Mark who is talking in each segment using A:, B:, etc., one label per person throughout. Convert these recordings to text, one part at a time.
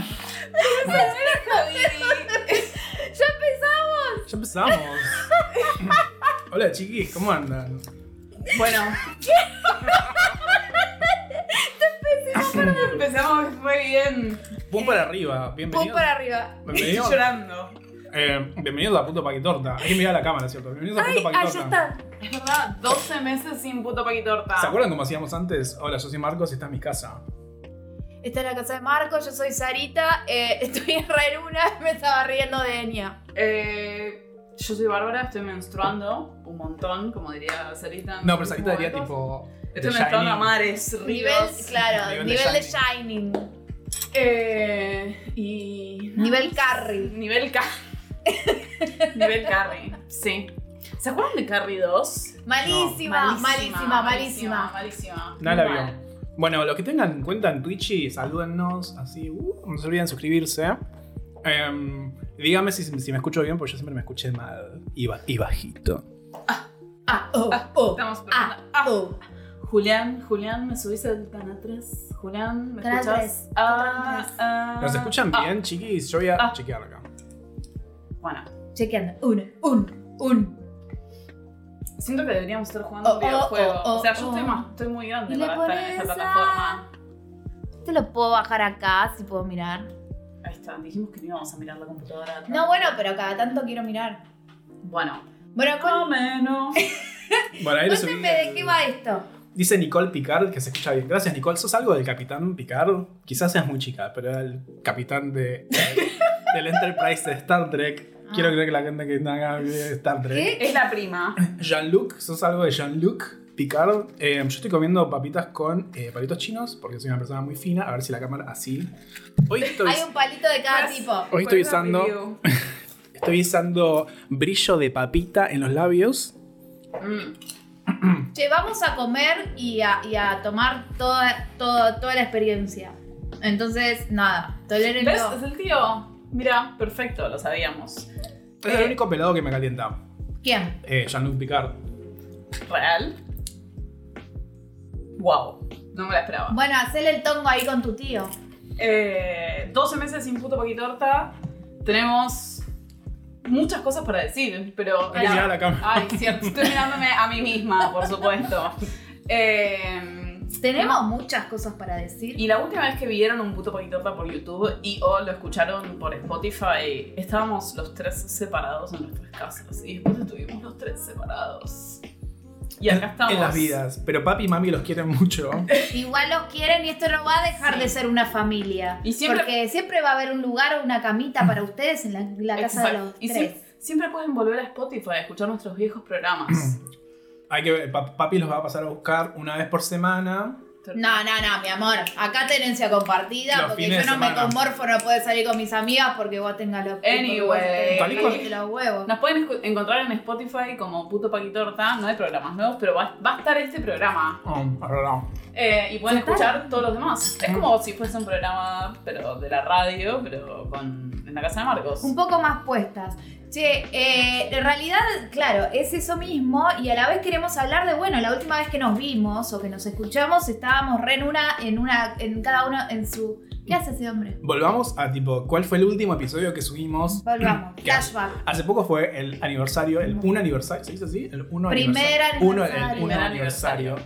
A: Hola chiquis, ¿cómo andan?
B: Bueno.
C: Perdón, empezamos muy bien.
A: Pum para arriba,
C: Pum
A: bienvenidos.
C: para arriba. Estoy
A: Bienvenidos,
C: llorando.
A: eh, bienvenidos a Puto Paquitorta. Hay que mirar la cámara, ¿cierto? Bienvenidos a
B: Ay,
A: Puto
B: ah,
A: Paquitorta.
B: ya está.
C: Es verdad, 12 meses sin puto paquitorta.
A: ¿Se acuerdan cómo hacíamos antes? Hola, yo soy Marcos y esta es mi casa.
B: Está en la casa de Marco, yo soy Sarita, eh, estoy en re luna, me estaba riendo de Enya.
C: Eh, yo soy Bárbara, estoy menstruando un montón, como diría Sarita. en
A: No, pero
C: sus
A: Sarita diría
C: momentos.
A: tipo. The
C: Estoy menstruando a
A: Shining.
C: mares,
B: Nivel,
C: ríos.
B: claro,
A: Nivel
B: nivel,
A: de
B: de Shining.
C: Eh, y.
B: Nivel Carrie.
C: Nivel K. nivel Carrie, sí. ¿Se acuerdan de Carrie 2?
B: Malísima, malísima, malísima.
C: malísima.
A: Nada la
C: Mal.
A: vio. Bueno, los que tengan cuenta en Twitch, salúdennos. Así, uh, no se olviden suscribirse. Em, dígame si, si me escucho bien, porque yo siempre me escuché mal y, ba- y bajito.
B: Ah, oh, oh,
C: Estamos
B: ah,
C: preguntando- Ah,
B: oh.
C: Julián, Julián, me subís al canal 3. Julián, ¿me
B: Canal
C: escuchás?
B: tres,
C: Ah,
B: canal tres.
C: ah,
A: ¿Nos escuchan
C: ah.
A: bien, chiquis? Yo voy a
C: Ah.
A: chequear acá.
C: Bueno,
B: Chequeando. Un, un, un.
C: siento que deberíamos estar jugando
B: Oh,
C: un videojuego.
B: oh, oh,
C: o sea, yo
B: oh.
C: estoy, más, estoy muy grande
B: Y le
C: para estar en esta
B: pones a-
C: plataforma.
B: Te lo puedo bajar acá si puedo mirar.
C: Ahí está, dijimos que no íbamos a mirar la computadora. atrás.
B: No, bueno, pero cada tanto quiero mirar.
C: Bueno,
B: Bueno,
C: más o
B: con-
C: menos.
A: Bueno, ahí le subí
B: cuéntenme de
A: el-
B: qué va esto.
A: Dice Nicole Picard que se escucha bien. Gracias, Nicole. ¿Sos algo del capitán Picard? Quizás seas muy chica, pero era el capitán de, del Enterprise de Star Trek. Quiero
B: Ah.
A: creer que la gente que no haga de Star Trek.
B: ¿Qué?
C: es la prima.
A: Jean-Luc, ¿sos algo de Jean-Luc Picard? Eh, yo estoy comiendo papitas con eh, palitos chinos porque soy una persona muy fina. A ver si la cámara así. Hoy estoy,
B: Hay un palito de cada
C: Pues-
B: tipo.
A: hoy estoy
C: Fue una
A: usando,
C: review.
A: estoy usando brillo de papita en los labios.
C: Mm.
B: Che, vamos a comer y a, y a tomar toda, todo- toda la experiencia. Entonces, nada, tolérenlo.
C: ¿Ves? Es el tío. Mira, perfecto, lo sabíamos.
A: Es
C: Eh.
A: el único pelado que me calienta.
B: ¿Quién?
A: Eh, Jean-Luc Picard.
C: Real. Wow, no me la esperaba.
B: Bueno, hacele el tongo ahí con tu tío.
C: Eh, 12 meses sin puto paquitorta. Tenemos muchas cosas para decir, pero.
A: Hay que mirar la cámara.
C: Ay, cierto, estoy mirándome a mí misma, por supuesto. Eh,
B: Tenemos muchas cosas para decir.
C: y la última vez que vieron un puto paquitorta por YouTube y o lo escucharon por Spotify, estábamos los tres separados en nuestras casas. Y después estuvimos los tres separados. Y acá estamos.
A: En las vidas. Pero papi y mami los quieren mucho.
B: Igual los quieren y esto no va a dejar
C: Sí.
B: de ser una familia.
C: Y siempre-
B: Porque siempre va a haber un lugar o una camita para ustedes en la, la casa de
C: Exacto.
B: los
C: Y
B: tres.
C: siem- siempre pueden volver a Spotify a escuchar nuestros viejos programas.
A: Hay que ver, pa- papi los va a pasar a buscar una vez por semana.
B: No, no, no, mi amor. Acá tenencia compartida,
A: Los
B: porque yo
A: fines
B: no
A: de
B: me
A: semana.
B: conmorfo, no puedo salir con mis amigas porque vos tengas los
C: Anyway.
B: porque vos tenés los huevos.
C: Nos pueden escu- encontrar en Spotify como Puto Paquitorta. No hay programas nuevos, pero va, va a estar este programa.
A: Oh, perdón.
C: Eh, y pueden
B: ¿Está?
C: escuchar todos los demás.
A: Ah.
C: Es como si fuese un programa pero de la radio, pero con, en la casa de Marcos.
B: Un poco más puestas. Che, eh, en realidad, claro, es eso mismo y a la vez queremos hablar de, bueno, la última vez que nos vimos o que nos escuchamos estábamos re en una, en una, en cada uno, en su... ¿Qué hace ese hombre?
A: Volvamos a tipo, ¿cuál fue el último episodio que subimos?
B: Volvamos,
A: ¿Qué hace?
B: flashback.
A: Hace poco fue el aniversario, el un aniversario, ¿se dice así? El uno
B: Primer
A: aniversario. Uno- el
B: aniversario.
A: uno
C: Primer
A: aniversario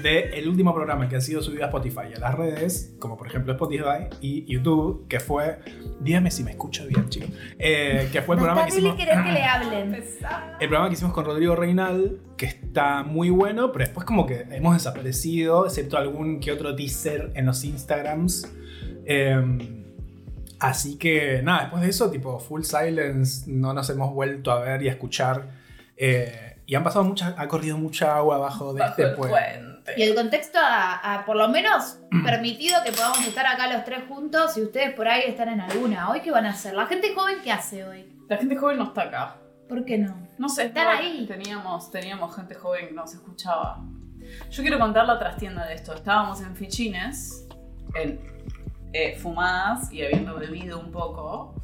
A: del último programa que ha sido subido a Spotify, a las redes, como por ejemplo Spotify y YouTube, que fue. Dígame si me escucho bien, chicos. Eh, que fue el programa
B: Basta
A: que
B: de le
A: hicimos.
B: querer que le hablen.
A: El programa que hicimos con Rodrigo Reinal, que está muy bueno, pero después como que hemos desaparecido, excepto algún que otro teaser en los Instagrams. Eh, así que nada, después de eso, tipo full silence, no nos hemos vuelto a ver y a escuchar. Eh, y han pasado mucha, ha corrido mucha agua abajo de
C: Bajo
A: este
C: el
A: puente.
B: Y
C: puente.
B: el contexto ha, ha, por lo menos
A: Mm.
B: permitido que podamos estar acá los tres juntos y ustedes por ahí están en alguna. ¿Hoy qué van a hacer? ¿La gente joven qué hace hoy?
C: La gente joven no está acá.
B: ¿Por qué no?
C: No sé,
B: Están
C: estaba-
B: ahí.
C: Teníamos, teníamos gente joven que nos escuchaba. Yo quiero contar la trastienda de esto. Estábamos en Fichines, en eh, fumadas y habiendo bebido un poco.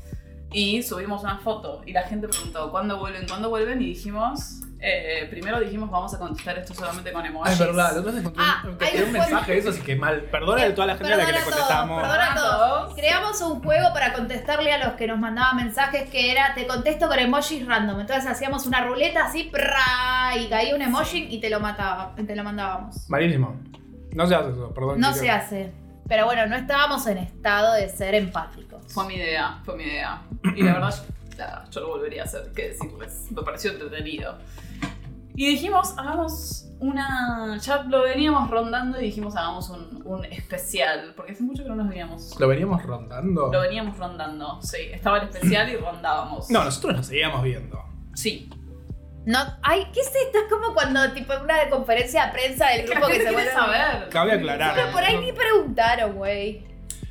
C: Y subimos una foto y la gente preguntó, ¿cuándo vuelven? ¿Cuándo vuelven? Y dijimos, eh, primero dijimos vamos a contestar esto solamente con
A: Ah,
C: emojis.
A: es verdad, la otra vez encontré
B: Ah,
A: un,
B: hay
A: encontré
B: un
A: un
B: juego-
A: mensaje de eso, así que mal. Perdona de toda la gente a la que le
B: Perdona a todos,
A: contestamos.
B: perdona a todos.
C: Todos.
B: Creamos un juego para contestarle a los que nos mandaban mensajes que era te contesto con emojis random. Entonces hacíamos una ruleta así prrrá, y caía un emoji y te lo mataba, te lo mandábamos.
A: Malísimo. No se hace eso, perdón.
B: No
A: chicos.
B: se hace. Pero bueno, no estábamos en estado de ser empáticos.
C: Fue mi idea, fue mi idea. Y la verdad, nada, yo lo volvería a hacer, qué decirles. Me pareció entretenido. Y dijimos, hagamos una. Ya lo veníamos rondando y dijimos, hagamos un, un especial. Porque hace mucho que no nos veíamos.
A: ¿Lo veníamos rondando?
C: Lo veníamos rondando, sí. Estaba el especial y rondábamos.
A: No, nosotros nos seguíamos viendo.
C: Sí.
B: No, ay, ¿qué es esto? Es como cuando tipo en una conferencia de prensa del
C: La
B: grupo que
C: gente
B: se
C: quiere
B: vuelve.
C: saber.
A: Cabe aclarar.
B: Pero por ahí ni preguntaron, güey.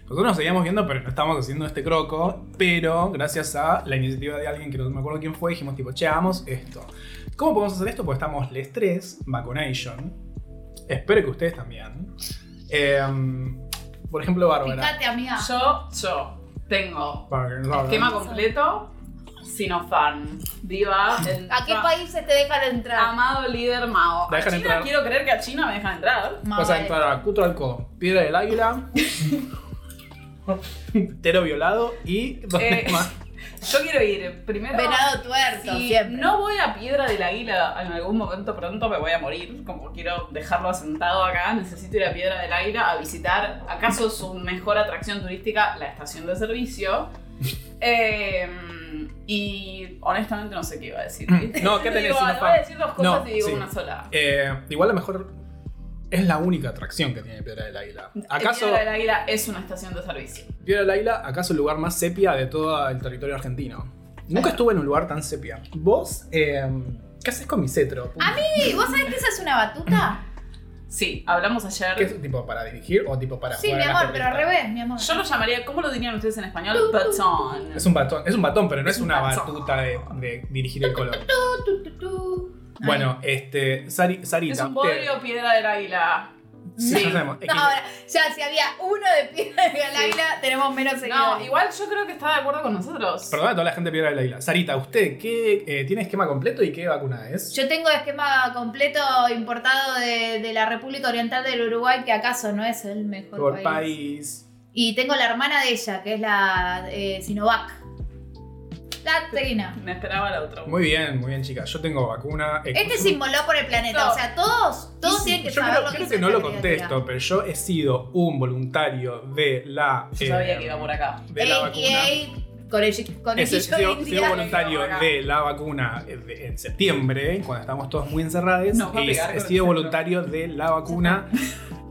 A: Nosotros nos seguíamos viendo, pero no estábamos haciendo este croco. Pero gracias a la iniciativa de alguien que no me acuerdo quién fue, dijimos tipo, che, hagamos esto. ¿Cómo podemos hacer esto? Porque estamos les tres, Vacunation. Espero que ustedes también. Em, por ejemplo, Bárbara.
B: Fíjate, amiga.
C: Yo, yo tengo
A: Bárbara,
C: esquema
A: Bárbara.
C: completo, Sinofan. Viva el.
B: ¿A qué
C: fa-
B: países te dejan entrar?
C: Amado líder Mao.
A: Dejan
C: a China,
A: entrar.
C: quiero creer que a China me deja entrar.
A: Vas a entrar a Cutralco, Piedra del Águila, Tero Violado y. ¿dónde
C: Eh,
A: más?
C: Yo quiero ir primero.
B: Venado tuerto,
C: si
B: siempre.
C: no voy a Piedra del Águila en algún momento pronto me voy a morir. Como quiero dejarlo asentado acá, necesito ir a Piedra del Águila a visitar, acaso su mejor atracción turística, la estación de servicio. Eh, y honestamente no sé qué iba a decir.
A: No, ¿qué tenés,
C: Digo,
A: Sinofan?
C: le voy a decir dos cosas
A: No,
C: y digo
A: sí.
C: una sola.
A: Eh, igual a lo mejor es la única atracción que tiene Piedra del Águila. ¿Acaso
C: Eh, Piedra del Águila es una estación de servicio.
A: Piedra del Águila, acaso el lugar más sepia de todo el territorio argentino? Nunca estuve en un lugar tan sepia. ¿Vos eh, qué haces con mi cetro?
B: A Sí, ¿vos sabés que esa es una batuta?
C: Sí, hablamos ayer.
A: ¿Qué es tipo para dirigir o tipo para
B: Sí, mi
A: jugar a la
B: amor, pero al
A: pelota?
B: revés, mi amor.
C: Yo lo llamaría, ¿cómo lo dirían ustedes en español? Baton.
A: Es un batón, es un batón, pero no
C: Es
A: es,
C: un
A: una
C: batón.
A: batuta de, de dirigir el color.
B: Tu, tu, tu. Ay.
A: Bueno, este, Sari- Sarita.
C: Es un
A: te-
C: bodrio piedra del águila.
A: Sí,
C: Sí.
A: ya sabemos. Es
B: No,
A: que-
B: ahora, ya si había uno de piedra de águila, tenemos menos
C: No,
B: seguidores.
C: igual yo creo que está de acuerdo con nosotros.
A: Perdona a toda la gente de Piedra del Águila. Sarita, ¿usted qué eh, tiene esquema completo y qué vacuna es?
B: Yo tengo esquema completo importado de, de la República Oriental del Uruguay, que acaso no es el mejor
A: Por
B: país.
A: país.
B: Y tengo la hermana de ella, que es la eh, Sinovac. La Trina.
C: Me esperaba el otro.
A: Muy bien, muy bien, chicas. Yo tengo vacuna. eh,
B: Este se
A: consumo-
B: inmoló por el planeta.
C: No.
B: O sea, todos, todos tienen que
A: yo
B: saber
A: creo,
B: lo que
A: creo
B: es
A: que no
B: esta
A: lo
B: criatura.
A: contesto, pero yo he sido un voluntario de la.
C: Yo
A: eh,
C: sabía que iba por acá.
A: De la
B: AKA,
A: vacuna.
B: con el, con
A: He
B: el de
A: sido- he sido, he sido
B: India.
A: voluntario
C: acá.
A: de la vacuna eh, de- en septiembre, cuando estábamos todos muy encerrados.
C: Nos va a
A: y
C: pegar
A: he
C: con
A: sido
C: el
A: voluntario de la vacuna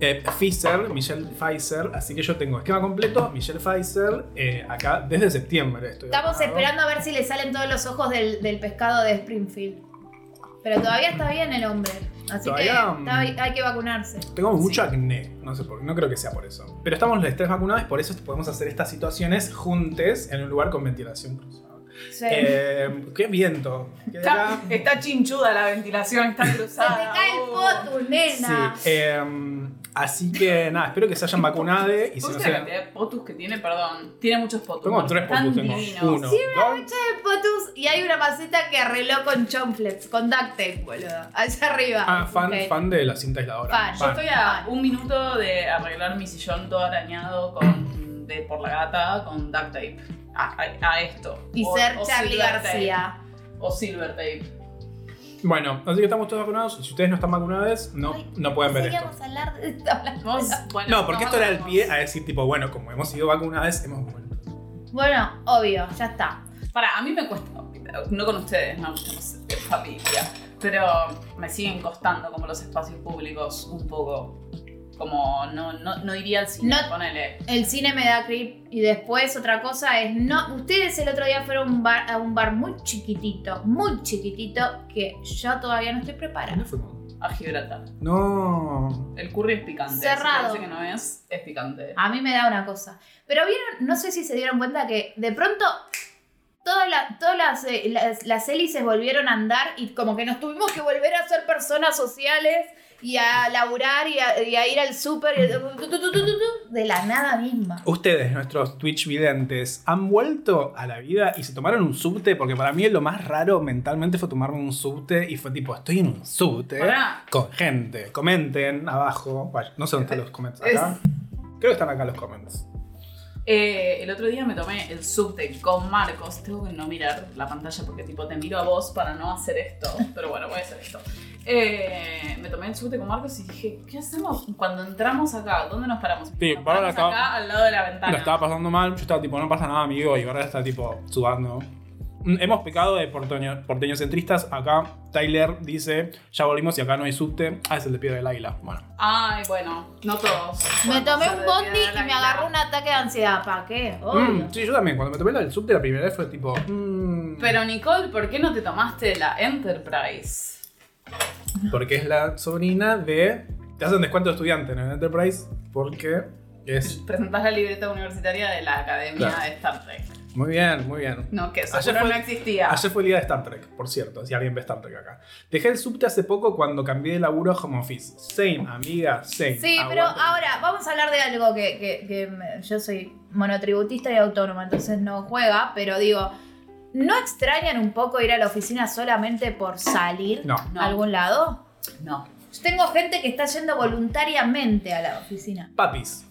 A: eh, Pfizer, Michelle Pfizer. Así que yo tengo esquema completo, Michelle Pfizer, eh, acá desde septiembre. Estoy
B: Estamos
A: vacunado.
B: esperando a ver si le salen todos los ojos del, del pescado de Springfield. Pero todavía está bien el hombre. Así
A: Todavía,
B: que
A: mm. Eh,
B: está- hay que vacunarse.
A: Tengo mucho
C: Sí.
A: acné, no sé por qué, no creo que sea por eso. Pero estamos los tres vacunados, por eso podemos hacer estas situaciones juntes en un lugar con ventilación cruzada.
B: Sí.
A: Eh, qué viento. Qué
C: Está,
A: drama.
C: está chinchuda la ventilación, está
B: Se te
C: cruzada.
B: cae el
C: Uh.
B: potus, nena.
A: ah, Sí, eh, así que nada, espero que se hayan vacunado y si
C: ¿Vos
A: no
C: viste la
A: se...
C: cantidad de potus que tiene? Perdón. Tiene muchos potus.
A: Tengo tres
C: Están
A: puntos, tengo
C: divinos.
A: uno,
B: Sí,
A: dos,
B: El potus y hay una maceta que arregló con chomflex, con duct tape, boludo. Allá arriba.
A: ah, fan,
B: Ok.
A: fan de la cinta aisladora.
B: Fan, yo
C: Yo estoy a un minuto de arreglar mi sillón todo arañado con, de, por la gata con duct tape. A, a- a esto.
B: Y
C: O-
B: ser
C: o
B: Charlie
C: silver tape.
B: García.
C: O silver tape.
A: Bueno, así que estamos todos vacunados. Si ustedes no están vacunados, no,
B: Ay,
A: no pueden ver esto.
B: Podríamos hablar de esto.
C: Vos, bueno,
A: No, porque
C: nos
A: esto era el
C: vamos.
A: pie eh. a decir tipo, bueno, como hemos sido vacunados, hemos vuelto.
B: Bueno, obvio, ya está.
C: Para, a mí me cuesta, no con ustedes, no, estamos en familia, pero me siguen costando como los espacios públicos un poco. Como no, no, no iría al cine,
B: No-
C: ponele.
B: El cine me da creep. Y después otra cosa es, no, ustedes el otro día fueron a un bar, a un bar muy chiquitito, muy chiquitito, que yo todavía no estoy
A: ¿Dónde
B: preparada.
A: fuimos?
C: A Gibraltar.
A: No.
C: El curry es picante. si
B: Cerrado.
C: parece que no es, es picante.
B: A mí me da una cosa. Pero vieron, no sé si se dieron cuenta que de pronto todas, la- todas las, eh, las, las hélices volvieron a andar y como que nos tuvimos que volver a ser personas sociales y a laburar y a, y a ir al súper y- tu, tu, tu, tu, tu, tu, de la nada misma.
A: Ustedes, nuestros Twitch videntes, han vuelto a la vida y se tomaron un subte, porque para mí lo más raro mentalmente fue tomarme un subte y fue tipo, estoy en un subte
C: Pará.
A: con gente. Comenten abajo. Vaya, no sé dónde están los comments acá. Creo que están acá los comments.
C: Eh, el otro día me tomé el subte con Marcos. Tengo que no mirar la pantalla porque tipo te miro a vos para no hacer esto. Pero bueno, voy a hacer esto. Eh, me tomé el subte con Marcos y dije, ¿qué hacemos cuando entramos acá? ¿Dónde nos paramos?
A: Sí,
C: nos
A: para
C: paramos
A: acá.
C: acá al lado de la
A: Lo
C: ventana.
A: estaba pasando mal, yo estaba tipo, no pasa nada, amigo, y ahora está tipo sudando. Mm, Hemos pecado de porteño- porteñocentristas. Acá Tyler dice, ya volvimos y acá no hay subte. Ah, es el de Piedra del Águila. Bueno.
C: Ay, bueno, no todos.
B: Me
C: Bueno,
B: tomé
C: se
B: un
C: le
B: bondi
C: queda la
B: y me
C: vida.
B: agarró un ataque de ansiedad. ¿Para qué? Obvio.
A: Mm, sí, yo también. Cuando me tomé la del subte la primera vez fue tipo... mm,
C: Pero Nicole, ¿por qué no te tomaste la Enterprise?
A: Porque es la sobrina de... Te hacen descuento de estudiante en el Enterprise porque es...
C: Presentás la libreta universitaria de la Academia
A: Claro.
C: de Star Trek.
A: Muy bien, muy bien.
C: No, que eso
A: Ayer
C: seguro
A: fue-
C: no existía.
A: Ayer fue el día de Star Trek, por cierto, si alguien ve Star Trek acá. Dejé el subte hace poco cuando cambié de laburo a home office. Same, amiga, same.
B: Sí, pero
A: Aguante.
B: ahora vamos a hablar de algo que, que- que me- yo soy monotributista y autónoma, entonces no juega, pero digo, ¿no extrañan un poco ir a la oficina solamente por salir
A: No.
C: No.
B: a algún lado?
C: No.
B: Yo tengo gente que está yendo voluntariamente a la oficina.
A: Papis.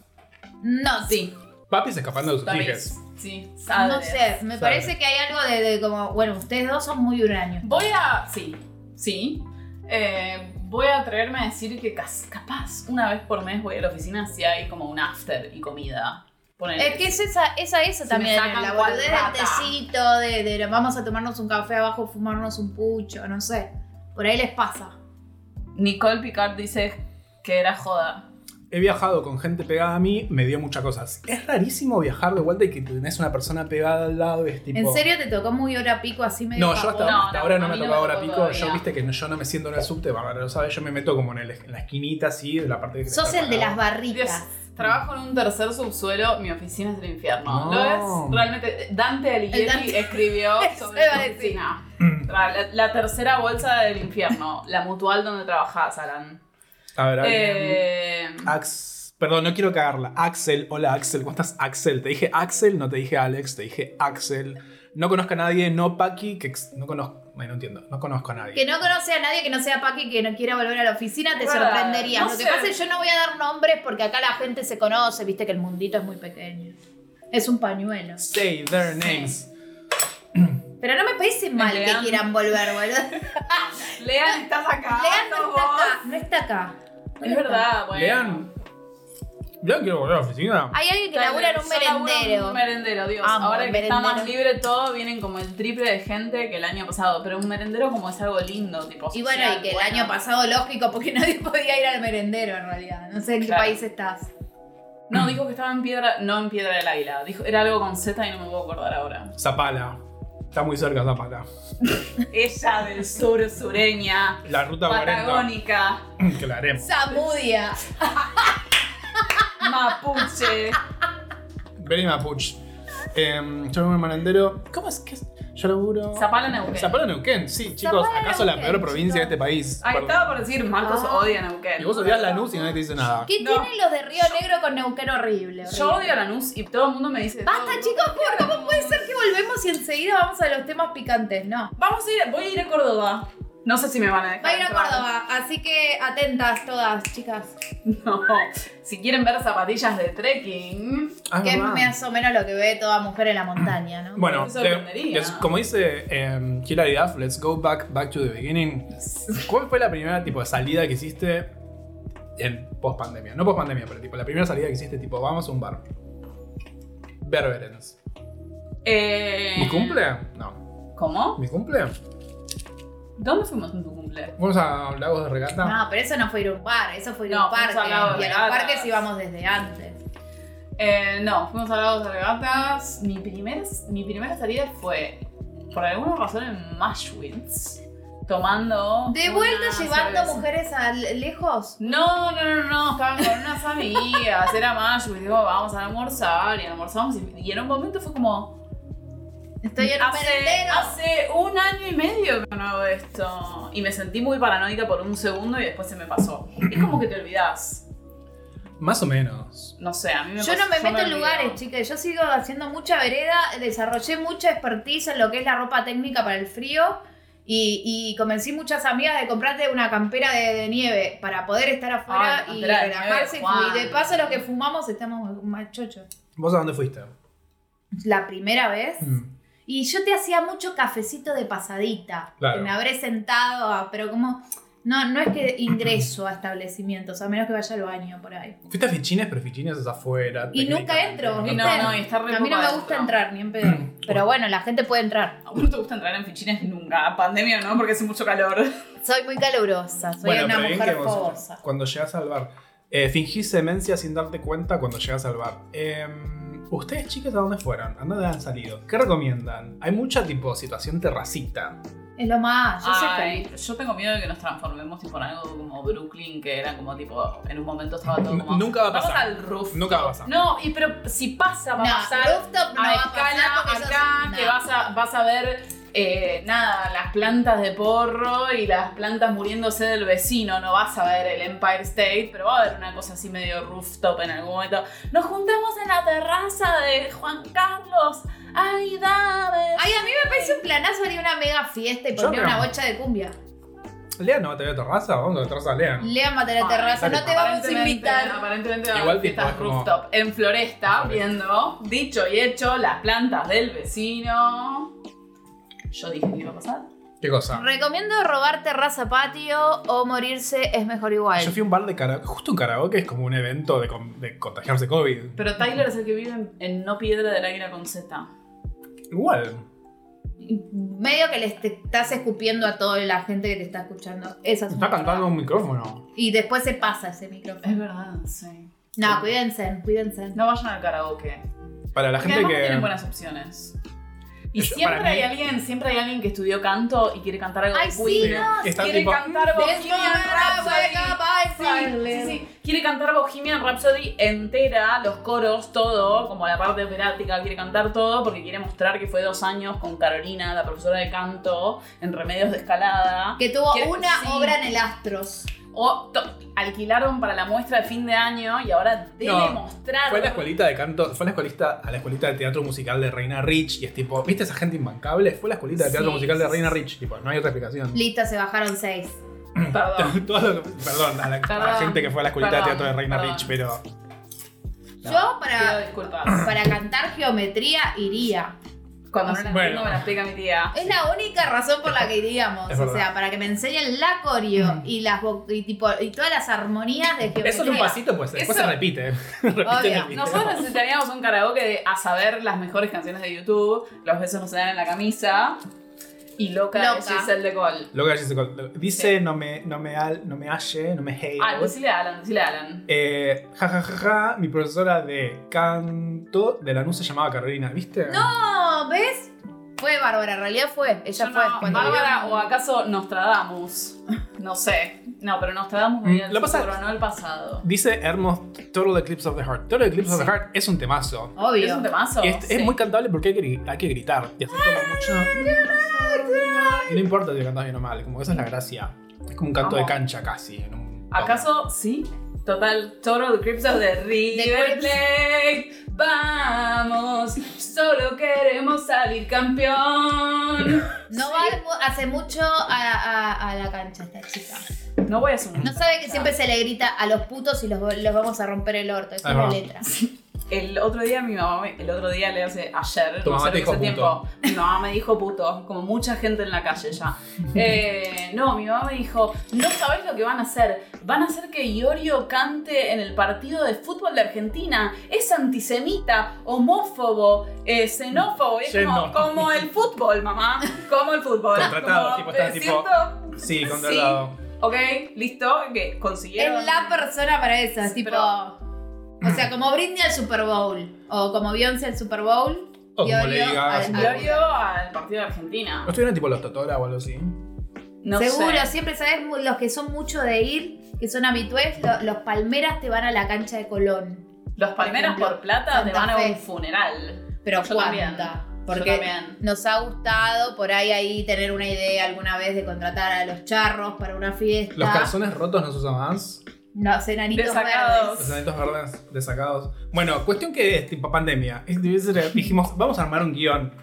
B: No, sí.
C: Sí,
A: Papis escapando de sus
C: también.
A: hijas.
C: Sí,
B: No
C: sabes.
B: sé, me
A: Sabes.
B: parece que hay algo de, de como, bueno, ustedes dos son muy huraños.
C: Voy a. Sí, sí. Eh, voy a atreverme a decir que cas- capaz una vez por mes voy a la oficina si hay como un after y comida. Ponele.
B: Es que es esa, esa, esa
C: Si
B: también,
C: me sacan
B: la
C: cual
B: boludez del
C: rata.
B: tecito, de, de vamos a tomarnos un café abajo, fumarnos un pucho, no sé. Por ahí les pasa.
C: Nicole Picard dice que era joda.
A: He viajado con gente pegada a mí, me dio muchas cosas. Es rarísimo viajar de vuelta y que tenés una persona pegada al lado y es tipo...
B: ¿En serio te tocó muy hora pico así medio?
A: No, yo hasta,
C: No, no,
A: hasta ahora no
C: a
A: me ha
C: mí no
A: tocado
C: me
A: ahora
C: tocó
A: pico.
C: todavía.
A: Yo viste que no- yo no me siento en el subte, Bárbara lo sabe, yo me meto como en, el- en la esquinita así, de la parte que
B: Sos
A: está
B: el de
A: apagado.
B: las barritas.
C: Trabajo en un tercer subsuelo, mi oficina es el infierno.
A: No.
C: Lo es realmente. Dante Alighieri
B: El Dante-
C: escribió
B: Eso
C: sobre
B: iba a
C: la
B: decir.
C: oficina. La, la tercera bolsa del infierno, la mutual donde trabajás, Alan.
A: A ver, a ver.
C: Eh,
A: Ax- Perdón, no quiero cagarla. Axel, hola Axel, ¿cómo estás? Axel, te dije Axel, no te dije Alex, te dije Axel. No conozco a nadie, no Paki, que ex- no conozco, ay, no entiendo, no conozco a nadie.
B: Que no conoce a nadie que no sea Paqui que no quiera volver a la oficina, te
C: Verdad,
B: sorprenderías.
C: no
B: Lo que
C: sé.
B: pasa es que yo no voy a dar nombres porque acá la gente se conoce, viste que el mundito es muy pequeño. Es un pañuelo.
A: Say their names.
B: Pero no me parece mal que
C: Lean.
B: quieran volver, boludo.
C: Lean, estás acá.
B: Lean
C: sos
B: no está
C: Ah, vos.
B: acá, no está acá. No
C: Es
B: está.
C: verdad, bueno.
A: Lean. Yo quiero volver a la oficina.
B: Hay alguien que
C: Dale,
B: labura en un
C: yo laburo en
B: merendero.
C: Un merendero, Dios.
B: Amo
C: Ahora
B: el
C: que está
B: merendero.
C: más libre todo, vienen como el triple de gente que el año pasado. Pero un merendero como es algo lindo, tipo.
B: Y bueno,
C: social,
B: y que el
C: bueno.
B: año pasado, lógico, porque nadie podía ir al merendero en realidad. No sé en qué
C: Claro.
B: país estás.
C: No, dijo que estaba en piedra, no en piedra del águila. Dijo, era algo con Z y no me puedo acordar ahora.
A: Zapala. Está muy cerca Zapala.
C: Ella del sur sureña,
A: La ruta 40.
C: patagónica,
A: Que la haremos.
B: Zamudia.
C: mapuche.
A: Benny Mapuch. Em, yo me merendero. ¿Cómo es que es? Yo laburo.
C: Zapala Neuquén.
A: Zapala Neuquén, sí, chicos.
B: Zapala,
A: ¿Acaso la
B: Neuquén,
A: peor provincia de
B: chicos.
A: este país?
C: Ahí
A: Perdón.
C: estaba por decir, Marcos
B: Ah.
C: odia Neuquén.
A: Y vos odias Lanús y nadie te dice nada.
B: ¿Qué
C: No.
B: tienen los de Río Negro con Neuquén horrible?
C: Yo
B: horrible?
C: odio Lanús y todo el mundo me dice.
B: Basta,
C: "No,
B: chicos, por- ¿cómo puede ser que volvemos y enseguida vamos a los temas picantes? No.
C: Vamos a ir, voy a ir a Córdoba. No sé si me van a dejar.
B: Va a ir a
C: entrar.
B: Córdoba, así que atentas todas, chicas.
C: No. Si quieren ver zapatillas de trekking.
A: Ah, es
B: Que es
A: verdad.
B: más o menos lo que ve toda mujer en la montaña, ¿no?
A: Bueno,
C: Me sorprendería.
A: les- como dice em, Hilary Duff, let's go back, back to the beginning. ¿Cuál fue la primera tipo de salida que hiciste en post pandemia? No post pandemia, pero tipo la primera salida que hiciste, tipo, vamos a un bar. Berberens.
C: Eh,
A: ¿Mi cumple? No.
C: ¿Cómo?
A: ¿Mi cumple?
C: ¿Dónde fuimos en tu cumple?
A: Vamos a Lagos de Regata.
B: No, pero eso no fue ir a un bar, eso fue ir a
C: No,
B: un parque.
C: fuimos al lado de
B: Y a los
C: Gatas.
B: parques íbamos desde antes.
C: Eh, no, fuimos a Lagos de Regatas. Mi, primer, mi primera salida fue, por alguna razón, en Mashwitz. Tomando.
B: ¿De
C: una
B: vuelta llevando
C: cerveza.
B: mujeres a le- lejos?
C: No, no, no, no, estaban con unas amigas, era Mashwitz, digo, vamos a almorzar y almorzamos y, y en un momento fue como,
B: Estoy en un
C: Hace,
B: merendero.
C: hace un año y medio que no hago esto. Y me sentí muy paranoica por un segundo y después se me pasó. Es como que te olvidás.
A: Más o menos.
C: No sé, a mí me
B: Yo
C: pasa-
B: no me meto en
C: olvido.
B: lugares, chicas. Yo sigo haciendo mucha vereda. Desarrollé mucha expertise en lo que es la ropa técnica para el frío. Y, y convencí muchas amigas de comprarte una campera de, de nieve para poder estar afuera
C: Ay,
B: y
C: campera de
B: relajarse.
C: nieve, Juan.
B: y de paso, los que fumamos estamos más chochos.
A: ¿Vos a dónde fuiste?
B: La primera vez.
A: Mm.
B: Y yo te hacía mucho cafecito de pasadita.
A: Claro.
B: Que Me habré sentado, a- pero como. No, no es que ingreso a establecimientos, a menos que vaya al baño por ahí.
A: Fuiste a Fichines, pero Fichines es afuera.
B: Y nunca
A: técnicamente.
B: entro.
C: Y no,
B: ¿viste?
C: no, y está re
B: a
C: poco
B: mí no me
C: adentro.
B: gusta entrar ni en pedo. Pero bueno, la gente puede entrar.
C: ¿A vos no te gusta entrar en fichines nunca? Pandemia no, porque hace mucho calor.
B: Soy muy calurosa, soy
A: Bueno,
B: una
A: pero bien
B: mujer
A: que vos-
B: fogosa.
A: Cuando llegas al bar. Eh, fingís demencia sin darte cuenta cuando llegas al bar. Eh, ¿Ustedes, chicas, a dónde fueron? ¿A dónde han salido? ¿Qué recomiendan? Hay mucha tipo situación terracita.
B: Es lo más, yo
C: Ay,
B: soy
C: yo tengo miedo de que nos transformemos tipo en algo como Brooklyn, que era como tipo, en un momento estaba todo
A: N-
C: como.
A: nunca va a
C: Vamos
A: pasar.
C: al roof.
A: Nunca va a pasar.
C: No, y pero si pasa, va
B: No,
C: a pasar.
B: rooftop no
C: a
B: va a pasar
C: escala
B: porque eso
C: acá,
B: es-
C: que
B: no.
C: vas a, vas a ver, eh, nada, las plantas de porro y las plantas muriéndose del vecino. No vas a ver el Empire State, pero va a haber una cosa así medio rooftop en algún momento. Nos juntamos en la terraza de Juan Carlos. Ay, dame.
B: Ay, a mí me parece un planazo haría una mega fiesta y
A: Yo
B: poner
A: no.
B: una bocha de cumbia.
A: ¿Lea no va a tener terraza? Vamos a la terraza, Lea.
B: Lea matar la terraza, no te vamos a
C: Aparentemente-
B: invitar.
C: Aparentemente van
A: Igual
C: a fiestas
A: tipo, es como-
C: rooftop en Floresta,
A: En Floresta.
C: viendo, dicho y hecho, las plantas del vecino. Yo dije que iba a pasar.
A: ¿Qué cosa?
B: Recomiendo robar terraza patio o morirse es mejor igual.
A: Yo fui a un bar de karaoke. Justo un karaoke es como un evento de, con- de contagiarse COVID.
C: Pero Tyler es el que vive en, en No Piedra del Águila con Z.
A: Igual.
B: Medio que le est- estás escupiendo a toda la gente que te está escuchando. Esa es
A: Está
B: una
A: cantando
B: verdad.
A: un micrófono.
B: Y después se pasa ese micrófono.
C: Es verdad, sí.
B: No, cuídense, cuídense.
C: No vayan al karaoke.
A: Para la
C: Porque
A: gente
C: además no
A: que.
C: tienen buenas opciones. Y
A: Yo-
C: siempre
A: para mí-
C: hay alguien, siempre hay alguien que estudió canto y quiere cantar algo
B: Ay,
C: de
B: sí,
C: Queen.
B: no,
A: Está
C: Quiere
A: tipo.
C: cantar Bohemian Rhapsody. Sí, sí,
B: Sí,
C: sí. Quiere cantar Bohemian Rhapsody entera, los coros, todo, como la parte operática, quiere cantar todo porque quiere mostrar que fue dos años con Carolina, la profesora de canto, en Remedios de Escalada.
B: Que tuvo
C: Quiere-
B: una
C: sí.
B: obra en el Astros.
C: O to- alquilaron para la muestra de fin de año y ahora debe
A: No,
C: mostrar.
A: Fue a la escuelita de canto, fue a la escuelita, a la escuelita de teatro musical de Reina Rich y es tipo, ¿viste esa gente imbancable? Fue a la escuelita de teatro
C: Sí,
A: musical de
C: sí,
A: Reina
C: sí.
A: Rich, tipo, no hay otra explicación.
B: Listo, se bajaron seis.
C: Perdón.
A: Todo lo que- perdón, a la, a la
C: Perdón,
A: gente que fue a la escuelita de
C: perdón,
A: teatro de Reina
C: perdón.
A: Rich, pero
B: Yo
C: Pido
B: para,
C: disculpas.
B: para cantar geometría iría.
C: Cuando no la
A: Bueno.
C: entiendo me la explica mi tía.
B: Es la única razón por la que iríamos.
A: Es
B: O
A: verdad.
B: sea, para que me enseñen la coreo y las vo- y tipo y todas las armonías de geometría.
A: eso es un pasito, pues después
C: Eso-
A: se repite. repite en el
B: Obvio.
A: video.
C: Nosotros necesitaríamos un karaoke de a saber las mejores canciones de YouTube, Los besos no se dan en la camisa y Loca,
B: Loca.
C: de Giselle de Gol.
A: Lo que dice Nicole, dice, no me, no me, al- no me halle, no me hate.
C: Ah, decile a Alan, decile a Alan.
A: Eh, ja, ja, ja, ja, mi profesora de canto de la se llamaba Carolina, ¿viste?
B: No, ¿ves? Fue Bárbara, en realidad fue. Ella
C: Yo
B: fue
C: no,
B: cuando
C: Bárbara
B: vivíamos-
C: o acaso Nostradamus. No sé. No, pero Nostradamus
A: Mm,
C: venía
A: lo
C: del
A: pasa-
C: futuro, no el pasado.
A: Dice Hermos Total Eclipse of the Heart. Total Eclipse of the Heart es un temazo.
B: Obvio.
C: Es un temazo.
A: Y es, es
C: Oh, sí.
A: muy cantable porque hay que, gri- hay que gritar y hacer como mucho. No importa si cantas bien o mal, como que esa es la gracia. Es como un canto de
C: Vamos.
A: cancha casi. en un-
C: ¿Acaso sí? Total, Total Eclipse of the River
B: Eclipse.
C: Plate. Vamos, solo queremos salir campeón.
B: No va mu- hace mucho a, a- a la cancha esta chica.
C: No voy a asumir.
B: No sabe que siempre se le grita a los putos y los, los vamos a romper el orto. Esa
A: Ahí
B: es la
A: va.
B: letra.
C: El otro día mi mamá, me- el otro día le hace ayer,
A: Tu mamá
C: no sé lo que
A: te
C: hace
A: dijo puto.
C: tiempo. Mi mamá me dijo puto, como mucha gente en la calle ya. Eh, no, mi mamá me dijo, no sabés lo que van a hacer. Van a hacer que Iorio cante en el partido de fútbol de Argentina. Es antisemita, homófobo, eh, xenófobo. Y es como,
A: Xeno.
C: como el fútbol, mamá. Como el fútbol.
A: Contratado,
C: Como,
A: tipo, está
C: eh,
A: tipo-
C: siento-
A: Sí, controlado.
C: Ok, listo, que consiguieron.
B: Es la persona para esas, tipo.
C: Pero-
B: O sea, como Britney al Super Bowl. O como Beyoncé al Super Bowl.
A: O Oh, como
B: Iorio
A: le digas.
B: al- al-
C: Iorio al partido de Argentina.
A: ¿No estuvieron tipo los Totora o algo así?
C: No
B: Seguro,
C: sé.
B: siempre sabes mu- los que son mucho de ir, que son habitués, lo- los palmeras te van a la cancha de Colón.
C: Los palmeras
B: Por ejemplo,
C: por plata te
B: Santa
C: van a
B: Fe.
C: un funeral.
B: Pero
C: Yo
B: cuánta. Porque
C: también.
B: nos ha gustado por ahí ahí tener una idea alguna vez de contratar a los charros para una fiesta.
C: Ah.
A: Los calzones rotos no se usan más.
B: No, cenanitos
C: Desacados.
B: verdes.
A: Los anitos verdes desacados. Bueno, cuestión que es tipo pandemia. Es difícil, Dijimos, vamos a armar un guión.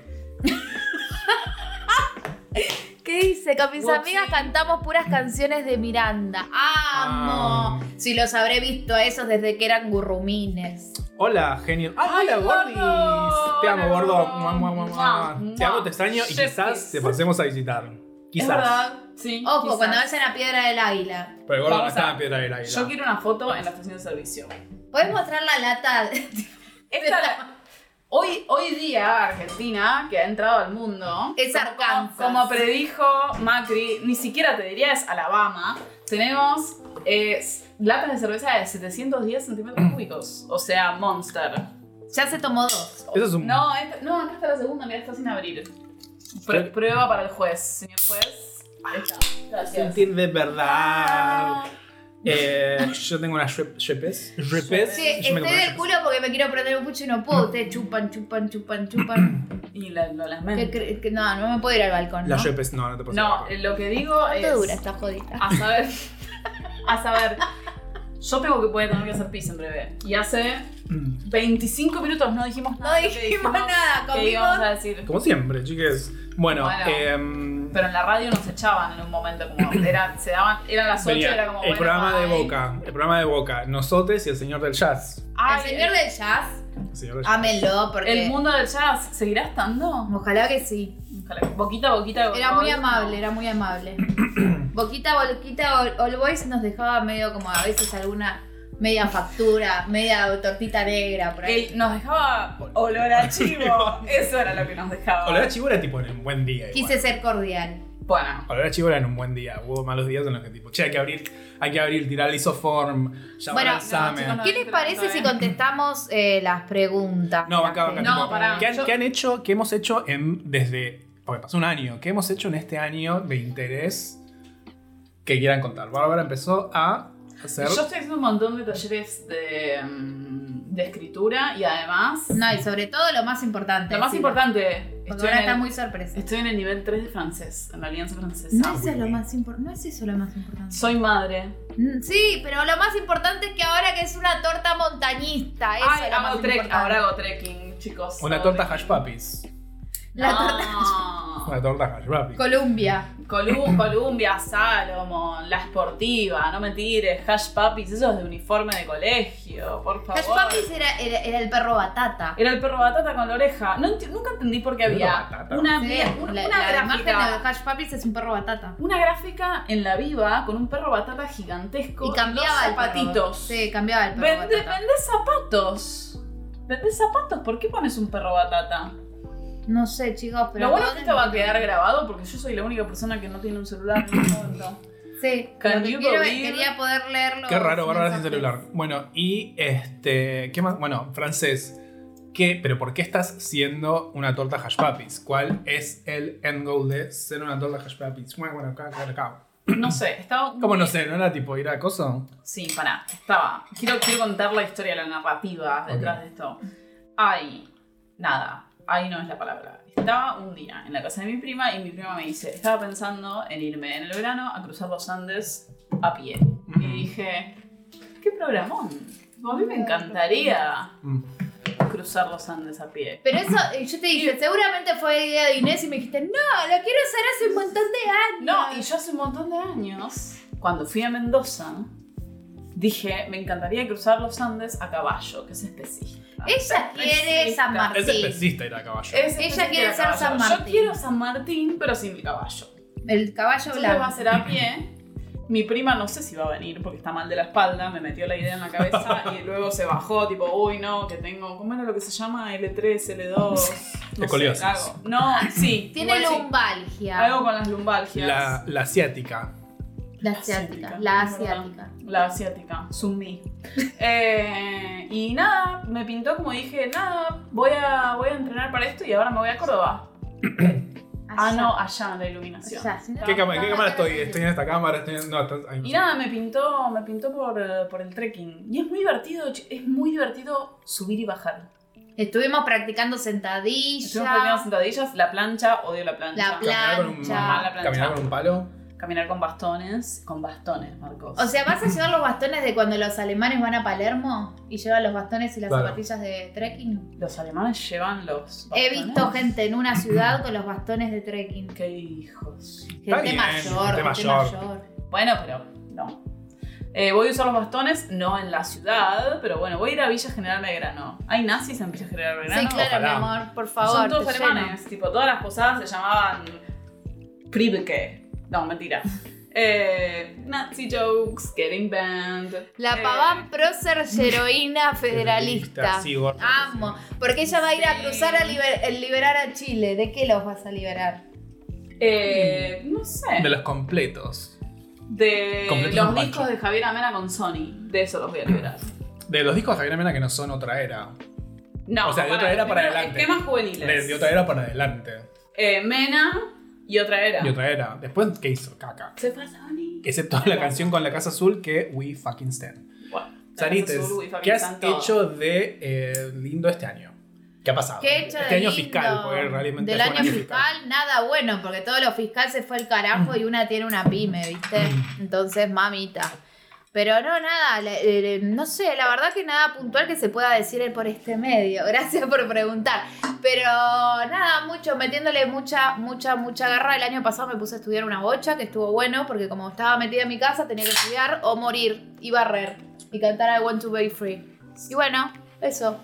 B: ¿Qué dice? Con mis
C: Whoopsie.
B: amigas cantamos puras canciones de Miranda. ¡Amo!
A: Ah.
B: Si los habré visto a esos desde que eran gurrumines.
A: Hola, genio. Ah,
C: Ay,
A: hola,
C: gordo.
A: gordis. Te amo,
C: Hola,
A: gordo.
C: gordo.
A: Mua, mua, mua, mua.
C: Mua,
A: Te amo,
C: mua.
A: te extraño y
C: Chefkis.
A: quizás te pasemos a visitar.
C: Es
A: Quizás.
C: verdad, sí.
B: Ojo,
C: quizás.
B: cuando ves en la piedra del águila.
A: Pero el gordo no
C: Vamos
A: está
C: a-
A: en piedra del águila.
C: Yo quiero una foto en la estación de servicio.
B: ¿Puedes mostrar la lata?
C: Esta, hoy, hoy día, Argentina, que ha entrado al mundo,
B: Es
C: como-
B: Arkansas.
C: Como, predijo Macri, ni siquiera te diría es Alabama, tenemos eh, s- latas de cerveza de 710 centímetros cúbicos. O sea, Monster.
B: ya se tomó dos.
A: Eso es un.
C: No, esta- no, acá está la segunda, mira, está sin abrir. Pr-
A: Pero-
C: prueba para el juez, señor juez. Ahí está. Gracias.
A: Sentir de
C: Ah.
A: verdad. Eh, yo tengo unas rep- repes. Repes.
B: Sí,
C: Este
A: Yo
B: estoy
A: me compré
B: del
A: repes.
B: culo porque me quiero prender un pucho y no puedo. Ustedes chupan, chupan, chupan, chupan.
C: Y la- lo
B: ¿Qué
C: lamento.
B: cre- que- no, no me puedo ir al balcón. ¿no?
A: Las repes, no, no te puedo
C: No, eh, lo que digo
B: ¿Cuánto
C: es.
B: dura esta jodida?
C: A saber. A saber. Yo tengo que poder tener que hacer pis en breve. Y hace
A: Mm.
C: 25 minutos no dijimos
B: No
C: nada. de Ah, lo que
B: dijimos nada,
C: que íbamos
B: comimos.
C: a decir.
A: Como siempre, chicas. Bueno,
C: Bueno.
A: em,
C: Pero en la radio nos echaban en un momento, como era, se daban, eran las 8 y
A: venía
C: era como.
A: el
C: bueno,
A: programa de
C: bye.
A: Boca. El programa de Boca. Nosotes y el señor del jazz.
C: Ay,
B: el señor del jazz,
A: El señor del jazz.
B: ámenlo porque.
C: el mundo del jazz seguirá estando.
B: Ojalá que sí.
C: Ojalá. Boquita, boquita,
B: Era muy amable, era muy amable. Boquita, Boquita, All- All Boys nos dejaba medio como a veces alguna media factura, media tortita negra por ahí.
C: Él nos dejaba olor a chivo. Eso era lo que nos dejaba.
A: Olor a chivo era tipo en un buen día. igual.
B: Quise ser cordial.
C: Bueno.
A: Olor a chivo era en un buen día. Hubo malos días en los que tipo, che, hay que abrir, hay que abrir, tirar el isoform, llamar
B: Bueno,
A: al SAME.
C: no, chicos,
B: ¿Qué les parece si contestamos eh, las preguntas?
A: No, acá, acá.
C: No,
A: tipo,
C: pará,
A: ¿qué, han,
C: yo-
A: qué han hecho? ¿Qué hemos hecho en, desde. Porque pasó un año. ¿Qué hemos hecho en este año de interés que quieran contar? Bárbara empezó a hacer.
C: Yo estoy haciendo un montón de talleres de, mm, de escritura y además,
B: No, y sobre todo lo más importante.
C: lo más
B: sí.
C: importante,
B: Porque
C: estoy
B: ahora
C: en,
B: está
C: el,
B: muy sorpresa.
C: estoy en el nivel 3 de francés, en la Alianza
B: No,
C: Francesa.
B: eso es lo más impor- no es eso lo más importante.
C: Soy madre.
B: Mm, Sí, pero lo más importante es que ahora que es una torta montañista, eso
C: Ay,
B: es lo
C: hago
B: más
C: trek-
B: importante.
C: ahora hago trekking, chicos.
A: una torta hash puppies.
B: La
A: Una torta hash puppies.
B: Colombia.
C: Colu- Columbia, Salomon, La Esportiva, no me tires, Hash Puppies, eso es de uniforme de colegio, por favor.
B: Cash Puppies era, era, era el perro batata.
C: Era el perro batata con la oreja. No enti- nunca entendí por qué
A: Perro
C: había
A: batata.
C: una,
B: Sí,
C: una, una
B: la, la imagen de
C: gráfica.
B: Hash Puppies es un perro batata.
C: Una gráfica en la viva con un perro batata gigantesco
B: Y cambiaba
C: los
B: el perro.
C: zapatitos.
B: Sí, cambiaba el perro
C: Vende,
B: batata.
C: vende zapatos. Vende zapatos. ¿Por qué pones un perro batata?
B: No sé, chicos, pero.
C: Lo bueno es que esto va a
B: ¿dónde
C: quedar grabado porque yo soy la única persona que no tiene un celular en el momento.
B: encontré? Sí,
C: Can
B: lo que
C: you
B: quiero es-
C: believe?
B: quería poder leerlo.
A: Qué raro, Bárbara sin celular. Bueno, y este. ¿Qué más? Bueno, francés. ¿Qué, pero ¿por qué estás siendo una torta hash puppies? ¿Cuál es el end goal de ser una torta hash puppies? Bueno, bueno, acá, acá, acá.
C: No sé, estaba.
A: ¿Cómo no sé? ¿No era tipo ir a coso?
C: Sí, pará, estaba. Quiero, quiero contar la historia, la narrativa detrás
A: Ok.
C: de esto. Hay, nada, ahí no es la palabra. Estaba un día en la casa de mi prima y mi prima me dice, estaba pensando en irme en el verano a cruzar los Andes a pie. Y dije, qué programón. A mí me encantaría
A: Mm.
C: cruzar los Andes a pie.
B: Pero eso, eh, yo te dije, seguramente fue idea de Inés y me dijiste, no, lo quiero hacer hace un montón de años.
C: No, y yo hace un montón de años, cuando fui a Mendoza, dije, me encantaría cruzar los Andes a caballo, que es específico.
B: Ella quiere San Martín.
A: Es especista ir a caballo.
C: Ah, Es-
B: Ella
C: es que
B: quiere
C: era
B: ser
C: caballo.
B: San Martín.
C: Yo quiero San Martín, pero sin mi caballo.
B: El caballo
C: Entonces va a
B: blanco.
C: ser a pie. Mi prima no sé si va a venir porque está mal de la espalda, me metió la idea en la cabeza y luego se bajó, tipo, uy, no, que tengo, ¿cómo era lo que se llama? L3, L2. No sé,
A: Escoliosis.
C: algo. No, sí.
B: Tiene
C: igual sí.
B: lumbalgia.
C: Algo con las lumbalgias.
A: La, la asiática.
B: La asiática.
C: asiática,
B: La
C: es verdad.
B: asiática.
C: La asiática, Sumi. Eh, y nada, me pintó como dije, nada, voy a, voy a entrenar para esto y ahora me voy a Córdoba. Ah, no, allá en la iluminación.
B: Allá, si no-
A: ¿Qué, cama-
B: no,
A: qué
B: no,
A: cámara
B: no,
A: estoy?
B: no,
A: Estoy en esta cámara, estoy en. No, estás ahí.
C: Y nada, me pintó, me pintó por, eh, por el trekking. Y es muy divertido, ch- es muy divertido subir y bajar.
B: Estuvimos practicando sentadillas.
C: Estuvimos practicando sentadillas, la plancha, odio la plancha.
B: La pla-
A: Caminar con, un,
B: Plancha.
C: La plancha.
A: caminar con un palo.
C: Caminar con bastones, con bastones, Marcos.
B: O sea, ¿vas a llevar los bastones de cuando los alemanes van a Palermo y llevan los bastones y las
A: Claro.
B: zapatillas de trekking?
C: los alemanes llevan los bastones.
B: He visto gente en una ciudad con los bastones de trekking.
C: Qué hijos.
A: Está
B: Gente
A: bien,
B: mayor,
A: gente
B: gente
A: mayor.
B: mayor.
C: Bueno, pero no. Eh, voy a usar los bastones, no en la ciudad, pero bueno, voy a ir a Villa General Belgrano. ¿Hay nazis en Villa General Belgrano?
B: Sí, claro,
A: Ojalá.
B: mi amor, por favor.
C: Son todos
B: te lleno.
C: alemanes. Tipo, todas las posadas se llamaban Pribke. No, mentira. Eh, Nazi jokes, getting banned.
B: La
C: Eh,
B: Paván Prócer, heroína federalista.
A: Sí, gordo.
B: Amo, porque ella va a ir a
C: Sí.
B: cruzar a liber- el liberar a Chile. ¿De qué los vas a liberar?
C: eh, no sé.
A: De los completos.
C: De
A: Completos
C: los
A: con Pancho.
C: discos de Javier Amena con Sony. De eso los voy a liberar.
A: De los discos de Javier Mena que no son otra era.
C: No,
A: O sea, de otra
C: pará,
A: era para
C: primero,
A: adelante.
C: Esquemas juveniles.
A: De, de otra era para adelante.
C: Eh, Mena y otra era.
A: De otra era. Después, ¿qué hizo? Caca.
C: Se fue Sony.
A: Excepto la canción con la Casa Azul que We Fucking Stand.
C: Bueno,
A: Sarites,
C: Azul, Wi-Fi,
A: ¿qué has
C: San, todo.
A: hecho de eh, lindo este año? ¿Qué ha pasado?
B: ¿Qué he hecho
A: este
B: de
A: año
B: lindo?
A: fiscal, porque realmente
B: Del
A: fue un
B: año fiscal, nada bueno, porque todo lo fiscal se fue al carajo y una tiene una pyme, ¿viste?
A: Mm.
B: Entonces, mamita. Pero no, nada, la- eh, no sé, la verdad que nada puntual que se pueda decir por este medio. Gracias por preguntar. Pero nada, mucho, metiéndole mucha, mucha, mucha garra. El año pasado me puse a estudiar una bocha, que estuvo bueno, porque como estaba metida en mi casa, tenía que estudiar o morir y barrer y cantar I Want to Be Free. Y bueno, eso.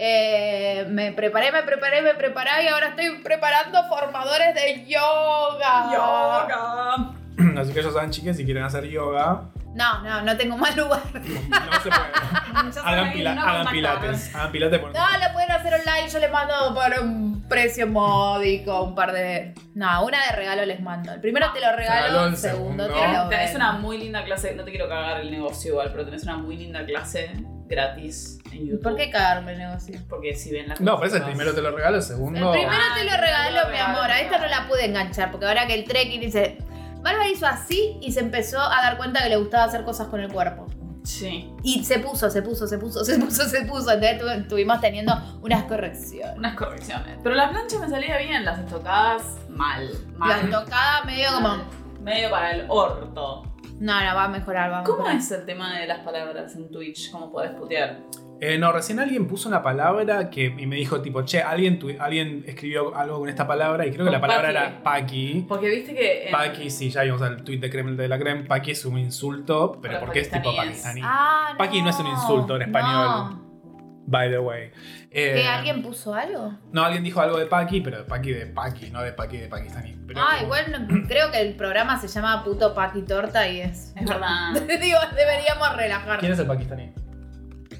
B: Eh, me preparé, me preparé, me preparé y ahora estoy preparando formadores de yoga.
C: Yoga.
A: Así que ellos saben, chicas, si quieren hacer yoga,
B: No, no, no tengo más lugar.
A: no se puede. hagan, pila- hagan pilates. Hagan pilates por
B: No, lo pueden hacer online, yo les mando por un precio módico, un par de... No, una de regalo les mando. El primero te lo
A: Regalo,
B: regalo,
A: el
B: el segundo,
A: segundo.
B: te lo
C: Tenés
B: vendo.
C: una muy linda clase, no te quiero cagar el negocio igual, pero tenés una muy linda clase gratis en YouTube.
B: ¿Por qué cagarme el negocio?
C: Porque si ven la
A: No, pero es el primero te lo regalo, el
B: El
A: segundo.
B: primero
C: Ah,
B: te
C: el
B: lo
C: primero
B: regaló, mi
C: regalo.
B: amor. A esta no la pude enganchar, porque ahora que el trekking dice... Bárbara hizo así y se empezó a dar cuenta que le gustaba hacer cosas con el cuerpo.
C: Sí.
B: Y se puso, se puso, se puso, se puso, se puso. Entonces tu- estuvimos teniendo unas correcciones.
C: Unas correcciones. Pero la plancha me salía bien, las estocadas mal.
B: La
C: Mal.
B: tocada medio como, no,
C: Medio para el orto.
B: no, va a mejorar, va a
C: ¿Cómo
B: mejorar.
C: es el tema de las palabras en Twitch? ¿Cómo podés putear?
A: Eh, no, recién alguien puso una palabra que, y me dijo tipo, che, alguien, tu- alguien escribió algo con esta palabra y creo
C: Con
A: que la palabra
C: Paqui.
A: era Paqui.
C: Porque viste que. en-
A: Paqui, sí, ya íbamos al tweet de Kreml de la Krem. Paqui es un insulto, pero
C: Para
A: porque es tipo
C: pakistaníes.
A: pakistaní.
B: Ah, no.
A: Paqui no es un insulto en español.
B: No.
A: By the way. Eh,
B: ¿Que alguien puso algo?
A: No, alguien dijo algo de Paqui, pero de Paqui de Paqui, no de Paqui de pakistaní. Pero
B: Ah,
A: como-
B: igual no- creo que el programa se llama Puto Paqui Torta y es.
C: Es verdad.
B: Digo, deberíamos relajarnos.
A: ¿Quién es el pakistaní?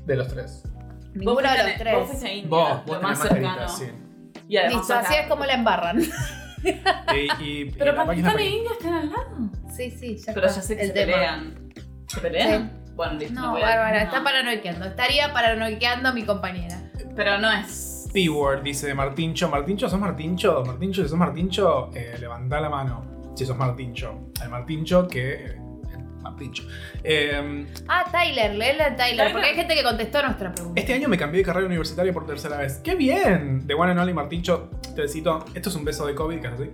A: De los tres.
B: Ninguno de los
C: tenés- Vos
B: tres.
C: fuiste a India,
A: Vos,
C: lo
A: vos
C: más
A: tenés más
C: cercano.
A: caritas, sí.
C: Y además
B: Listo, así
C: acá.
B: es como la embarran.
A: Y- y- y
C: Pero
A: la Paqui es
C: Pakistán e
A: la Paqui.
C: India están al lado.
B: Sí, sí, ya
C: Pero
B: está,
C: ya sé que
B: el
C: se
B: tema.
C: pelean. ¿Se pelean? Bueno, listo.
B: No,
C: voy a-
B: Bárbara,
C: no.
B: está paranoiqueando. Estaría paranoiqueando mi compañera.
C: Pero no es.
A: P-Word, dice Martincho. Martincho, ¿sos Martincho? Martincho, si sos Martincho, eh, levantá la mano. Si sos Martincho. Al Martincho que. eh, Martincho. Eh,
B: Ah, Tyler, léela a Tyler,
C: Tyler.
B: porque hay gente que contestó nuestra pregunta.
A: este año me cambié de carrera universitaria por tercera vez. ¡Qué bien! De One and Only Martincho, te cito. Esto es un beso de COVID, casi.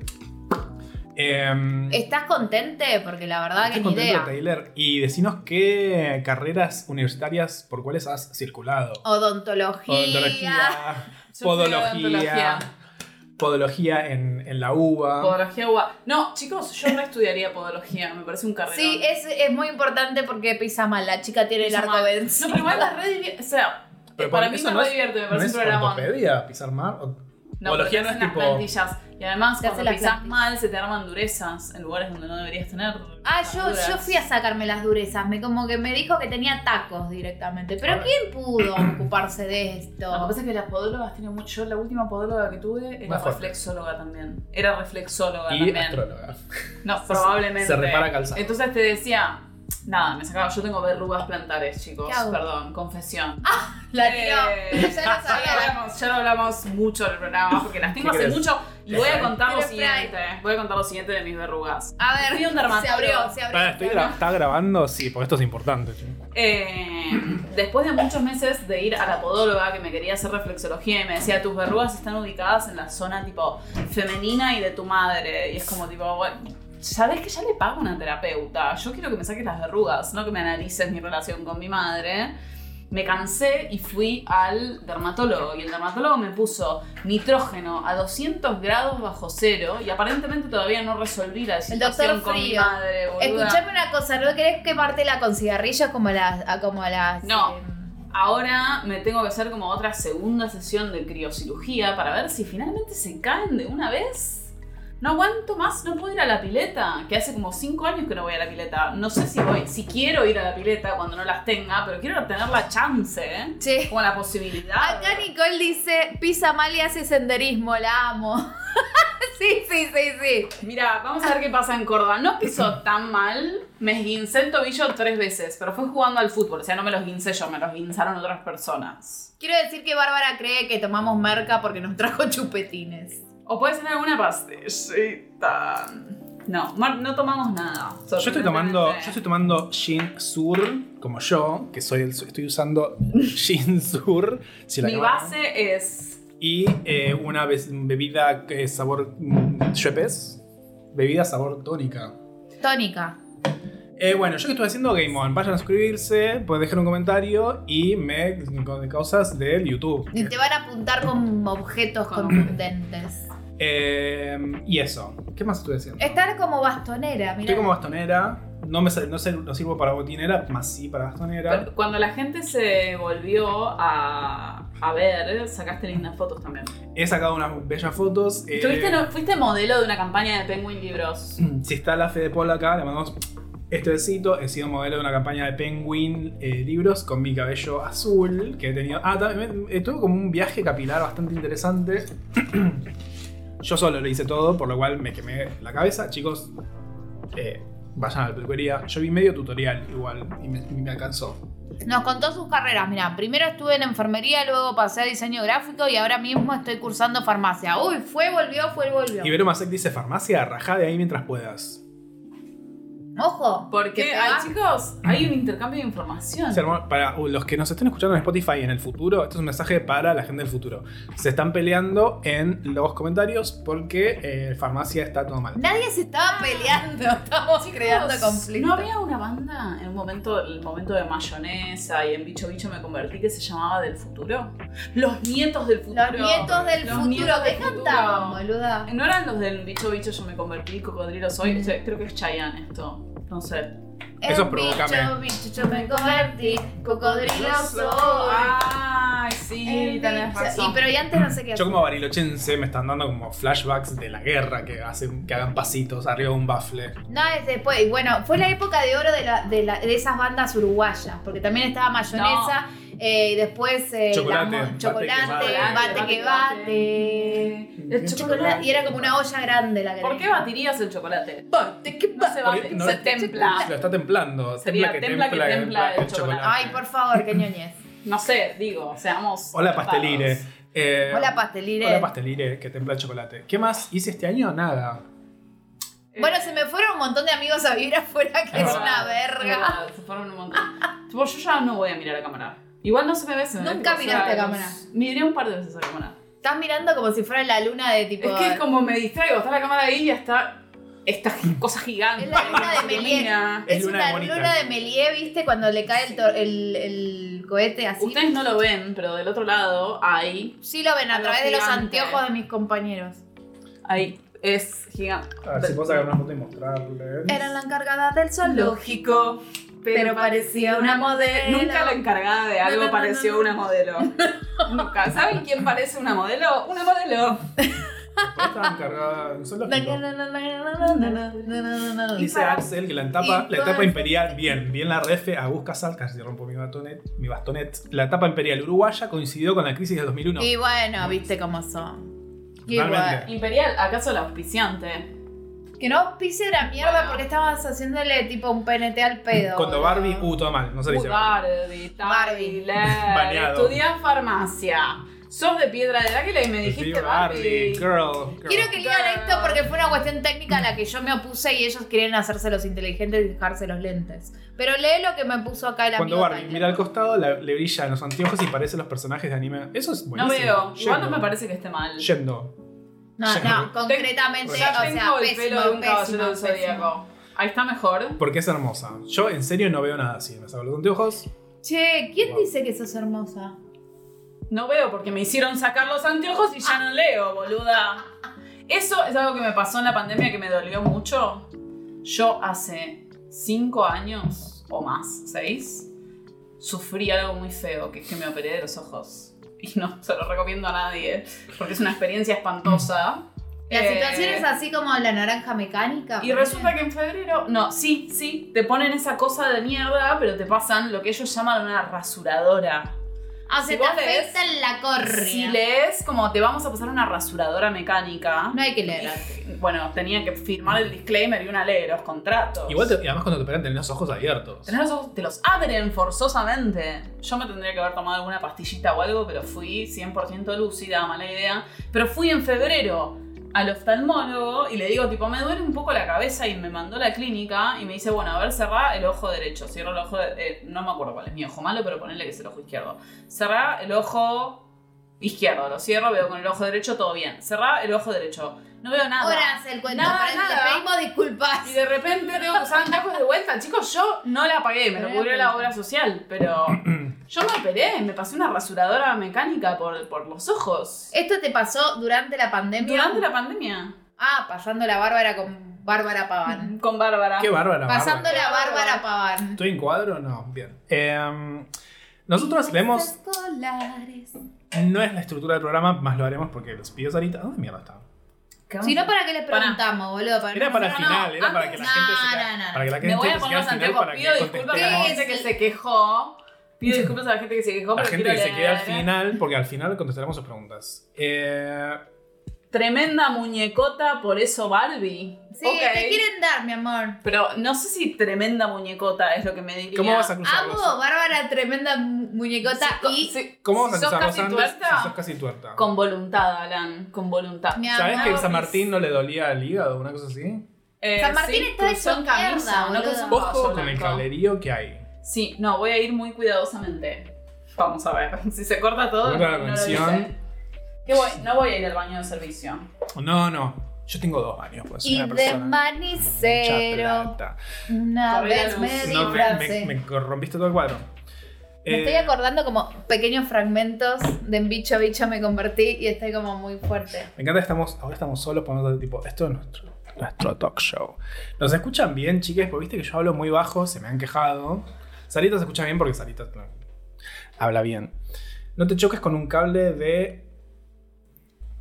A: Eh,
B: ¿Estás contente? Porque la verdad que
A: ¿Estás
B: ni
A: contento,
B: idea.
A: Taylor? Y decinos qué carreras universitarias por cuáles has circulado.
B: Odontología.
A: Odontología,
C: Yo fui de
A: podología,
C: odontología.
A: podología en, en la UBA.
C: Podología gua- No, chicos, yo no estudiaría podología. Me parece un carrerón.
B: Sí, es, es muy importante porque pisa mal. La chica tiene el
C: Pisa
B: arco
C: mal.
B: vencido.
C: No, pero igual las redes. O sea,
A: Pero
C: para
A: por-
C: mí
A: eso
C: me
A: no
C: re
A: es-
C: divierte. Me
A: ¿No
C: parece
A: es
C: un programa.
A: ortopedia? ¿Pisar mar? O-
C: No,
A: Podología
C: porque
A: no
C: no
A: es
C: es las
A: tipo-
C: plantillas. Y además,
B: Se hace
C: cuando
B: las
C: pisas
B: plantillas.
C: mal, se te arman durezas en lugares donde no deberías tener.
B: Ah, yo,
C: duras.
B: yo fui a sacarme las durezas. Me como que me dijo que tenía tacos directamente. Pero
A: Ahora.
B: ¿quién pudo ocuparse de
C: Lo que
B: esto?
C: pasa es que las podólogas tienen mucho. Yo la última podóloga que tuve era
A: Más fuerte.
C: reflexóloga también. Era reflexóloga
A: Y
C: también.
A: astróloga.
C: No, probablemente.
A: se repara calzado.
C: Entonces te decía, Nada, me sacaba. Yo tengo verrugas plantares, chicos.
B: ¿Qué hago? Ah,
C: Perdón, confesión.
B: La tiró.
C: Eh,
B: Ya
C: ya, lo
B: lo sabía.
C: hablamos, ya lo hablamos mucho en el programa porque las tengo
A: ¿Qué
C: hace
A: crees?
C: mucho y voy a contar lo
B: Pero
C: siguiente. Voy a contar lo siguiente de mis verrugas.
B: A ver,
C: Fui a un
B: se
C: dermatólogo.
B: abrió, se abrió.
A: Pará, Ah, estoy gra- ¿Está grabando? Sí, porque esto es importante. che.
C: Eh, después de muchos meses de ir a la podóloga que me quería hacer reflexología y me decía, tus verrugas están ubicadas en la zona tipo femenina y de tu madre. Y es como tipo, bueno, sabes que ya le pago a una terapeuta. Yo quiero que me saques las verrugas, no que me analices mi relación con mi madre. Me cansé y fui al dermatólogo y el dermatólogo me puso nitrógeno a 200 grados bajo cero y aparentemente todavía no resolví la
B: El doctor
C: situación con mi
B: frío.
C: madre. boluda.
B: Escuchame una cosa, ¿no querés quemártela con cigarrillos como las. a- como las
C: No.
B: eh,
C: Ahora me tengo que hacer como otra segunda sesión de criocirugía para ver si finalmente se caen de una vez. No aguanto más, no puedo ir a la pileta, que hace como 5 años que no voy a la pileta. No sé si voy, si quiero ir a la pileta cuando no las tenga, pero quiero tener la chance, ¿eh?
B: che.
C: Como la posibilidad.
B: Acá Nicole dice: Pisa mal y hace senderismo, la amo. sí, sí, sí, sí.
C: Mira, vamos a ver qué pasa en Córdoba. No pisó tan mal, me esguincé el tobillo tres veces, pero fue jugando al fútbol, o sea, no me los guincé yo, me los guinzaron otras personas.
B: Quiero decir que Bárbara cree que tomamos merca porque nos trajo chupetines.
C: O puede ser alguna pastillita. No, Mar- no tomamos nada.
A: Yo estoy tomando, yo
C: sorprendentemente.
A: estoy tomando Gin Sur, como yo, que soy el, su- estoy usando Gin Sur. si la
C: Mi
A: cámara-
C: base es.
A: Y eh, una be- bebida que es sabor mm, Schweppes. Bebida sabor tónica.
B: Tónica.
A: Eh, bueno, yo que estuve haciendo Game On, vayan a suscribirse, pueden dejar un comentario y me con causas del YouTube.
B: Y te van a apuntar con objetos
C: Con-
B: contundentes.
A: Eh, y eso. ¿Qué más estuve haciendo?
B: Estar como bastonera, mira.
A: Estoy como bastonera. No, me, sal- no, sal- no sirvo para botinera, más sí para bastonera.
C: pero Cuando la gente se volvió a, a ver, sacaste lindas fotos también.
A: He sacado unas bellas fotos. eh, Mm.
C: Tuviste- no- fuiste modelo de una campaña de Penguin Libros.
A: Si está la Fede Paul acá, le mandamos este besito. He sido modelo de una campaña de Penguin eh, Libros con mi cabello azul que he tenido. Ah, también eh, tuve como un viaje capilar bastante interesante. Yo solo lo hice todo, por lo cual me quemé la cabeza. Chicos, eh, vayan a la peluquería. Yo vi medio tutorial igual y me, y me alcanzó.
B: Nos contó sus carreras. Mira, primero estuve en enfermería, luego pasé a diseño gráfico y ahora mismo estoy cursando farmacia. Uy, fue, volvió, fue, volvió.
A: Ibero Masek dice farmacia, rajá de ahí mientras puedas.
B: Ojo. que
C: Porque,
B: te
C: ay,
B: va-
C: chicos, hay un intercambio de información.
A: Se armó- para uh, los que nos estén escuchando en Spotify en el futuro, este es un mensaje para la gente del futuro. Se están peleando en los comentarios porque eh, farmacia está todo mal.
B: Nadie se estaba peleando. Estamos creando conflicto.
C: Ah, ¿No había una banda en un momento, el momento de mayonesa y en bicho bicho me convertí que se llamaba Del Futuro? Los nietos del futuro.
B: Los nietos del
C: Los
B: futuro.
C: nietos
B: ¿Qué
C: del futuro.
B: cantaban, boluda?
C: No eran los del bicho bicho yo me convertí, cocodrilo
B: Mm.
C: soy. O sea, creo que es Chayanne esto. No sé.
A: Eso
B: En
A: provócame.
B: Bicho, bicho, yo me convertí. Cocodrilo soy.
C: Ay, sí,
B: En
C: tenés
B: bicho-
C: razón.
B: Y pero y antes no sé qué
A: Yo
B: hacía.
A: como barilochense me están dando como flashbacks de la guerra que hacen que hagan pasitos arriba de un bafle.
B: No, es después. Y bueno, fue la época de oro de, la- de la- de esas bandas uruguayas, porque también estaba mayonesa, eh, y después eh,
A: Chocolate,
B: la mo-
A: bate
B: chocolate,
A: que bate.
B: bate que bate.
C: El chocolate.
B: Y era como una olla grande la que
C: ¿Por qué
B: tenía.
C: batirías el chocolate?
B: Bate que
C: No se
B: bate.
C: bate,
A: Porque no-
C: se
B: Ah.
C: templa.
A: Lo está templando.
C: Sería templa que templa el chocolate.
B: Ay, por favor, qué ñoñez.
C: No sé, digo, seamos.
A: Hola pastelire.
C: tapados.
A: Eh,
B: Hola, pastelire.
A: Hola pastelire que templa el chocolate. ¿Qué más hice este año? Nada.
C: Eh.
B: Bueno, se me fueron un montón de amigos a vivir afuera, que
A: Es
B: es
A: verdad,
B: una
C: Es
B: verga.
C: verdad, Se fueron un montón. Tipo, yo ya no voy a mirar a cámara. Igual no se me ve, se me ve,
B: Nunca
C: tipo,
B: miraste a
C: o sea,
B: cámara.
C: Miré un par de veces a cámara.
B: Estás mirando como si fuera la luna de tipo.
C: Es que es como me distraigo, está la cámara ahí y ya está esta gi- cosa gigante.
B: Es la luna de
C: Melina.
A: Es
B: Es
A: luna
B: una
A: de Mónica.
B: luna de Melie, ¿viste? Cuando le cae el, tor- el, el cohete así.
C: Ustedes no lo ven, pero del otro lado hay.
B: Sí lo ven a
C: Algo
B: través de los
C: gigante.
B: anteojos de mis compañeros.
C: hay es gigante.
A: A ver si puedo sacar una foto y mostrarles.
B: Era la encargada del zoológico.
C: Lógico,
B: Pero parecía una modelo.
C: Nunca la encargada de algo
B: No, no, no,
C: pareció
B: no, no.
C: una modelo. Nunca. ¿Saben quién parece una modelo? Una modelo.
A: Estaba encargada en solo.
B: Y
A: Dice
B: para-
A: Axel que la etapa,
B: y
A: la etapa
B: para-
A: imperial, bien, bien la ref, a Gus Casal, casi rompo mi bastonet, mi bastonet. La etapa imperial uruguaya coincidió con la crisis del 2001.
B: Y bueno, viste cómo son. Y
A: Totalmente.
B: bueno.
C: Imperial, ¿acaso la auspiciante?
B: Que no pise la mierda
C: Bueno.
B: porque estabas haciéndole tipo un PNT al pedo.
A: Cuando
B: boludo.
A: Barbie. Uh, todo mal, no se le dice. Barbie.
C: Barbie,
B: Barbie.
C: Tyler,
A: Baneado.
C: estudiás farmacia. Sos de piedra del águila y me dijiste
A: Sí,
C: Barbie.
A: Girl, girl.
B: Quiero que lean
C: Girl.
B: esto porque fue una cuestión técnica a la que yo me opuse y ellos querían hacerse los inteligentes y dejarse los lentes. Pero lee lo que me puso acá el
A: Cuando
B: amigo
A: Barbie
B: Tyler.
A: mira al costado, la- le brillan los anteojos y parecen los personajes de anime. Eso es
C: No
A: buenísimo.
C: veo. Igual
A: Yendo.
C: no me parece que esté mal.
A: Yendo.
B: No, no, concretamente,
C: Ya
B: o sea,
C: tengo el
B: pésimo,
C: pelo de un caballero
B: pésimo,
C: del zodíaco. Ahí está mejor.
A: Porque es hermosa. Yo en serio no veo nada así. Me saco los anteojos.
B: pésimo. Che, ¿quién
A: Wow.
B: dice que sos hermosa?
C: No veo porque me hicieron sacar los anteojos y ya no leo, boluda. Eso es algo que me pasó en la pandemia que me dolió mucho. Yo hace cinco años o más, seis, sufrí algo muy feo, que es que me operé de los ojos. Y no se lo recomiendo a nadie, porque es una experiencia espantosa.
B: Mm. La
C: Eh,
B: situación es así como la naranja mecánica.
C: Y resulta que en febrero, no, sí, sí, te ponen esa cosa de mierda, pero te pasan lo que ellos llaman una rasuradora.
B: O sea,
C: si
B: Ah, te
C: vos lees-
B: afecta en la córnea.
C: Si lees como te vamos a pasar una rasuradora mecánica.
B: No hay que leer.
C: Bueno, tenía que firmar el disclaimer y una ley de los contratos.
A: Igual, te- y además cuando te operan tenés los ojos abiertos.
C: Tenés los ojos- te los abren forzosamente. Yo me tendría que haber tomado alguna pastillita o algo, pero fui 100% lúcida, mala idea. Pero fui en febrero al oftalmólogo y le digo, tipo, me duele un poco la cabeza y me mandó a la clínica y me dice, bueno, a ver, cerrá el ojo derecho. Cierro el ojo, de- eh, no me acuerdo cuál es mi ojo malo, pero ponele que es el ojo izquierdo. Cerrá el ojo izquierdo, lo cierro, veo con el ojo derecho, todo bien. Cerrá el ojo derecho. No veo nada.
B: Ahora hace el cuento,
C: Nada,
B: pero
C: nada.
B: te pedimos disculpas.
C: Y de repente tengo que usar anteojos de vuelta. Chicos, yo no la pagué, me lo cubrió la obra social, pero yo me operé, me pasé una rasuradora mecánica por, por los ojos.
B: ¿Esto te pasó durante la pandemia?
C: Durante la pandemia.
B: Ah, pasando la Bárbara con Bárbara Paván.
C: Con Bárbara.
A: Qué bárbara.
B: Pasando
A: Bárbara.
B: la Bárbara
C: Bárbara.
B: Paván.
A: ¿Estoy en cuadro? No, bien. Em, nosotros leemos.
B: Escolares.
A: No es la estructura del programa, más lo haremos porque los pidió ahorita. ¿Dónde mierda está?
C: ¿Qué
B: Si no,
C: onda?
B: ¿para qué les
C: Pará.
B: preguntamos, boludo? Para
A: Era
B: no
A: para el
B: hacer-
C: no,
A: final, era para que
C: antes-
A: la gente se
B: no,
A: queda-
B: no, no.
A: Para que la
C: Me voy
A: gente
C: a poner
A: se
C: los
A: quede al final
C: anteojos.
A: para
C: Pido
A: que
C: disculpas a la
A: contestemos.
B: Sí,
C: gente que
B: sí.
C: se quejó. Pido disculpas a la gente que se quejó.
A: La
C: pero
A: gente que
C: quiero
A: se queda al
C: leer.
A: final, porque al final contestaremos sus preguntas. Eh,
C: Tremenda muñecota, por eso Barbie.
B: Sí,
C: Ok.
B: te quieren dar, mi amor.
C: Pero no sé si tremenda muñecota es lo que me diría.
A: ¿Cómo vas a cruzar
B: Amo,
A: los-
B: Bárbara, tremenda mu- muñecota
C: Sí, co-
B: y
C: sí.
A: ¿Cómo vas a
C: Si sos
A: cruzar los
C: casi
A: Andes si
C: tuerta,
A: sos casi tuerta?
C: Con voluntad, Alan, con voluntad.
B: mi
A: ¿Sabes
B: amor.
A: que
C: Amargo,
A: San Martín no le dolía al hígado una cosa así?
C: Eh,
B: San Martín
C: sí,
B: está
C: cruzó
B: hecho
C: en camisa,
B: mierda,
C: no
B: boludo.
C: cruzó en
A: Ojo
C: caballo
A: con el
C: blanco.
A: cablerío que hay.
C: Sí, no, voy a ir muy cuidadosamente. Vamos a ver, si se corta todo.
A: Corta la
C: no lo
A: canción.
C: dice. Que voy- no voy a ir al baño de servicio.
A: No, no. Yo tengo dos años, pues. soy
B: Y
A: una
B: de
A: persona. con mucha
B: manicero,
A: plata.
B: una
C: Correa
B: vez
C: luz.
B: me
A: No, me,
B: disfracé.
A: me- me rompiste todo el cuadro.
B: Me
A: Eh,
B: estoy acordando como pequeños fragmentos de en bicho a bicho me convertí y estoy como muy fuerte.
A: Me encanta que estamos, ahora estamos solos poniendo tipo, esto es nuestro, nuestro talk show. Nos escuchan bien, chicas, porque viste que yo hablo muy bajo, se me han quejado. Sarita se escucha bien porque Sarita no, habla bien. No te choques con un cable de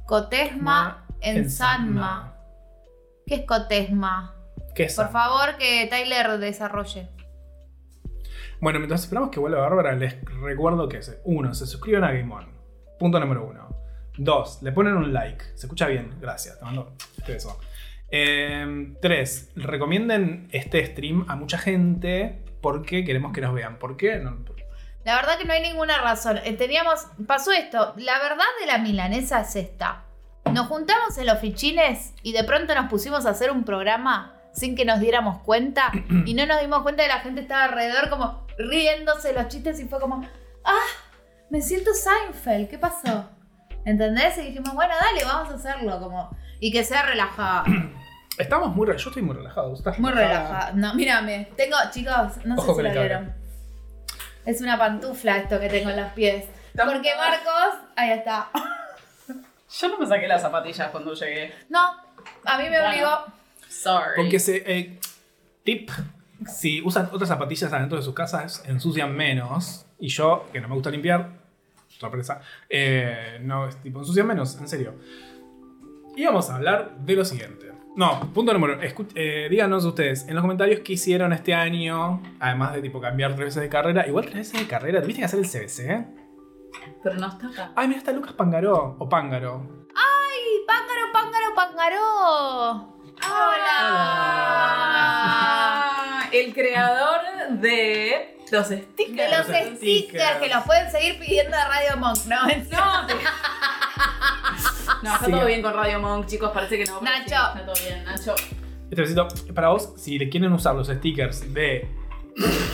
B: Cotesma en Sanma. ¿Qué es Cotesma?
A: ¿Qué es?
B: Por
A: Sanma?
B: favor, que Tyler desarrolle.
A: Bueno, mientras esperamos que vuelva Bárbara, les recuerdo que se- uno, se suscriban a Game On. Punto número uno. Dos, le ponen un like. Se escucha bien, gracias. Te mando este beso. Eh, tres, recomienden este stream a mucha gente porque queremos que nos vean. ¿Por qué? No, por-
B: La verdad que no hay ninguna razón. Eh, Teníamos. Pasó esto. La verdad de la milanesa es esta. Nos juntamos en los fichines y de pronto nos pusimos a hacer un programa sin que nos diéramos cuenta y no nos dimos cuenta que la gente estaba alrededor como riéndose de los chistes y fue como, ah, me siento Seinfeld, ¿qué pasó? ¿Entendés? Y dijimos, bueno, dale, vamos a hacerlo como... Y que sea relajada,
A: Estamos muy re- Yo estoy muy Oh, relajado. ¿vos estás
B: muy relajada. No, mírame, tengo, chicos, no
A: Ojo
B: sé
A: con
B: si
A: el
B: lo vieron. Es una pantufla esto que tengo en los pies. Porque Marcos, ahí está.
C: Yo no me saqué las zapatillas cuando llegué.
B: No, a mí me
C: Bueno.
B: obligó.
C: Sorry.
A: Con que se. eh, tip: si usan otras zapatillas adentro de sus casas, ensucian menos. Y yo, que no me gusta limpiar, sorpresa, eh, no, es tipo, ensucian menos, en serio. Y vamos a hablar de lo siguiente. No, punto número. escu- eh, díganos ustedes en los comentarios qué hicieron este año, además de tipo cambiar tres veces de carrera. Igual tres veces de carrera, tuviste que hacer el CBC.
C: Pero no está acá.
A: ¿eh? Ay, mira, está Lucas Pangaró o Pángaro.
B: ¡Ay, pángaro, pángaro, pángaro! Hola.
C: Ah, el creador de los stickers.
B: De los
A: Los
B: stickers,
A: stickers.
B: que los pueden seguir pidiendo a Radio Monk, ¿no?
C: No, te- No, está
A: Sí.
C: todo bien con Radio Monk, chicos. Parece que no. pero
B: Nacho.
C: sí, está todo bien, Nacho.
A: Este besito para vos, si le quieren usar los stickers de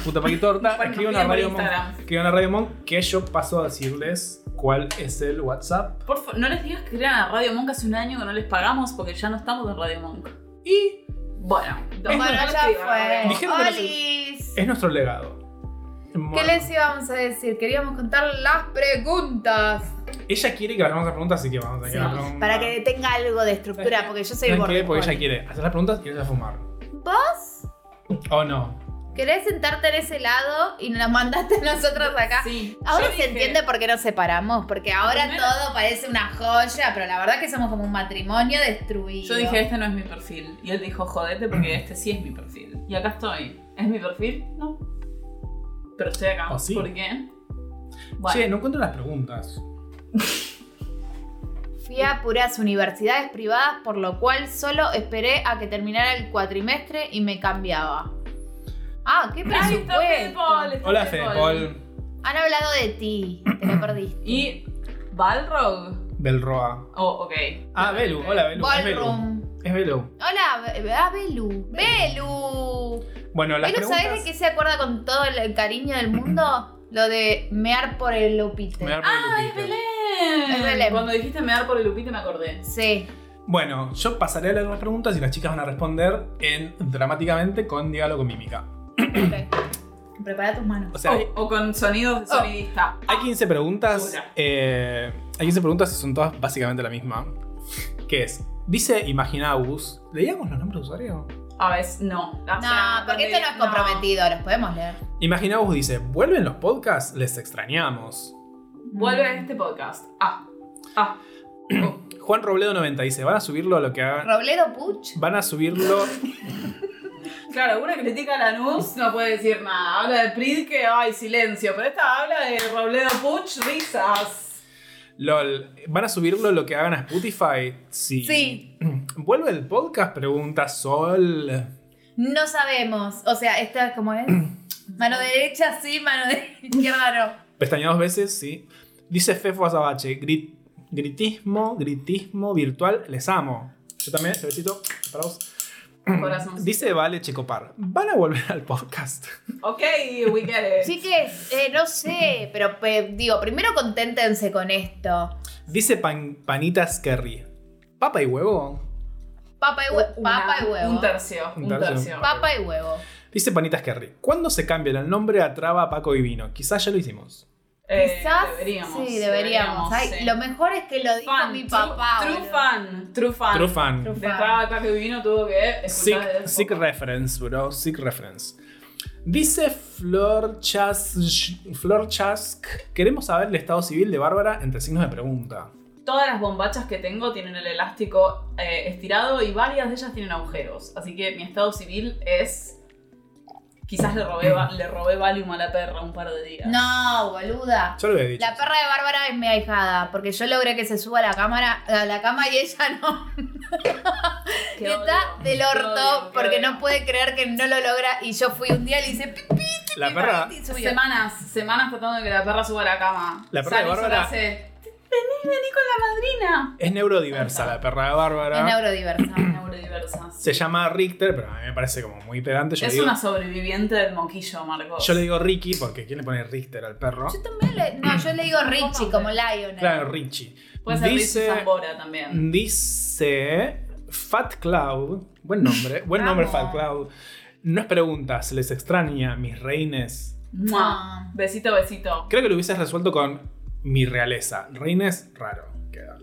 A: puta paqui torta,
C: Bueno,
A: escriban
C: nos
A: a
C: piden por
A: Radio Monk.
C: Instagram.
A: Escriban a Radio Monk que yo paso a decirles cuál es el WhatsApp.
C: Por favor, no les digas que eran a Radio Monk hace un año que no les pagamos porque ya no estamos en Radio Monk.
A: Y
C: Bueno, no,
B: Bueno,
C: no
B: ya
C: escriban,
B: fue.
A: Dijeron que no se-
B: Olis.
A: es nuestro legado.
B: ¿Qué les íbamos a decir? Queríamos contar las preguntas.
A: Ella quiere que vayamos a preguntas, así que vamos a
B: Sí,
A: ir a preguntas.
B: para que tenga algo de estructura, porque yo soy
A: ¿Saben qué?
B: border
A: Porque ella
B: collie.
A: quiere hacer las preguntas y ella fumar.
B: ¿Vos
A: ¿O no?
B: querés sentarte en ese lado y nos la mandaste a nosotros acá?
C: Sí.
B: Ahora
C: Yo
B: se
C: dije,
B: entiende por qué nos separamos, porque ahora
C: Primero-
B: todo parece una joya, pero la verdad que somos como un matrimonio destruido.
C: Yo dije, este no es mi perfil. Y él dijo, jodete porque este sí es mi perfil. Y acá estoy. ¿Es mi perfil? No. Pero estoy acá.
A: Oh, sí.
C: ¿Por qué? Bueno,
A: Che, no encuentro las preguntas.
B: Fui a puras universidades privadas, por lo cual solo esperé a que terminara el cuatrimestre y me cambiaba. Ah, qué
C: Ahí está Fede Paul,
B: presupuesto.
C: está
A: Hola,
C: Fede
A: Fede
C: Paul.
A: Este, Paul
B: Han hablado de ti, te lo perdiste.
C: Y Balrog.
A: Belroa.
C: Oh, ok.
A: Ah, Belu. Hola, Belu. Es Belu.
B: Ballroom.
A: Es Belu.
B: Hola, Be- ah, Belu. Belu.
A: Bueno, las
B: Belu,
A: preguntas...
B: ¿sabes de qué se acuerda con todo el el cariño del mundo? Lo de mear por el lupite.
A: Me da por el
C: Ah, es
A: lupito.
C: Belén.
B: Es Belén.
C: Cuando dijiste me dar por el lupito me acordé.
B: Sí.
A: Bueno, yo pasaré a leer las preguntas y las chicas van a responder en, dramáticamente con diálogo mímica.
B: Ok. Prepara tus manos.
A: O sea, hay-
C: o, o con sonidos de
A: Oh.
C: sonidista.
A: hay 15 preguntas.
C: Dura.
A: eh, hay 15 preguntas y son todas básicamente la misma. Que es, dice Imaginabus, ¿leíamos los nombres de usuario?
C: A veces no. O sea,
B: No, porque esto no es
C: no.
B: comprometido, los podemos leer.
A: Imaginabus dice, ¿vuelven los podcasts? Les extrañamos.
C: Vuelve a este podcast. Ah. Ah. Oh.
A: Juan Robledo 90 dice, ¿van a subirlo a lo que hagan?
B: Robledo Puch.
A: Van a subirlo...
C: Claro, una critica a Lanús no puede decir nada. Habla de Prid que ay, silencio. Pero esta habla de Robledo Puch, risas.
A: LOL, ¿van a subirlo lo que hagan a Spotify? Sí.
B: Sí.
A: ¿Vuelve el podcast? Pregunta Sol.
B: No sabemos. O sea, esta es como es. Mano derecha sí, mano de izquierda
A: Pestaña dos veces, sí. Dice Fefo Azabache, "Gri- gritismo, gritismo virtual, les amo. Yo también, este besito para vos.
C: Corazón.
A: Dice Vale Checopar, ¿van a volver al podcast?
C: Ok, we get
B: no.
C: it.
B: Así que, eh, no sé, pero pe- digo, primero conténtense con esto.
A: Dice Pan- Panitas Kerry, ¿papa y huevo?
B: Papa y, hue-
C: Una-
B: papa y huevo.
C: Un tercio. Un
A: Un tercio.
C: tercio.
B: Papa y huevo.
A: Dice Panitas Kerry, ¿cuándo se cambian el nombre a Traba, Paco y Vino? Quizás ya lo hicimos.
C: Eh,
B: Quizás.
C: Deberíamos.
B: sí, deberíamos. Ay,
C: sí.
B: Lo mejor es que lo dijo
C: Fan,
B: mi papá.
C: True, true
B: boludo.
C: fan. True fan.
A: True fan.
B: True
C: De cada acá que vino tuvo que escuchar
A: Sick,
C: desde
A: sick
C: poco.
A: reference, bro. Sick reference. Dice Flor Chask, Flor Chask, queremos saber el estado civil de Bárbara entre signos de pregunta.
C: Todas las bombachas que tengo tienen el elástico eh, estirado y varias de ellas tienen agujeros. Así que mi estado civil es. Quizás le robé, va- le robé Valium a la perra un par de días.
B: No, boluda.
A: Yo lo había dicho.
B: La perra de Bárbara es mi ahijada, porque yo logré que se suba a la cámara, a la cama y ella no.
C: Qué odio,
B: Está del
C: qué
B: orto
C: odio, qué
B: porque
C: odio.
B: no puede creer que no lo logra y yo fui un día y le hice pipí
A: La perra,
B: y subió.
C: Semanas, semanas tratando de que la perra suba a la cama.
A: La perra de
C: Sale y
A: Bárbara-
C: sola hace, Vení, vení con la madrina.
A: es neurodiversa, la perra de
B: Es
A: Bárbara.
B: neurodiversa.
C: Neurodiversa.
A: Se llama Richter, pero a mí me parece como muy pedante. Yo,
C: Es
A: le, digo,
C: una sobreviviente del moquillo, Marcos.
A: yo le digo Ricky, porque ¿quién le pone Richter al perro?
B: Yo también le. No, yo le digo Richie como Lionel.
A: Claro, Richie.
C: Puede ser Dice...
A: dice,
C: Zambora también.
A: dice Fat Cloud, buen nombre, buen nombre
B: Vamos.
A: Fat Cloud. No es pregunta, se les extraña, mis reines.
C: Mua. Besito, besito.
A: Creo que lo hubieses resuelto con mi realeza. Reines, raro. queda.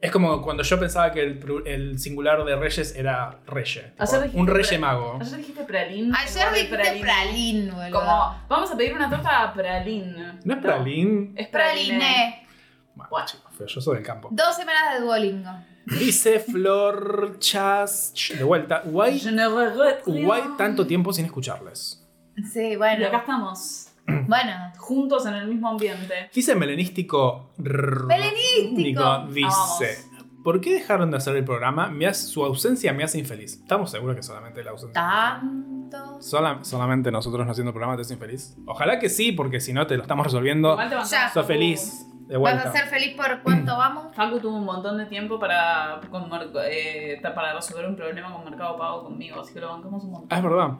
A: Es como cuando yo pensaba que el, pru- el singular de reyes era reye. tipo,
C: Ayer dijiste
A: un
C: pre-
A: reye mago.
C: Ayer dijiste pralín.
B: Ayer
C: en lugar de
B: dijiste pralín, boludo.
C: Como, vamos a pedir una torta a pralín.
A: ¿No es pralín?
C: es praliné.
B: Praliné.
A: Bueno, chicos, pero yo soy del campo.
B: Dos semanas de Duolingo.
A: Dice Flor Chas... De vuelta. Guay,
C: Je ne regrette rien.
A: guay tanto tiempo sin escucharles.
B: Sí,
C: Y acá
B: bueno.
C: estamos,
B: Bueno.
C: juntos en el mismo ambiente.
A: Dice melanístico... r-
B: Melanístico.
A: Dice... ¿Por qué dejaron de hacer el programa? Me hace- su ausencia me hace infeliz. Estamos seguros que solamente la ausencia.
B: Tanto.
A: Sola- solamente nosotros no haciendo programa te hace infeliz. Ojalá que sí, porque si no te lo estamos resolviendo.
C: Igual te bancamos.
B: Ya.
A: Sos feliz. De
B: ¿Vas a
A: vuelta. Mm.
B: ser feliz por cuánto vamos?
C: Facu tuvo un montón de tiempo para, con Mer- eh, para resolver un problema con Mercado Pago conmigo, así que lo bancamos un montón.
A: Ah, es verdad.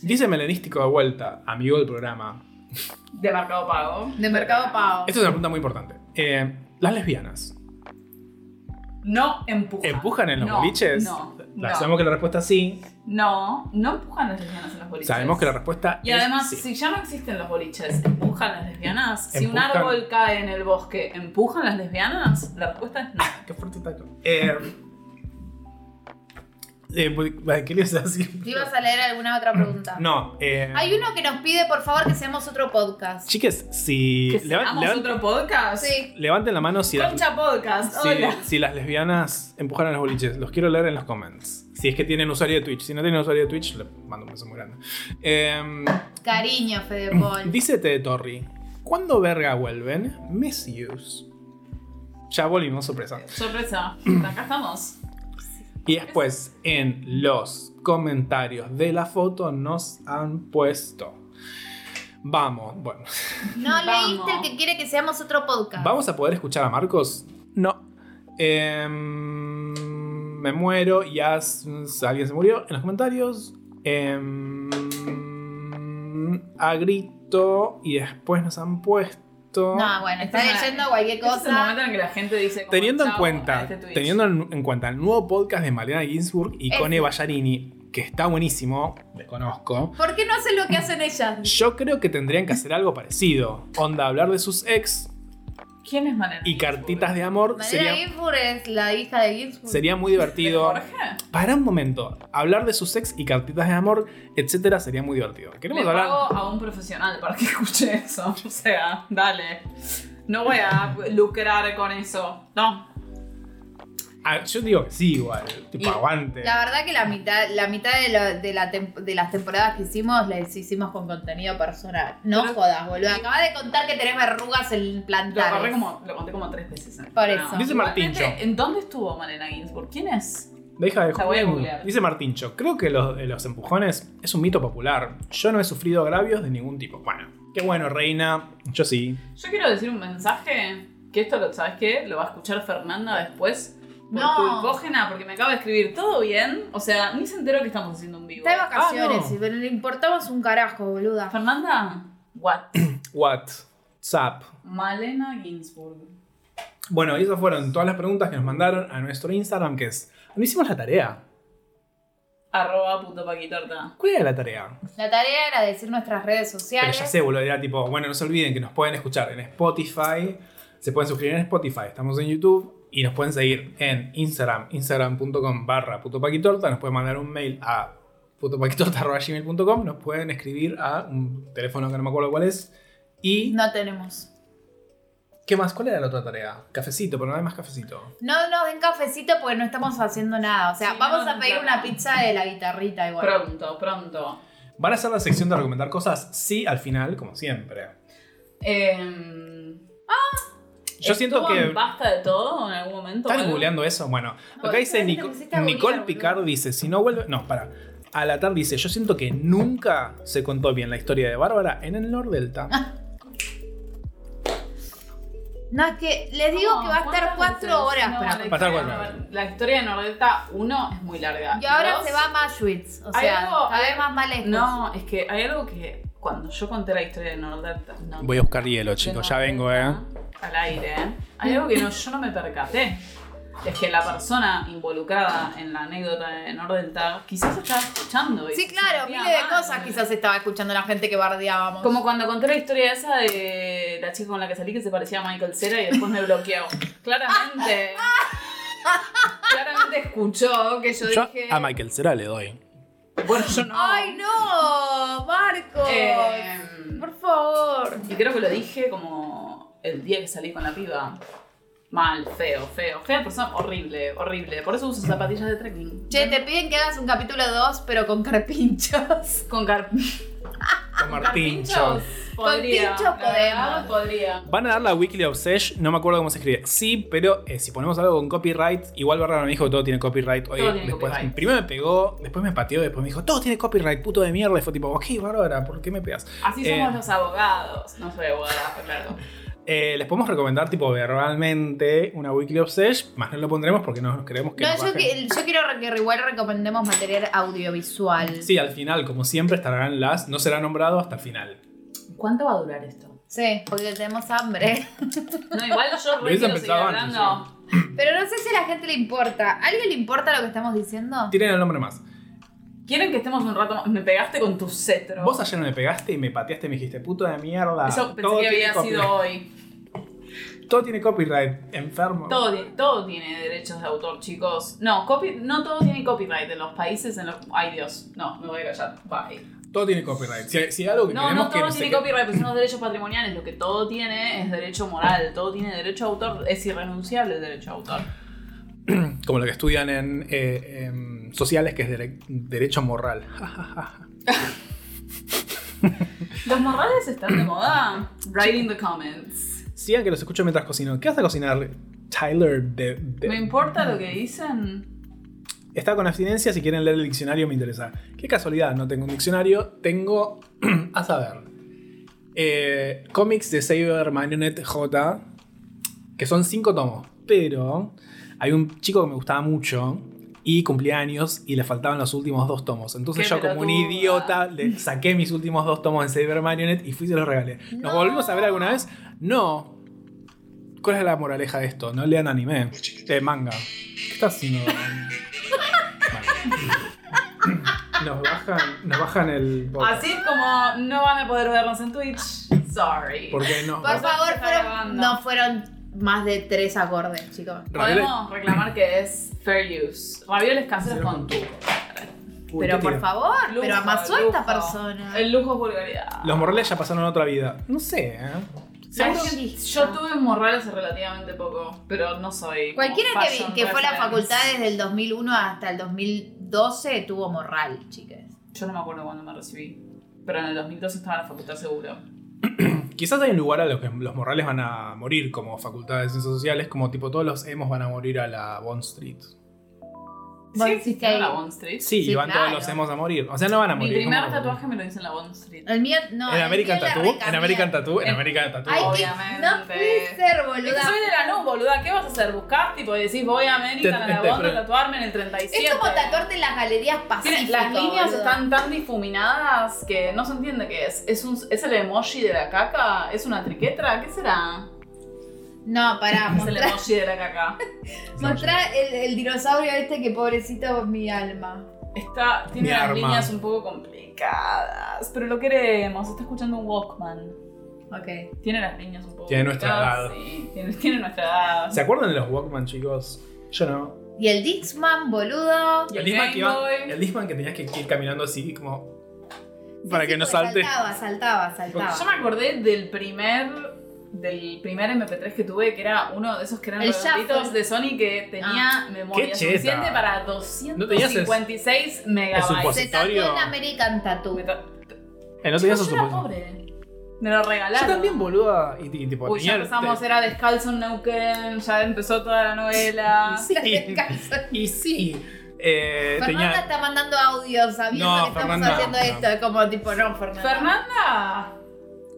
A: Dice melenístico de vuelta, amigo del programa.
C: De Mercado Pago.
B: De Mercado Pago.
A: Esta es una pregunta muy importante. Eh, las lesbianas,
C: No empujan.
A: ¿empujan en los
C: No,
A: boliches?
C: No,
A: La-
C: no.
A: Sabemos que la respuesta es sí.
C: No, no empujan las lesbianas en los boliches.
A: Sabemos que la respuesta
C: Y
A: es
C: además,
A: sí.
C: si ya no existen los boliches, ¿empujan las lesbianas? Si un
A: Empujan.
C: árbol cae en el bosque, ¿empujan las lesbianas? La respuesta es no.
A: Qué fuerte taco. Eh, eh, voy- ¿Qué le ibas a decir?
B: ¿Te ibas a leer alguna otra pregunta?
A: No, eh,
B: Hay uno que nos pide, por favor, que seamos otro podcast.
A: chiques, si
C: ¿Que
A: leva-
C: seamos
A: levan-
C: otro podcast?
B: Sí.
A: levanten la mano si las,
C: Concha Podcast,
A: si-
C: hola.
A: si las lesbianas empujaron los boliches. Los quiero leer en los comments. Si es que tienen usuario de Twitch. Si no tienen usuario de Twitch, le mando un beso muy grande. Eh,
B: Cariño, Fede
A: Mm.
B: Paul.
A: dice Tede Torri, ¿cuándo verga vuelven? Miss Yous. Ya volvimos, sorpresa.
C: Sorpresa, acá estamos.
A: Y después en los comentarios de la foto nos han puesto. Vamos, bueno.
B: No
C: Vamos.
B: leíste el que quiere que seamos otro podcast.
A: ¿Vamos a poder escuchar a Marcos? No. Em, me muero, ya s- alguien se murió en los comentarios. Em, a grito y después nos han puesto...
B: No, bueno,
C: Este
B: está
C: es una-
B: leyendo cualquier
C: Este es el
B: cosa.
C: momento en que la gente dice. como,
A: Teniendo en
C: "Chau" a
A: cuenta,
C: este Twitch.
A: teniendo en, en cuenta el nuevo podcast de Mariana Ginsburg y
B: Ese.
A: Cone Ballarini, que está buenísimo, desconozco.
B: ¿Por qué no hacen lo que hacen ellas?
A: Yo creo que tendrían que hacer algo parecido. Onda, hablar de sus ex
C: ¿Quién es Manera?
A: y cartitas de amor
B: Mariana
A: sería,
B: Ginsburg es la hija de Ginsburg.
A: sería muy divertido.
C: ¿De Jorge?
A: Para un momento, hablar de sus ex y cartitas de amor, etcétera, sería muy divertido. Queremos
C: Le
A: hablar.
C: pago a un profesional para que escuche eso. O sea, dale. No voy a lucrar con eso. No.
A: Ah, yo digo que sí, igual. Tipo,
C: Y-
A: aguante.
B: La verdad que la mitad, la mitad de, la- de la tem- de las temporadas que hicimos las hicimos con contenido personal. No
C: Pero-
B: jodas, boludo. Acabas de contar que tenés verrugas en
C: Lo, corrí
B: plantar.
C: como, lo conté como tres veces. en el
B: Por
C: programa.
B: eso.
A: Dice
C: Igualmente,
A: Martincho.
C: este, ¿En dónde estuvo Malena Ginsburg? ¿Quién es?
A: Deja de
C: La voy a
A: joder.
C: googlear.
A: Dice Martincho, creo que los, eh, los empujones es un mito popular. Yo no he sufrido agravios de ningún tipo. Bueno, qué bueno, reina. Yo sí.
C: Yo quiero decir un mensaje. Que esto, lo, ¿sabes qué? Lo va a escuchar Fernanda después. Por
B: No.
C: culpógena, porque me acaba de escribir todo bien. O sea, ni se enteró que estamos haciendo un vivo.
B: Está de vacaciones,
A: Ah, no.
B: pero le importamos un carajo, boluda.
C: Fernanda, what?
A: What? Zap.
C: Malena Ginsburg.
A: Bueno, y esas fueron todas las preguntas que nos mandaron a nuestro Instagram, que es. No hicimos la tarea.
C: Arroba puto paquitorta.
A: ¿Cuál era la tarea?
B: La tarea era decir nuestras redes
A: Pero
B: sociales.
A: ya sé, boludo, era tipo, bueno, no se olviden que nos pueden escuchar en Spotify, se pueden suscribir en Spotify, estamos en YouTube y nos pueden seguir en Instagram, instagram.com barra putopaquitorta, nos pueden mandar un mail a putopaquitorta.gmail.com, nos pueden escribir a un teléfono que no me acuerdo cuál es. Y,
B: No tenemos.
A: ¿qué más? ¿Cuál era la otra tarea? Cafecito, pero no hay más cafecito.
B: No nos den cafecito porque no estamos haciendo nada. O sea,
C: Sí,
B: vamos
C: no,
B: a pedir
C: claro.
B: una pizza de la guitarrita igual.
C: Pronto, pronto.
A: ¿Van a hacer la sección de recomendar cosas? Sí, al final, como siempre.
C: Eh,
A: Yo siento
C: ¿estuvo
A: que...
C: en pasta de todo en algún momento?
A: ¿Están
C: o algo?
A: googleando eso? Bueno,
B: No,
A: acá dice
B: solamente
A: Nico-
B: me pusiste a
A: Nicole
B: googlear,
A: Picard
B: boludo.
A: dice, si no vuelve... No, para. Alatar dice, yo siento que nunca se contó bien la historia de Bárbara en el Nordelta.
B: No, es que les digo
C: No,
B: que va a estar
C: ¿cuántas
B: cuatro
C: veces?
B: horas
C: No,
B: para
C: la
A: Va a estar
C: historia
A: cuatro
C: de- La historia de Nordelta 1 es muy larga.
B: Y ahora
C: Dos,
B: se va a Maschwitz, o
C: Hay
B: sea,
C: algo-
B: cada
C: hay-
B: vez más mal lejos.
C: No, es que hay algo que cuando yo conté la historia de Nordelta. No,
A: Voy a buscar hielo, chicos, ya vengo, ¿eh?
C: Al aire, ¿eh? Hay algo que no, yo no me percaté. Es que la persona involucrada en la anécdota de Nordelta quizás estaba escuchando. y se
B: Sí, claro,
C: sentía
B: miles de
C: mal.
B: cosas quizás estaba escuchando la gente que bardeábamos.
C: Como cuando conté la historia esa de la chica con la que salí que se parecía a Michael Cera y después me bloqueó. Claramente. claramente escuchó que yo,
A: Yo
C: dije.
A: a Michael Cera le doy.
C: Bueno, yo no.
B: ¡Ay, no! ¡Marcos!
C: Eh,
B: Por favor.
C: y creo que lo dije como el día que salí con la piba. Mal, feo, feo. Fea persona, horrible, horrible. Por eso uso zapatillas de trekking.
B: Che, te piden que hagas un capítulo 2, pero con carpinchos.
C: Con car-
A: Con Martín, yo.
C: Podría.
B: Tincho
C: la verdad,
B: podemos.
C: Podría.
A: Van a dar la Weekly of Sesh, no me acuerdo cómo se escribe. Sí, pero eh, si ponemos algo con copyright, igual Bárbara me dijo que todo tiene copyright. Oye,
C: Todo tiene
A: después,
C: copyright.
A: primero me pegó, después me pateó, después me dijo, todo tiene copyright, puto de mierda. Y fue tipo, ok, Bárbara, ¿por qué me pegas?
C: Así
A: Eh,
C: somos los abogados. No soy abogada, Fernando.
A: Eh, les podemos recomendar, tipo, verbalmente una Weekly of Sesh, más no lo pondremos porque no nos creemos que.
B: No,
A: nos
B: yo,
A: bajen.
B: que- yo quiero re- que igual recomendemos material audiovisual.
A: Sí, al final, como siempre, estarán las. No será nombrado hasta el final.
C: ¿Cuánto va a durar esto?
B: Sí, porque tenemos hambre.
C: No, igual yo re quiero
A: Hubiese
C: seguir
A: empezado antes,
C: hablando.
B: Pero no sé si a la gente le importa. ¿A alguien le importa lo que estamos diciendo?
A: Tienen el nombre más.
C: ¿Quieren que estemos un rato más? Me pegaste con tu cetro.
A: Vos ayer me pegaste y me pateaste y me dijiste, puto de mierda.
C: Eso pensé
A: todo
C: que
A: tiene
C: había
A: copyright.
C: sido hoy.
A: Todo tiene copyright, enfermo.
C: Todo, ti- todo tiene derechos de autor, chicos. No, copy, no todo tiene copyright en los países en los... Ay, Dios. No, me voy a callar. Bye.
A: Todo tiene copyright. Si, si hay algo que
C: No,
A: queremos
C: no
A: que
C: todo
A: no se
C: tiene
A: que-
C: copyright, pero son los derechos patrimoniales. Lo que todo tiene es derecho moral. Todo tiene derecho a autor. Es irrenunciable el derecho a autor.
A: como lo que estudian en eh, em, sociales, que es dere- derecho moral.
C: Los morales están de moda. Write in the comments.
A: Sigan que los escucho mientras cocino. ¿Qué vas a cocinar, Tyler? De, de-
C: Me importa lo que dicen.
A: Está con abstinencia, si quieren leer el diccionario me interesa. Qué casualidad, no tengo un diccionario, tengo, a saber, eh, cómics de Saber Marionette J, que son cinco tomos, pero hay un chico que me gustaba mucho y cumplía años y le faltaban los últimos dos tomos. Entonces
C: Qué
A: yo como un
C: pelotuda.
A: idiota le saqué mis últimos dos tomos en Saber Marionette y fui y se los regalé. ¿Nos
B: No.
A: volvimos a ver alguna vez? No. ¿Cuál es la moraleja de esto? No lean anime. Eh, manga. ¿Qué estás haciendo? Vale. Nos bajan, nos bajan el
B: Ah,
A: podcast.
C: Así como no van a poder vernos en Twitch. Sorry.
A: Porque no.
B: Por favor,
C: Está
B: fueron,
C: grabando.
B: no fueron más de tres acordes, chicos.
A: Ravioli-
C: Podemos reclamar que es fair use. Ravioles caseros con tu.
A: Uy,
B: pero
A: ¿qué
B: por
A: tiene?
B: favor,
C: Lujo,
B: pero amasó
C: lujo.
B: esta persona.
C: El lujo es vulgaridad.
A: Los morrales ya pasaron a otra vida. No sé, ¿eh?
C: ¿Sabes
B: Ay,
C: que
B: listo.
C: Yo tuve morrales hace relativamente poco, pero no soy. como
B: Cualquiera que, vi-
C: fashion
B: que fue a la
C: reference.
B: facultad desde el 2001 hasta el 2012 tuvo morral, chicas.
C: Yo no me acuerdo cuándo me recibí. Pero en el 2012 estaba en la facultad seguro.
A: Quizás hay un lugar a los que los morrales van a morir, como facultades de ciencias sociales, como tipo todos los emos van a morir a la Bond Street.
B: Vos
C: ¿Sí
B: decís que
C: existió
B: hay-
C: la Bond Street?
A: Sí,
B: Sí,
A: y van
B: claro.
A: todos los emos a morir. O sea, no van a
C: Mi
A: morir. ¿cómo
C: primer
A: van a morir?
C: tatuaje me lo hice en la Bond Street.
B: El mío no.
A: en
B: el
A: American
B: mío la
A: Tattoo, en
B: recambié.
A: American Tattoo, en
C: En-
A: American Tattoo.
B: Ay, que
C: Obviamente.
B: no puede ser,
C: Es que
B: boluda.
C: soy de la no, boluda. ¿Qué vas a hacer? ¿Buscar? Tipo, decís, voy a América,
A: Te-
C: a la
A: te-
C: Bond, a
A: pero-
C: tatuarme en el 37.
B: Es como tatuarte en las galerías
C: Tiene-
B: pacíficas.
C: las líneas están tan difuminadas que no se entiende qué es. ¿Es, un, ¿Es el emoji de la caca? ¿Es una triquetra? ¿Qué será?
B: No, pará,
C: Es el
B: mostrá,
C: emoji de la caca.
B: mostrá el, el dinosaurio este que pobrecito mi alma.
C: Está, tiene
A: Mi
C: las
A: arma.
C: líneas un poco complicadas, pero lo queremos. Está escuchando un Walkman.
B: Ok.
C: Tiene las líneas un poco
A: Tiene nuestra
C: complicadas,
A: edad.
C: Sí, tiene, tiene nuestra edad.
A: ¿Se acuerdan de los Walkman, chicos? Yo no.
B: Y el Dixman, boludo.
C: Y
A: El
C: el
A: Disman, que
C: Game
A: iba-
C: Boy.
A: el Discman que tenías que ir caminando así como para
B: Sí,
A: que
B: sí, porque
A: no salte.
B: Saltaba, saltaba, saltaba.
C: Yo me acordé del primer del primer MP3 que tuve, que era uno de esos que eran
B: El
C: los redonditos
B: shuffle. Ah.
C: de Sony que tenía memoria
A: Qué cheta.
C: suficiente para
A: No tenías el-
C: 256
A: el
C: megabytes.
A: supositorio.
B: Se tatuó en American Tattoo.
C: Me ta-
A: Eh, no tenías
C: Yo
A: eso
C: era
A: supuesto.
C: pobre. Me lo regalaron.
A: Yo también, boluda. Y, y tipo,
C: Uy, ya
A: tenía-
C: empezamos,
A: te-
C: era descalzo en Neuquén, ya empezó toda la novela.
A: Sí. Y sí. eh,
B: Fernanda
A: tenía,
B: está mandando audios sabiendo
A: No,
B: que
A: Fernanda,
B: estamos haciendo
A: no.
B: esto. Es como tipo, no, Fernanda.
C: Fernanda.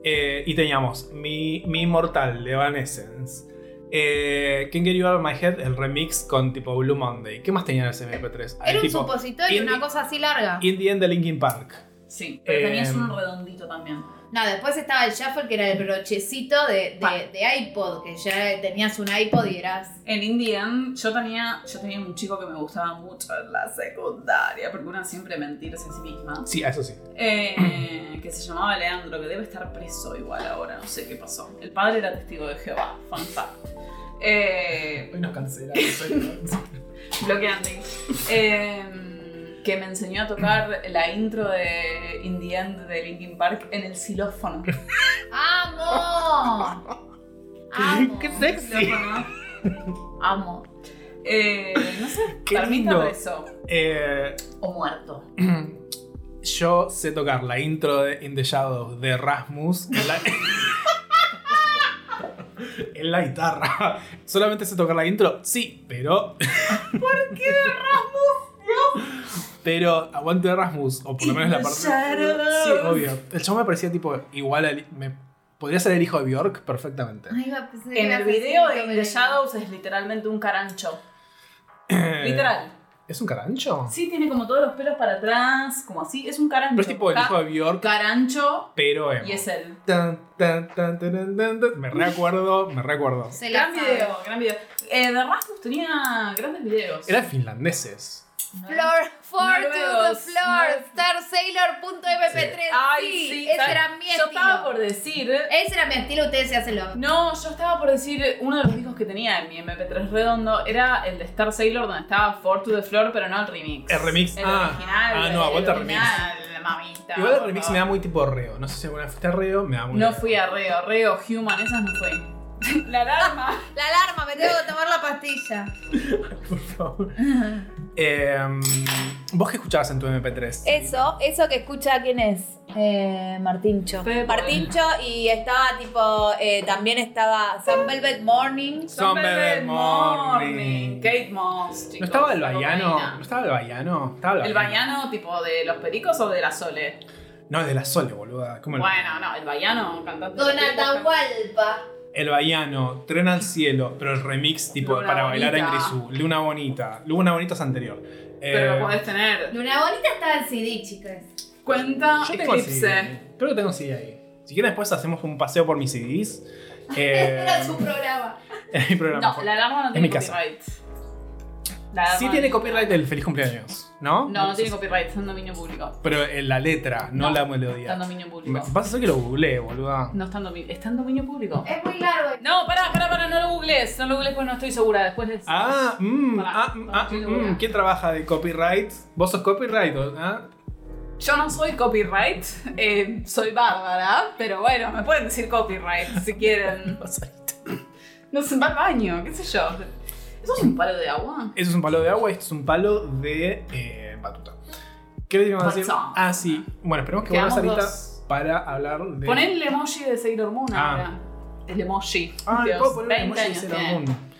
A: eh, y teníamos Mi, Mi Inmortal de Evanescence. Eh, Can Get You Out of My Head, el remix con tipo Blue Monday. ¿Qué más tenían ese MP3? Ahí,
B: Era un
A: tipo,
B: supositorio,
A: indie-
B: una cosa así larga.
A: In the End de Linkin Park.
C: Sí,
A: Eh,
C: pero tenías uno redondito también.
B: No, después estaba el shuffle que era el brochecito de,
C: Pa.
B: de, de iPod, que ya tenías un iPod y eras.
C: En Indian, yo tenía, yo tenía un chico que me gustaba mucho en la secundaria, porque una siempre mentirse a sí misma,
A: Sí, eso sí.
C: eh, que se llamaba Leandro, que debe estar preso igual ahora, no sé qué pasó. El padre era testigo de Jehová, fun fact. Eh,
A: Hoy nos cancelaron.
C: bloqueante. Eh, que me enseñó a tocar la intro de Indian de Linkin Park en el xilófono.
B: ¡Amo! ¡Amo!
A: Qué sexy.
C: Xilófono.
B: Amo.
C: Eh, no sé,
A: Qué
C: para mí está
A: lindo.
C: preso
A: Eh,
C: o muerto.
A: Yo sé tocar la intro de In the Shadows de Rasmus en la, en la guitarra. ¿Solamente sé tocar la intro? Sí, pero.
C: ¿Por qué de Rasmus?
A: Pero aguante Rasmus, o por lo
C: In
A: menos la
C: the
A: parte.
C: Shadows.
A: Sí, obvio. El show me parecía tipo igual al. me- podría ser el hijo de Bjork perfectamente.
B: Ay, va, pensé que
C: En
B: era
C: el video
B: así,
C: de In
B: como
C: the
B: el-
C: Shadows es literalmente un carancho.
A: Eh,
C: Literal.
A: ¿Es un carancho?
C: Sí, tiene como todos los pelos para atrás, como así. Es un carancho.
A: Pero es tipo el
C: Ca-
A: hijo de Bjork,
C: Carancho
A: pero emo.
C: y es él.
A: Tan, tan, tan, tan, tan, tan. Me recuerdo, me recuerdo.
B: Se la
C: Gran
B: sabe.
C: video, gran video. Eh, de Rasmus tenía grandes videos.
A: Eran finlandeses.
C: ¿No?
B: Floor, floor to the
C: Noruegos,
B: floor,
C: noruegos.
B: starsailor.mp3.
A: Sí.
C: Ay,
B: Sí,
C: sí,
B: ese
C: ¿sabes?
B: era mi
C: Yo estaba
B: estilo.
C: por decir.
B: Ese era mi estilo, ustedes se hacen lo
C: No, yo estaba por decir, uno de los discos que tenía en mi MP3 redondo era el de Star Sailor, donde estaba Four to the Floor, pero no el remix.
A: El remix,
C: el
A: ah.
C: original.
A: Ah, no,
C: el
A: aguanta el
C: original, la mamita.
A: Igual el
C: por
A: remix
C: favor.
A: me da muy tipo reo. No sé si alguna vez fuiste a reo, me da muy
C: No
A: reo.
C: fui a Reo, Reo, Human, esas no fui. La alarma.
B: La alarma, me tengo que tomar la pastilla.
A: Por favor. Em, ¿Vos qué escuchabas en tu MP3?
B: Eso, eso que escucha, ¿quién es? Eh, Martincho.
C: Fede
B: Martincho y estaba tipo, eh, también estaba Sun Velvet Morning.
A: Zombie del Morning.
C: Kate Moss. chicos,
A: ¿No estaba el
C: la
A: baiano?
C: cocaína.
A: ¿No estaba el baiano? Estaba
C: ¿El baiano tipo de los pericos o de la sole?
A: No, es de la Sole, boluda. ¿Cómo el-
C: Bueno, no, el baiano cantante. de los
B: Donata
C: pericos.
B: Hualpa.
A: El baiano, Tren al Cielo, pero el remix tipo
C: Luna
A: para bailar en
C: Bonita.
A: Grisú. Luna Bonita. Luna Bonita es anterior.
C: Pero
A: Eh,
C: lo podés tener.
B: Luna Bonita estaba en CD, chicas.
C: Cuenta
A: Yo tengo eh,
C: Eclipse.
A: CD. Creo que tengo CD ahí. Si quieren después hacemos un paseo por mis CDs. Eh,
B: Este Era su programa.
A: es mi programa.
C: No, la alarma no
A: mi
C: tiene
A: casa.
C: copyright. La alarma
A: sí tiene copyright el feliz cumpleaños, ¿no?
C: No, no tiene copyright, está en dominio público.
A: Pero en la letra, no,
C: No,
A: la
C: Está
A: melodía.
C: en dominio
A: Me-
C: público.
A: Vas a hacer que lo googleé, boluda.
C: No está en dominio. Está en dominio público.
B: Es muy largo.
C: No, pará, pará, pará, no lo googlees. No lo googlees porque no estoy segura. Después les.
A: Ah, mmm,
C: Pará,
A: ah, mm,
C: no,
A: ah,
C: estoy
A: mm,
C: segura.
A: mm. ¿Quién trabaja de copyright? ¿Vos sos copyright? o- ah?
C: Yo no soy copyright, eh, soy bárbara, pero bueno, me pueden decir copyright si quieren. No sé, va al baño, qué sé yo. ¿Eso es un palo de agua?
A: Eso es un palo de agua, esto es un palo de eh, batuta. ¿Qué le íbamos a decir?
C: Batuta.
A: Ah, sí. Bueno, esperemos que vuelva
C: Quedamos
A: Sarita
C: dos.
A: para hablar de.
C: Pon el emoji de Sailor Moon
A: Ah.
C: ahora. El emoji.
A: Ah,
C: Dios,
A: ¿puedo poner un
C: 20 años
A: emoji de
C: eh.
A: Sailor
C: tiene.
A: Moon?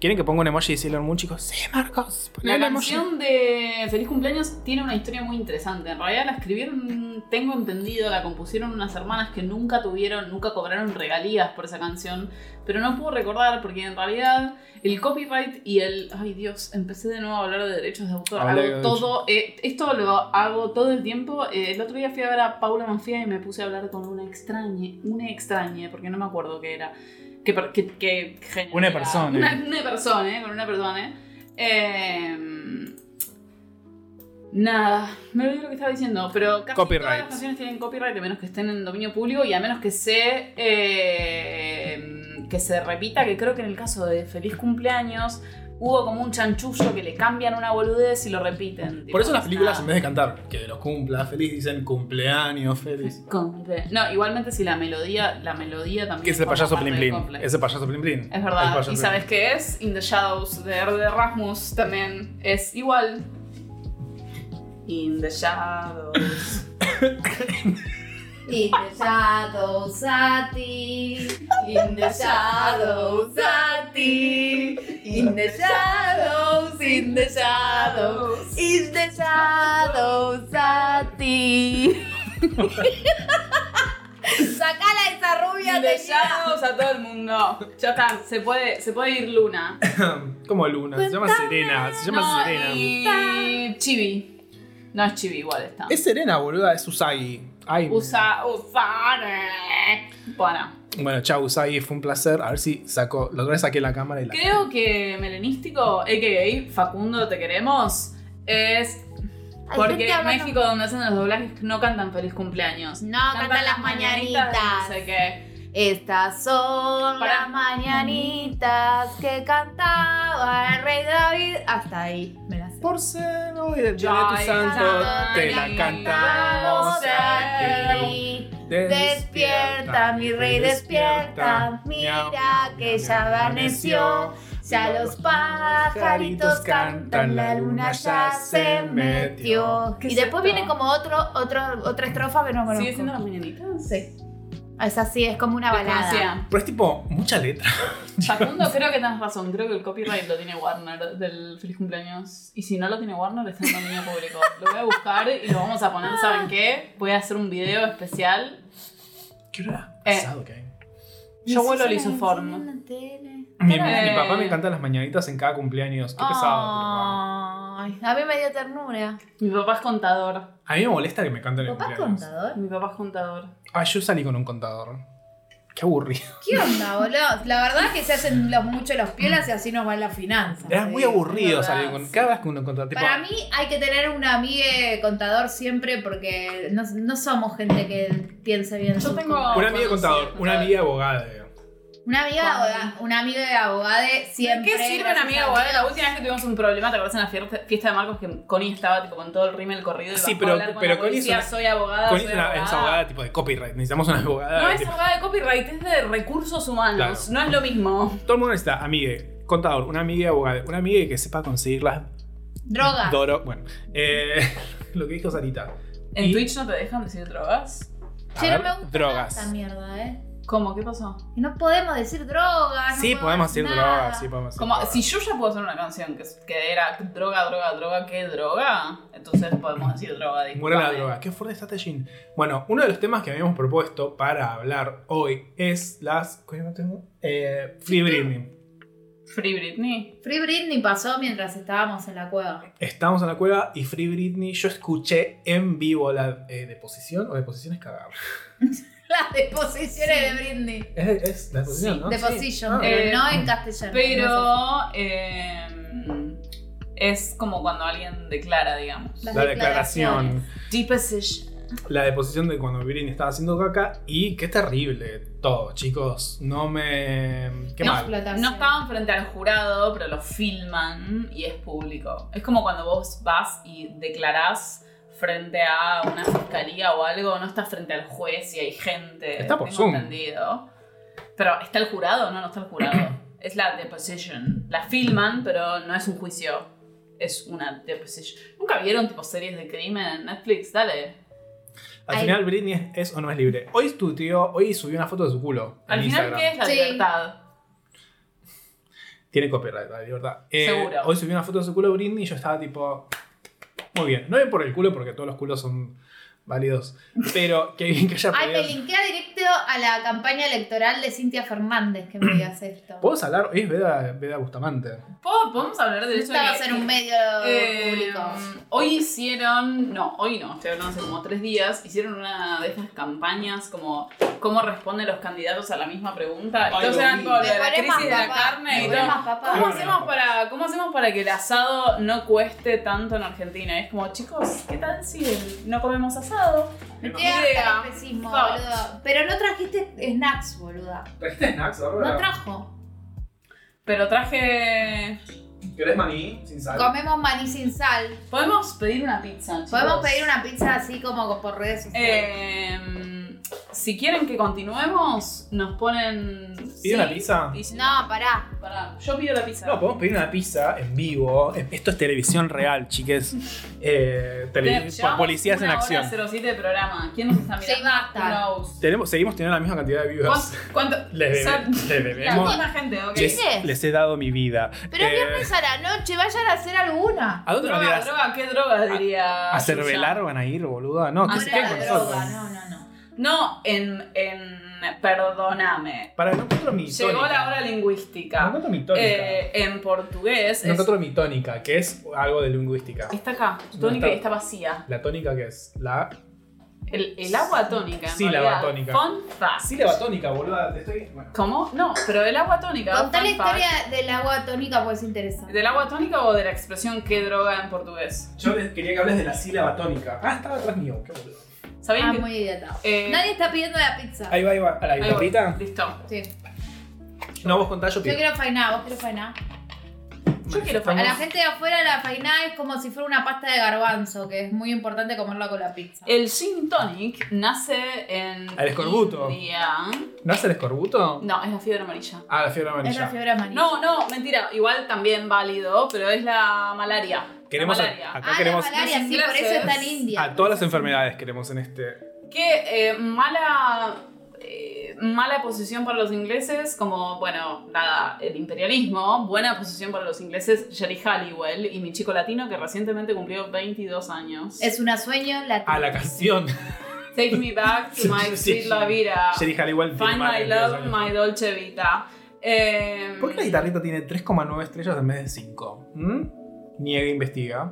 A: ¿Quieren que ponga un emoji de Sailor Moon, chicos? Sí, Marcos. poné
C: La
A: el emoji.
C: canción de Feliz Cumpleaños tiene una historia muy interesante. En realidad la escribieron, tengo entendido, la compusieron unas hermanas que nunca tuvieron, nunca cobraron regalías por esa canción, pero no puedo recordar porque en realidad el copyright y el... Ay Dios, empecé de nuevo a hablar de derechos de autor.
A: Habla de
C: Hago
A: derechos.
C: todo, eh, esto lo hago todo el tiempo. Eh, el otro día fui a ver a Paula Manfía y me puse a hablar con una extraña, una extraña, porque no me acuerdo qué era. Que, per- que, que genera-
A: Una persona.
C: Una, una persona, eh, con una persona. eh. Eh, nada, me olvidé lo que estaba diciendo, pero casi
A: Copyright.
C: todas las canciones tienen copyright a menos que estén en dominio público y a menos que se eh, que se repita, que creo que en el caso de Feliz Cumpleaños hubo como un chanchullo que le cambian una boludez y lo repiten. tipo,
A: Por eso las películas,
C: nada.
A: en vez de cantar que los cumpla feliz, dicen cumpleaños feliz.
C: Cumple- No, igualmente si la melodía, la melodía también.
A: Que es el
C: forma
A: payaso
C: parte de
A: Plin Plin.
C: copyright.
A: Es el payaso Plin Plin.
C: Es
A: El
C: verdad.
A: payaso
C: ¿Y
A: Plin
C: sabes
A: Plin.
C: qué es? In the Shadows de R. de Rasmus también es igual. In the Shadows.
B: In the shadows at thee, in the shadows at thee, in the shadows, in the shadows, in the shadows at thee. Sacala esa rubia
C: In the
B: de
C: Shadows a todo el mundo. Ya está, se puede, se puede ir Luna.
A: Como Luna, se llama Serena. Se llama
C: No,
A: Serena.
C: y Chibi. No es Chibi, igual está.
A: Es Serena, boluda, es Usagi. Ay,
C: Usa, Usare. Bueno.
A: Bueno, chao Usagi, fue un placer. A ver si saco. La otra vez saqué la cámara y la.
C: Creo que Melenístico, a.k.a. Facundo Te Queremos, es
B: Hay
C: porque
B: gente
C: en
B: hablando-
C: México, donde hacen los doblajes, no cantan Feliz Cumpleaños.
B: No, cantan Ah, las
C: No
B: mañanitas.
C: sé qué.
B: Estas son
C: Pará.
B: las mañanitas que cantaba el rey David. Hasta ahí me las
A: Por ser hoy del
C: Ya,
A: día de tu santo,
B: Santo,
A: te la
C: te
A: cantamos
B: cantamos a
A: a ti.
B: ti. Despierta, mi rey, despierta. Mira que ya
A: amaneció.
B: amaneció. Ya los pajaritos cantan, la luna ya se metió.
C: ¿Qué
B: Y
C: es
B: después
C: esto?
B: viene como otro, otro, otra estrofa que no conozco.
C: ¿Sigue siendo las mañanitas?
B: Sí. Es así, es como una balada.
C: Desconocida.
A: Pero es tipo mucha letra.
C: Facundo, creo que tienes razón. Creo que el copyright lo tiene Warner del feliz cumpleaños. Y si no lo tiene Warner, está en dominio público. Lo voy a buscar y lo vamos a poner. ¿Saben qué? Voy a hacer un video especial.
A: Qué hora
C: Eh.
A: pasado que hay.
C: Yo vuelo
B: Sí, sí,
C: lisoforme.
B: en la tele.
A: Mi,
C: Eh.
A: mi papá me encanta las mañanitas en cada cumpleaños. Qué
B: Ah.
A: pesado.
B: Ay, a mí me dio ternura.
C: Mi papá es contador.
A: A mí me molesta que me canten el
B: ¿Papá es
A: cumpleaños.
B: contador?
C: Mi papá es contador.
A: Ah, yo salí con un contador. Qué aburrido.
B: ¿Qué onda, boludo? La verdad es que se hacen los, mucho los piolas y así nos van las finanzas.
A: Era
B: te
A: muy
B: digo.
A: aburrido
C: es verdad,
A: salir con.
C: sí.
A: Cada vez que uno contador. Tipo,
B: Para mí hay que tener un amigue contador siempre porque no, no somos gente que piense bien.
C: Yo
B: sus
C: tengo-
B: cosas.
A: una amiga
C: cuando
A: contador,
C: sí,
A: una
C: contador.
A: amiga abogada. digo.
B: Una amiga de aboga- una amiga de abogade siempre.
C: ¿Qué sirve una amiga abogada? La última vez que tuvimos un problema, ¿te acuerdas en la fier- fiesta de Marcos que Connie estaba tipo con todo el rímel corrido? Y
A: Sí,
C: bajó
A: pero-
C: a hablar con
A: pero
C: la
A: Connie
C: policía,
A: es una-
C: soy Ah, abogada,
A: Con
C: soy
A: es una es abogada tipo de copyright. Necesitamos una abogada.
C: No
A: de
C: es
A: tipo-
C: abogada de copyright, es de recursos humanos. No es lo mismo.
A: Todo el mundo necesita amigue, contador, una amiga abogada, una amiga que sepa conseguir las
B: Droga.
A: Doro. Bueno, eh, lo que dijo Sarita.
C: ¿En
A: Y-
C: Twitch no te dejan decir drogas?
A: A
B: Che, no
A: ver,
B: me gusta
A: drogas.
B: esta mierda, ¿eh?
C: ¿Cómo? ¿Qué pasó?
B: Y no podemos decir drogas. Ah, no
A: Sí, podemos decir
B: nada.
A: drogas, sí, podemos decir
C: Como,
A: drogas.
C: si yo ya puedo hacer una canción que, es- que era droga, droga, droga, ¿qué droga? Entonces podemos decir droga.
A: Muera la
C: discúlpame.
A: droga. Qué fuerte está Tejin. Bueno, uno de los temas que habíamos propuesto para hablar hoy es las. ¿Cuál no tengo? Eh, Free Britney.
C: Free Britney.
B: Free Britney pasó mientras estábamos en la cueva.
A: Estamos en la cueva y Free Britney. Yo escuché en vivo la eh, deposición o deposición es cagar.
B: Las deposiciones
C: Sí.
B: de Britney.
A: Es, es la deposición,
C: Sí,
A: ¿no?
B: Deposition,
A: Sí. Ah,
B: pero
C: Eh,
B: no en castellano.
C: Pero eh, es como cuando alguien declara, digamos.
B: Las
A: la declaración.
C: Deposition.
A: La deposición de cuando Britney estaba haciendo caca. Y qué terrible todo, chicos. No me. Qué
B: No,
A: mal.
B: explotación.
C: No estaban frente al jurado, pero lo filman y es público. Es como cuando vos vas y declarás frente a una fiscalía o algo, no estás frente al juez y hay gente.
A: Está por
C: tengo
A: Zoom.
C: entendido. Pero ¿está el jurado? No, no está el jurado. es la deposition. La filman, pero no es un juicio. Es una deposition. ¿Nunca vieron tipo series de crimen en Netflix? Dale.
A: Al
B: Ay.
A: final Britney es, es o no es libre. Hoy tu tío, hoy subió una foto de su culo. en
C: Al final,
A: Instagram.
C: ¿qué es la
B: Sí.
C: libertad?
A: Tiene copyright, la libertad. Eh,
C: Seguro.
A: Hoy subió una foto de su culo Britney y yo estaba tipo. Muy bien. No bien por el culo porque todos los culos son válidos. Pero qué bien que haya
B: Ay, me
A: podido.
B: linkea directo a la campaña electoral de Cintia Fernández que me digas esto.
A: ¿Podemos hablar? Hoy es Veda, Veda Bustamante.
C: ¿Puedo- ¿Podemos hablar de eso?
B: Esto va a ser un medio
C: Eh,
B: público.
C: hoy hicieron, no, hoy no, estoy hablando hace como tres días, hicieron una de estas campañas como cómo responden los candidatos a la misma pregunta.
A: Ay,
C: Entonces
A: lo
C: eran
A: vi.
C: como lo
B: Me
C: de la
B: ponés
C: crisis de
B: más
C: la
B: papá, me
C: carne y
B: ponés
C: todo.
B: más papá.
C: ¿Cómo
A: No, no,
C: hacemos,
A: no.
C: para, ¿Cómo hacemos para que el asado no cueste tanto en Argentina? Es como, chicos, ¿qué tal si no comemos asado?
B: Me
C: Ni
B: tiene harta
C: idea.
B: el especismo,
C: Fuck.
B: boludo. Pero no trajiste snacks, boluda.
A: ¿Trajiste snacks
B: No trajo.
C: Pero traje...
A: ¿Querés maní sin sal?
B: Comemos maní sin sal.
C: ¿Podemos pedir una pizza? chicos?
B: Podemos pedir una pizza así como por redes sociales.
C: Eh, si quieren que continuemos, nos ponen...
A: ¿Pide una pizza?
C: Y si-
B: No, pará.
C: Pará, yo pido la pizza.
A: No, podemos pedir una pizza en vivo. Esto es televisión real, chiques. Eh, tele-
C: Te- llevamos
A: policías en
C: una
A: acción.
C: Hora 07 de programa. ¿Quién nos está mirando?
B: Sí, basta.
C: Who knows?
A: Tenemos, seguimos teniendo la misma cantidad de viewers.
C: ¿Cuán- ¿Cuánto?
A: Les, bebe-
C: Son-
A: les
C: la
A: bebemos.
C: misma gente, ok.
A: Les,
B: ¿Qué?
A: les he dado mi vida.
B: Pero es
A: Eh,
B: viernes a la noche, vayan a hacer alguna.
A: ¿A dónde nos
C: Droga,
A: dirás?
C: droga, ¿qué droga diría?
A: ¿A hacer
C: Yuya?
A: velar van a ir, boluda? No, que
C: Ahora
A: se queden
C: la
A: con nosotros.
B: droga, no, no, no.
C: No, en, en. Perdóname.
A: Para, no encuentro mi tónica.
C: Llegó la hora
A: No
C: lingüística.
A: encuentro mi tónica.
C: Eh, en portugués.
A: no
C: es-
A: encuentro mi tónica, que es algo de lingüística.
C: está acá,
A: No
C: tónica
A: está.
C: y está vacía.
A: La tónica que es la
C: El, el agua tónica. en
A: Sílaba
C: realidad.
A: tónica.
C: Fun fact.
A: sílaba tónica, boluda. Te estoy. Bueno.
C: ¿Cómo? No, pero el agua tónica.
B: Contá
C: fun
B: la
C: fact,
B: historia del agua tónica porque es interesante.
C: ¿Del agua tónica o de la expresión qué droga en portugués?
A: Yo les quería que hables de la sílaba tónica. Ah, estaba atrás mío, qué boludo.
C: ¿Sabían
B: Ah,
C: que-
B: muy idiota.
C: Eh,
B: Nadie está pidiendo la pizza.
A: Ahí va, ahí va. ¿A la
C: ahí voy.
A: guitarrita?
C: Listo.
B: Sí.
A: No, vos contás, yo
B: Yo
A: pido.
B: quiero fainá, vos quiero fainá.
C: Yo quiero
B: A la
C: famoso.
B: gente de afuera la fainá es como si fuera una pasta de garbanzo, que es muy importante comerla con la pizza.
C: El gin tonic nace en.
A: El escorbuto.
C: India.
A: ¿No es el escorbuto?
C: No, es la fiebre amarilla.
A: Ah, la fiebre amarilla.
B: es la fiebre amarilla.
C: No, no, mentira. Igual también válido, pero es la malaria.
A: Queremos
C: la malaria.
A: acá
B: ah,
A: queremos-
B: la malaria,
C: Los
B: sí, por eso
C: ingleses-
B: está en India.
A: A todas las enfermedades queremos en este.
C: Qué eh, mala. eh, mala posición para los ingleses, como, bueno, nada, el imperialismo. Buena posición para los ingleses, Jerry Halliwell y mi chico latino que recientemente cumplió 22 años.
B: Es una sueño latina.
A: A la canción.
C: Take me back to my sweet
A: Sí, sí.
C: la vida.
A: Jerry Halliwell. tiene
C: Ah. Find
A: más
C: my
A: de
C: love,
A: 22
C: my
A: años.
C: dolce vita. Eh,
A: ¿Por qué la guitarrita tiene 3,9 estrellas en vez de 5? Niega e investiga.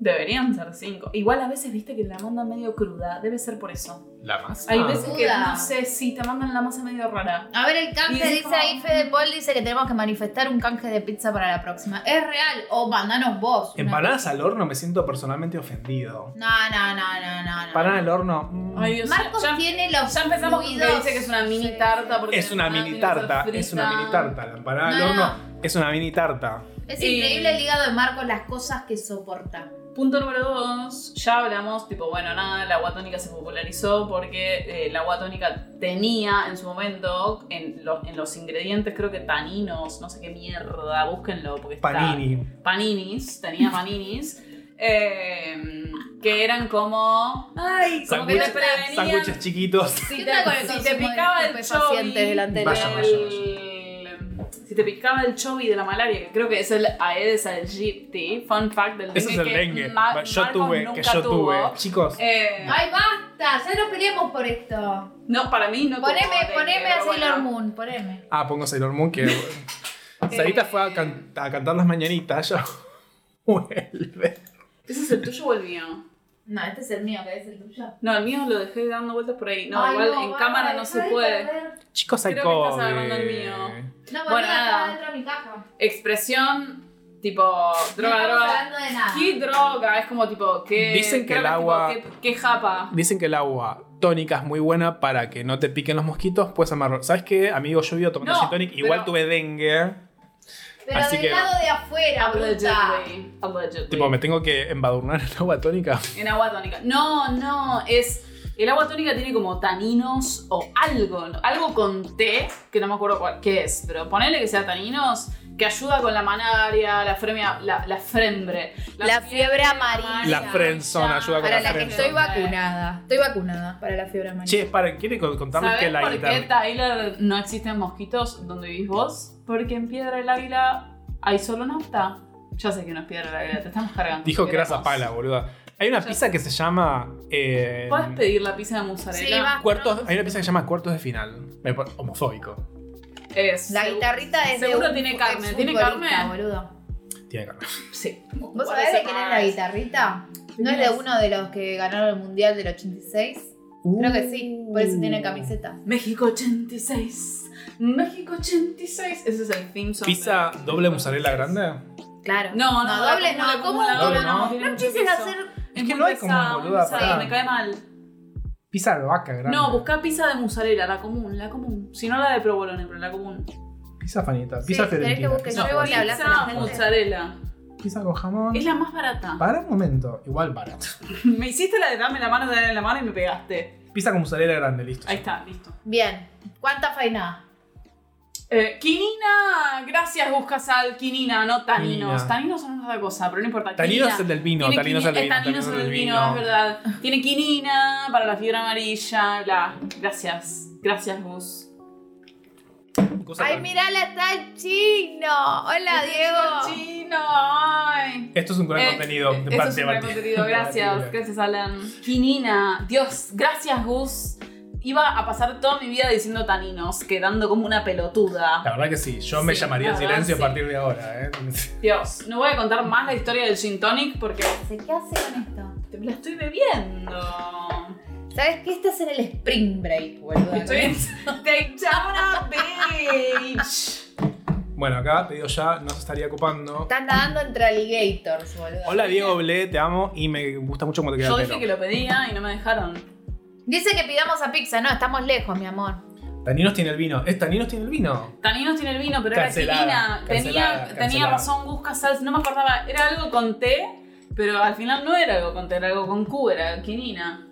C: Deberían ser cinco. Igual a veces viste que la mandan medio cruda, debe ser por eso.
A: La más.
C: Hay veces que
B: Cruda.
C: no sé si te mandan la masa medio rara.
B: A ver, el canje
C: Y es
B: dice
C: como-
B: ahí, Fede Paul dice que tenemos que manifestar un canje de pizza para la próxima. Es real, o mandanos vos. una-
A: Empanadas al horno me siento personalmente ofendido.
B: No, no, no, no, no. no.
A: Empanadas al horno. mm.
C: Ay, Dios
B: Marcos
C: ya,
B: tiene los.
C: ya empezamos con que
B: fluidos.
C: dice que es una mini
B: Sí.
C: tarta. Porque
A: es una
C: la
A: mini
C: empanada tiene que
A: tarta.
C: ser
A: Es
C: frita.
A: una mini tarta. La empanada al
B: No,
A: horno es una mini tarta.
B: Es
C: Y-
B: increíble el hígado de Marcos, las cosas que soporta.
C: Punto número dos, ya hablamos, tipo, bueno, nada, la agua tónica se popularizó porque eh, la agua tónica tenía en su momento en los, en los ingredientes, creo que taninos, no sé qué mierda, búsquenlo porque está...
A: Panini.
C: Paninis, tenía paninis, eh, que eran como... Ay, como que te
A: Sándwiches- Sándwiches
C: prevenían...
A: chiquitos.
C: Si
B: ¿Qué
C: te,
B: onda con el
C: si te
B: consumo de
C: picaba el
B: estupefacientes
C: chovi,
B: delante
A: de Vaya, la- vaya,
C: Si te picaba el chovi de la malaria, que creo que es el Aedes aegypti, fun fact del dengue.
A: Eso es el
C: que
A: dengue.
C: Ma-
A: yo
C: Marcos
A: tuve, que
C: nunca
A: yo tuve.
C: tuvo.
A: Chicos,
C: Eh,
B: ¡Ay, basta! Ya no peleemos por esto.
C: no, para mí no tuvo
B: Poneme,
C: dengue,
B: poneme a
C: pero bueno.
B: Sailor Moon, poneme.
A: Ah, pongo Sailor Moon que. Sarita fue a, can- a cantar las mañanitas, ya vuelve.
C: ¿Ese es el tuyo o el mío?
B: No, este es el mío, que es el tuyo.
C: No, el mío lo dejé dando vueltas por ahí. No,
B: Ay,
C: igual en
B: basta,
C: cámara no
B: dejá
C: se
B: de
C: puede.
B: perder.
A: Chicos, hay
C: Creo que estás agarrando el mío.
A: COVID.
B: No,
C: Bueno,
B: bueno,
C: nada.
B: está dentro de mi caja.
C: Expresión tipo droga,
B: no estamos
C: droga.
B: hablando de nada.
C: ¿Qué droga? Es como tipo, ¿qué?
A: Dicen que
C: creo
A: el
C: es tipo,
A: agua-
C: ¿Qué, qué japa?
A: Dicen que el agua tónica es muy buena para que no te piquen los mosquitos, puedes amarrarlo. ¿Sabes qué, amigo? Yo vivo tomando
C: No,
A: gin tonic, igual
C: pero-
A: tuve dengue.
B: Pero
A: Así
B: del
A: que-
B: lado de afuera, bruta.
C: Allegedly. Allegedly.
A: Tipo, me tengo que embadurnar en agua tónica.
C: En agua tónica. No, no, es. El agua tónica tiene como taninos o algo, ¿no? algo con té, que no me acuerdo cuál, qué es, pero ponele que sea taninos, que ayuda con la malaria, la fremia, la, la frembre.
B: La fiebre amarilla.
A: La frenzona, ayuda con
B: Para
A: la
B: la que
A: frenzona.
B: estoy vacunada. Estoy vacunada para la fiebre amarilla.
A: Che, para, ¿quiere con- contarles que
C: ¿Sabes
A: la
C: por qué,
A: guitarra.
C: Tyler, no existen mosquitos donde vivís vos? Porque en Piedra del Águila hay solo nafta. Ya sé que no es Piedra del Águila, te estamos cargando.
A: Dijo que era
C: Queremos.
A: zapala, boluda. Hay una
C: Ya.
A: pizza que se llama. eh,
C: ¿Puedes pedir la pizza de mozzarella?
B: Sí, va.
A: cuartos, hay una pizza que se llama cuartos de final. Me pon- Homofóbico.
C: Es-
B: La guitarrita es de
C: Seguro
B: un
C: tiene carne. ¿Tiene
B: exfutbolista,
C: carne?
B: boludo.
A: Tiene carne.
C: Sí.
B: ¿Vos sabés de quién es la guitarrita? ¿No es de uno de los que ganaron el mundial del 86? Creo que sí, por eso tiene camiseta.
C: México 86. México 86. Ese es el theme song.
A: ¿Pizza
C: de-
A: doble mozzarella grande?
B: Claro.
C: No, no,
B: No,
C: da
B: doble
C: como
B: no,
C: la-
B: ¿cómo
C: como la-
A: doble
C: como
A: no?
C: tiene
B: No
C: mucho
B: quisieras
C: queso.
B: hacer.
C: Es
A: que
C: muy
A: no hay como
C: pesado,
A: boluda,
C: muy pesado,
A: pará.
C: Me cae mal.
A: Pizza de vaca grande.
C: No, busca pizza de mozzarella, la común, la común. Si no la de provolone, pero la común.
A: Pizza fanita.
B: Sí,
A: Pizza
B: tenés que
A: fiorentina.
B: buscar-
A: pizza
B: Yo luego le
A: fanita,
B: hablas a la
C: pizza
B: gente.
C: mozzarella.
A: Pizza con jamón.
C: Es la más barata.
A: Para un momento. Igual barato.
C: Me hiciste la de dame la mano, dame la mano y me pegaste.
A: Pizza con mozzarella grande, listo.
C: Ahí está, listo.
B: Bien. ¿Cuánta faina?
C: Eh, quinina, gracias Buscasal, quinina, no taninos.
A: Quinina.
C: Taninos son otra cosa, pero no importa.
A: Tanino
C: Quinina.
A: es el del vino.
C: Tiene
A: Tanino es el
C: quini-
A: del vino.
C: Taninos
A: tanino
C: en el vino, es verdad. Tiene quinina para la fibra amarilla, bla. Gracias, gracias Gus.
A: Cosa
B: Ay,
A: tan-
B: mirala, está el chino. Hola, Diego.
C: Chino, ay.
A: Esto es un gran
C: Eh,
A: contenido.
C: eh,
A: De
C: eso
A: parte,
C: es un gran
A: parte.
C: contenido, gracias,
A: Dale.
C: gracias Alan. Quinina, Dios, gracias Gus. Iba a pasar toda mi vida diciendo taninos, quedando como una pelotuda.
A: La verdad que sí. Yo me
C: Sí,
A: llamaría en
C: la verdad,
A: silencio
C: sí.
A: a partir de ahora. ¿eh?
C: Dios, no voy a contar más la historia del gin tonic porque
B: ¿Qué hace con esto?
C: te- la estoy bebiendo.
B: ¿Sabes qué? Estás en el spring break, boludo.
C: Estoy en Daytona Beach.
A: Bueno, acá te digo ya, no se estaría ocupando.
B: Estás nadando entre alligators, boludo.
A: Hola Diego Ble, te amo y me gusta mucho cómo te queda
C: Yo
A: el
C: dije que
A: pelo.
C: lo pedía y no me dejaron.
B: Dice que pidamos a pizza. No, estamos lejos, mi amor.
A: Taninos tiene el vino. ¿Es Taninos tiene el vino?
C: Taninos tiene el vino, pero
A: Cancelada,
C: era Tilina. Tenía,
A: cancelada,
C: tenía
A: cancelada.
C: razón, busca salsa. No me acordaba. Era algo con té, pero al final no era algo con té, era algo con Q, era quinina.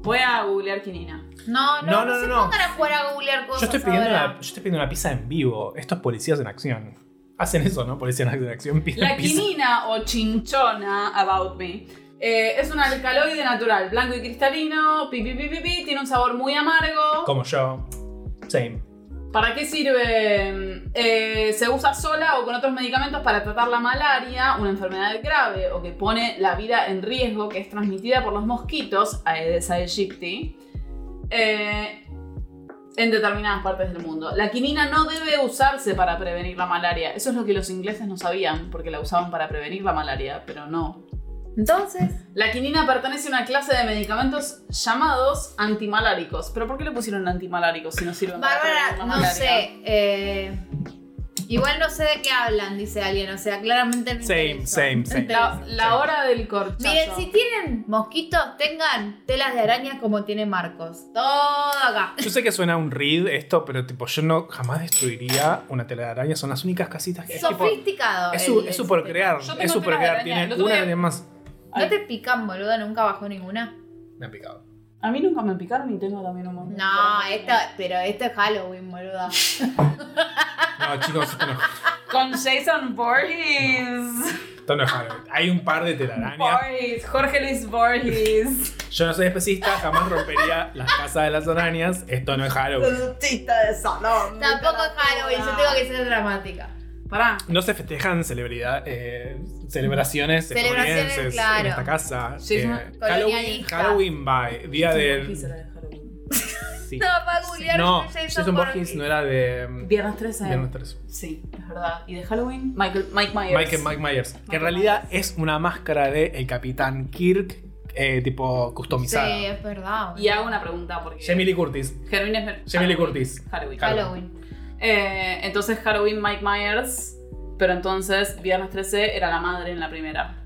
C: Voy a googlear quinina.
B: No, no, no,
A: No, no,
B: se
A: no, no.
B: pongan a jugar a googlear cosas
A: Yo estoy, pidiendo
B: ahora.
A: una, yo estoy pidiendo una pizza en vivo. Estos policías en acción. Hacen eso, ¿no? Policías en acción piden
C: La
A: pizza.
C: quinina o chinchona, about me, eh, es un alcaloide natural, blanco y cristalino, pi, pi, pi, pi, pi, tiene un sabor muy amargo.
A: Como yo. Same.
C: ¿Para qué sirve? Eh, se usa sola o con otros medicamentos para tratar la malaria, una enfermedad grave o que pone la vida en riesgo, que es transmitida por los mosquitos, Aedes aegypti, eh, en determinadas partes del mundo. La quinina no debe usarse para prevenir la malaria. Eso es lo que los ingleses no sabían, porque la usaban para prevenir la malaria, pero no.
B: Entonces,
C: La quinina pertenece a una clase de medicamentos llamados antimaláricos. ¿Pero por qué le pusieron antimaláricos si no sirven para prevenir
B: Bárbara,
C: la
B: no
C: malaria?
B: sé. eh, igual no sé de qué hablan, dice alguien. O sea, claramente. no
A: Same,
B: interesa.
A: same, same.
B: Interesa.
C: La, la hora del corchazo.
B: Miren, si tienen mosquitos, tengan telas de araña como tiene Marcos. Todo acá.
A: Yo sé que suena un read esto, pero tipo, yo no jamás destruiría una tela de araña. Son las únicas casitas que es tipo.
B: Sofisticado.
A: Es su,
B: el-
A: es su
B: el
A: por
B: sistema.
A: crear.
C: Yo tengo
A: Es su por
C: telas de
A: crear.
C: araña. El
A: Tiene
C: otro
A: una
C: día-
A: de más.
B: No te pican, boluda, nunca bajó ninguna.
A: Me han picado.
C: A mí nunca me picaron y tengo también un montón.
B: No, esta, pero esto es Halloween, boluda.
A: No, chicos, esto no,
C: Con Jason Borges.
A: esto no es Halloween. Hay un par de telarañas.
C: Borges. Jorge Luis Borges.
A: Yo no soy especista, jamás rompería las casas de las arañas. Esto no es Halloween.
C: Chista de salón.
B: Tampoco es Halloween, yo tengo que ser dramática.
C: Pará.
A: No se festejan celebridad, eh,
B: Celebraciones,
A: celebraciones estadounidenses
B: claro.
A: en esta casa.
C: Sí, es una
A: Eh, Halloween,
B: colonialista.
A: Halloween by, día
C: Borges
A: de...
C: era de Halloween.
A: sí.
B: No, para googlear
A: No,
B: yo soy
A: Jason Borges no era de... mm,
C: Viernes 13.
A: Viernes 13.
C: Sí, es verdad. ¿Y de Halloween? Michael, Mike Myers.
A: Michael Mike Myers. Que en realidad es una máscara de el Capitán Kirk, eh, tipo customizada.
B: Sí, es verdad. boluda.
C: Y hago una pregunta porque.
A: Jamie Lee Curtis.
C: Germín es-
A: Jamie Lee Curtis.
C: Halloween.
B: Halloween.
C: Eh, entonces Halloween Mike Myers, pero entonces Viernes 13 era la madre en la primera.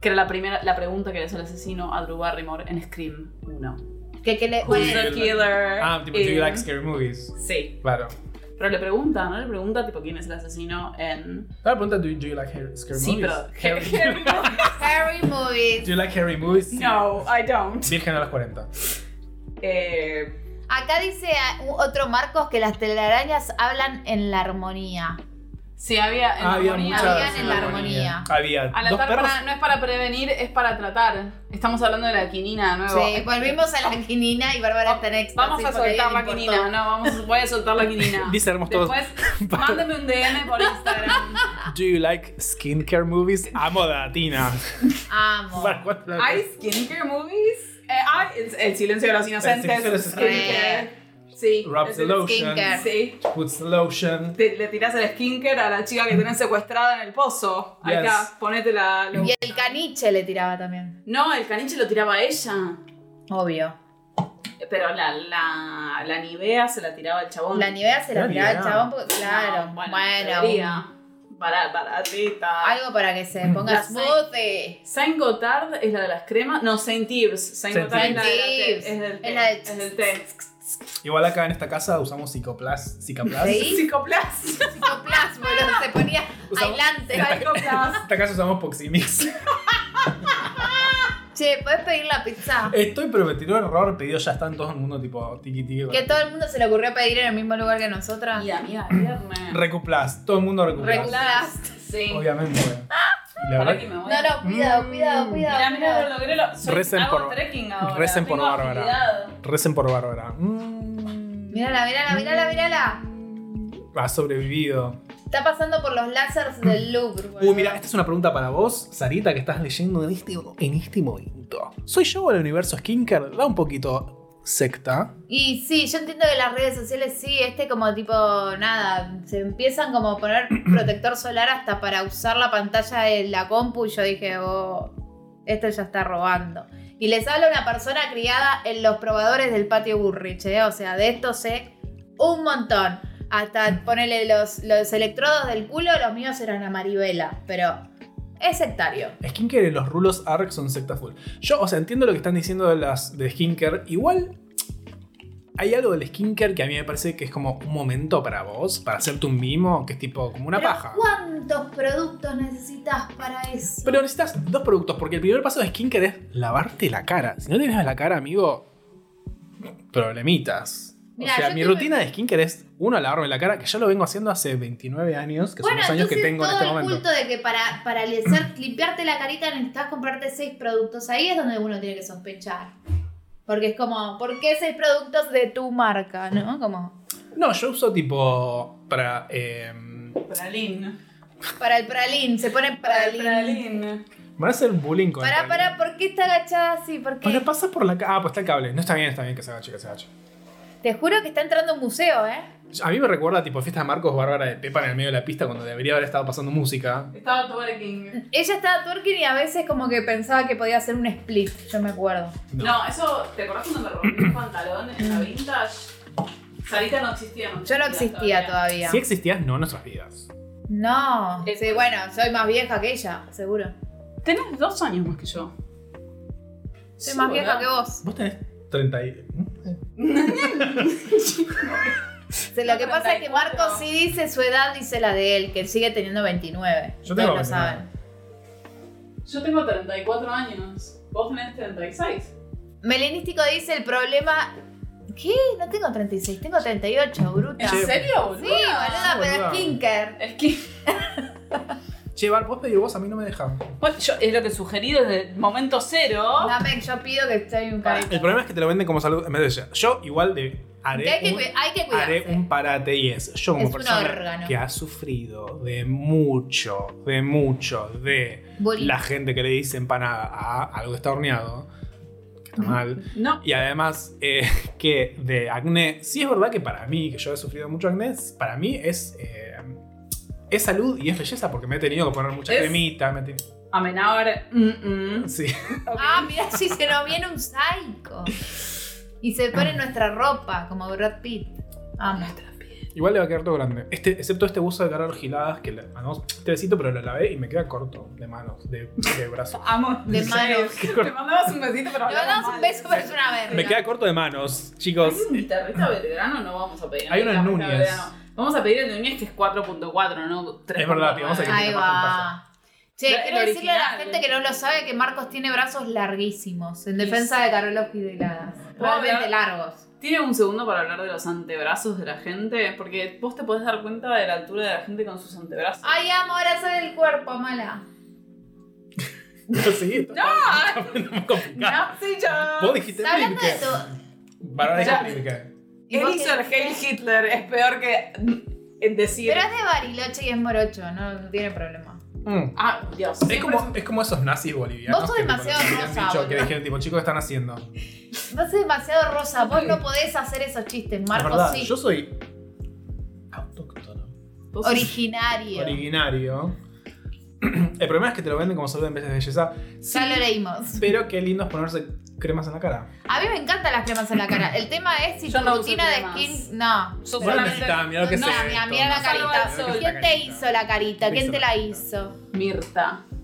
C: Que era la primera la pregunta que le hizo el asesino a Drew Barrymore en Scream 1.
B: Que, que le,
A: Uy,
C: Who's the
A: el-
C: killer?
A: Ah, tipo, do
C: Eh,
A: you like scary movies?
C: Sí.
A: Claro.
C: Pero le pregunta, ¿no? Le pregunta tipo quién es el asesino en.
A: Ahora pregunta, do you, do you like hair- scary
C: Sí,
A: movies?
C: pero.
A: Harry-
B: Harry Movies.
A: do you like scary movies?
C: no, I don't.
A: Virgen a los 40.
C: Eh,
B: Acá dice a- u- otro Marcos que las telarañas hablan en la armonía.
C: sí, había. en
A: Ah, había
C: armonía,
A: muchas.
B: Habían en la armonía.
A: Había
C: Al
A: dos
C: azar
A: perros.
C: para- no es para prevenir, es para tratar. Estamos hablando de la quinina de nuevo.
B: Sí,
C: Es-
B: volvimos a la quinina y Bárbara está en éxtasis
C: Ah, Vamos a
B: porque
C: soltar la
B: le importó.
C: quinina, no, vamos, voy a soltar la quinina.
A: Dice hermoso todos.
C: Después, mándame un DM por Instagram.
A: Do you like skincare movies? Amo a Tina.
B: Amo.
A: Para cuatro-
C: ¿Hay skincare movies? Eh, ay, el, el silencio de los inocentes.
A: El silencio de los
B: inocentes.
C: Sí.
A: Rub the
C: el-
A: lotion.
B: skincare.
C: Sí.
A: Puts the lotion.
C: Te- le tirás el skincare a la chica que tenés secuestrada en el pozo. Acá,
A: Yes.
C: ponete la... lo-
B: Y el caniche le tiraba también.
C: No, el caniche lo tiraba a ella.
B: Obvio.
C: Pero la, la, la Nivea se la tiraba al chabón.
B: La Nivea se la
A: La
B: tiraba el
A: Nivea.
B: chabón porque, claro,
C: No,
B: bueno,
C: en teoría, bara- baratita.
B: algo para que
A: Mm.
B: se ponga
C: La
B: smoothie.
C: Saint Gotard es la de las cremas. No, Saint Ives. Saint
A: Saint
C: Gotard es la de la té-
B: Ives.
C: es del té.
B: Es la del-
C: Es del té.
A: Igual acá en esta casa usamos Psicoplas. Psicoplas.
B: Sí.
C: Psicoplas.
B: Psicoplas, boludo, se ponía
A: Usamos-
B: adelante.
A: En
C: Psicoplas.
A: esta casa usamos Poximix.
B: Che, ¿puedes pedir la pizza?
A: Estoy prometido error, pedido ya están todo el mundo tipo tiki tiki.
B: Que todo el mundo se le ocurrió pedir en el mismo lugar que nosotras.
C: Y amiga, viernes.
A: Recuplas, todo el mundo recuplas.
B: Recuplas.
C: Sí.
A: Obviamente. Y
C: Para
A: la verdad
C: que
A: que-
C: me voy.
B: No, no, cuidado, cuidado,
A: Mm.
B: cuidado.
C: Mira,
B: cuidado.
C: mira, lo logré. Lo, soy,
A: Recen
C: hago
A: por-
C: trekking ahora.
A: recen por
C: tengo
A: Bárbara.
C: agilidad.
A: Recen por Bárbara. Mm.
B: Mírala, mírala, mírala, mírala.
A: Ha sobrevivido.
B: Está pasando por los lásers del Louvre. boludo.
A: Uy, mira, esta es una pregunta para vos, Sarita, que estás leyendo en este, en este momento. ¿Soy yo o el universo Skinker? Da un poquito secta.
B: Y sí, yo entiendo que las redes sociales sí, este como tipo, nada, se empiezan como a poner protector solar hasta para usar la pantalla de la compu y yo dije, oh, esto ya está robando. Y les habla una persona criada en los probadores del patio Burrich, ¿eh? o sea, de esto sé un montón. Hasta ponerle los, los electrodos del culo, los míos eran a Maribela, pero es sectario.
A: Skinker y los rulos ARC son secta full. Yo, o sea, entiendo lo que están diciendo de las de Skinker. Igual hay algo del skincare que a mí me parece que es como un momento para vos, para hacerte un mimo, que es tipo como una
B: Pero
A: paja.
B: ¿Cuántos productos necesitas para eso?
A: Pero necesitas dos productos, porque el primer paso de skincare es lavarte la cara. Si no tienes la cara, amigo, problemitas.
B: Mirá,
A: o sea,
B: yo
A: mi
B: tuve-
A: rutina de skincare es, uno, lavarme la cara, que ya lo vengo haciendo hace 29 años, que son los años que
B: entonces
A: tengo en
B: todo
A: este
B: el
A: momento.
B: culto de que para, para hacer- limpiarte la carita necesitas comprarte seis productos. Ahí es donde uno tiene que sospechar. Porque es como, ¿por qué seis productos de tu marca? ¿No? Como
A: No, yo uso tipo para... em,
C: Pralín.
B: para el pralín, se pone pralín.
C: Pralín.
A: me van a hacer bullying con...
B: Para,
A: el-
B: para, ¿por qué está agachada así? ¿Por qué?
A: Porque pasa por la cara... Ah, pues está el cable. No está bien, está bien que se agache, que se agache.
B: Te juro que está entrando un museo, ¿eh?
A: A mí me recuerda tipo fiesta de Marcos Bárbara de Pepa en el medio de la pista cuando debería haber estado pasando música.
C: Estaba twerking.
B: Ella estaba twerking y a veces como que pensaba que podía hacer un split, yo me acuerdo.
A: No.
C: No, eso, ¿te acordás cuando me rompí un pantalón en la vintage? Sarita no existía.
B: Yo no existía todavía.
A: Si existías, no en nuestras vidas.
B: No.
C: Es-
B: Sí, bueno, soy más vieja que ella, seguro.
C: Tenés dos años más que yo.
B: Soy más vieja que vos.
A: Vos tenés 30 y... ¿Mm?
B: O sea, lo que pasa es que
C: 34.
B: Marco sí dice su edad, dice la de él, que sigue teniendo 29.
A: Yo
B: Ustedes
A: tengo
B: lo
A: 29.
B: saben.
C: Yo tengo 34 años. Vos tenés 36.
B: Melenístico dice el problema... ¿Qué? No tengo 36, tengo 38, bruta.
A: Sí.
B: Sí,
C: serio,
B: boluda, pero
A: Boluda.
B: es kinker.
C: Es que
A: Che, Val, ¿puedes pedir vos? A mí no me dejan.
C: Bueno, yo- es lo que sugerí desde el momento cero.
B: Dame, yo pido que estoy un
A: El
B: carito.
A: problema es que te lo venden como salud en vez de ella. Yo igual de, haré,
B: Que hay, que,
A: un,
B: cui- hay que
A: haré
B: cuidarse.
A: un parate y es, yo como
B: Es un
A: persona
B: órgano.
A: que ha sufrido de mucho, de mucho, de
B: Boli-
A: la gente que le dice empanada a algo que está horneado, que está mal,
C: No.
A: y además eh, que de acné, sí es verdad que para mí, que yo he sufrido mucho acné, para mí es... eh, es salud y es belleza porque me he tenido que poner mucha
C: Es-
A: cremita. Me he tenido-
C: Amenábar. mm, mm.
A: sí.
B: Ah, mirá, si se nos viene un psycho. Y se pone nuestra ropa, como Brad Pitt. Amo.
A: Igual le va a quedar todo grande. Este, excepto este buzo de cargar giladas que le mandamos este besito, pero lo lavé y me queda corto de manos, de, de brazo.
C: Amo.
B: De manos.
C: Te mandabas un besito, pero
B: Le mandamos un beso, pero es una
A: me
B: verga.
A: queda corto de manos,
C: ¿Hay
A: chicos.
C: un guitarrista veterano? No vamos a pedir.
A: Hay uno en
C: guitarrista
A: Núñez.
C: veterano. Vamos a pedir el Núñez que es 4.4, no 3.
A: Es verdad, tío, vamos a
B: Ahí va. Che,
C: Era
B: quiero decirle a la
C: original.
B: gente que no lo sabe que Marcos tiene brazos larguísimos. En defensa
C: Sí.
B: de Carlos Pideladas. Realmente
C: Hola.
B: largos.
C: ¿Tiene un segundo para hablar de los antebrazos de la gente? Porque vos te podés dar cuenta de la altura de la gente con sus antebrazos.
A: Ah,
B: Ay, amo, ahora sabe el cuerpo, mala.
A: sí, está
C: ¡No!
A: muy complicado.
C: ¡No, sí, yo!
A: Vos dijiste
B: Hablando de
A: Milke.
B: tu.
A: Varones
C: Espera.
A: con Milke.
B: ¿Y vos
C: Él hizo el
B: qué
C: Heil Hitler, es peor que en decir.
B: Pero es de Bariloche y es morocho, no, no tiene problema.
A: Mm.
C: Ah, Dios.
A: Es
C: siempre
A: como, es como esos nazis bolivianos.
B: Vos sos
A: que, tipo,
B: demasiado
A: que habían
B: rosa,
A: dicho, Que
B: boludo.
A: dijeron, tipo, chicos, ¿qué están haciendo?
B: Vos sos demasiado rosa, vos no podés hacer esos chistes,
A: La
B: Marcos
A: verdad,
B: sí.
A: yo soy autóctono.
C: Vos sos-
B: Originario.
A: Originario. El problema es que te lo venden como salud en vez de belleza. Sí,
B: Ya lo leímos.
A: pero qué lindo es ponerse cremas en la cara.
B: A mí me encantan las cremas en la cara. El tema es si
C: Yo
B: tu
C: no uso
B: rutina de
C: cremas.
B: skin. No.
C: Yo
A: Bueno,
C: solamente-
A: está, mira lo que
C: no,
A: sé.
B: No, mira, mira la
C: no salgo al
B: carita.
C: sol.
B: ¿Quién te hizo la carita?
A: Me
B: ¿Quién
A: hizo
B: te
A: la
B: la
A: carita.
B: hizo?
C: Mirta.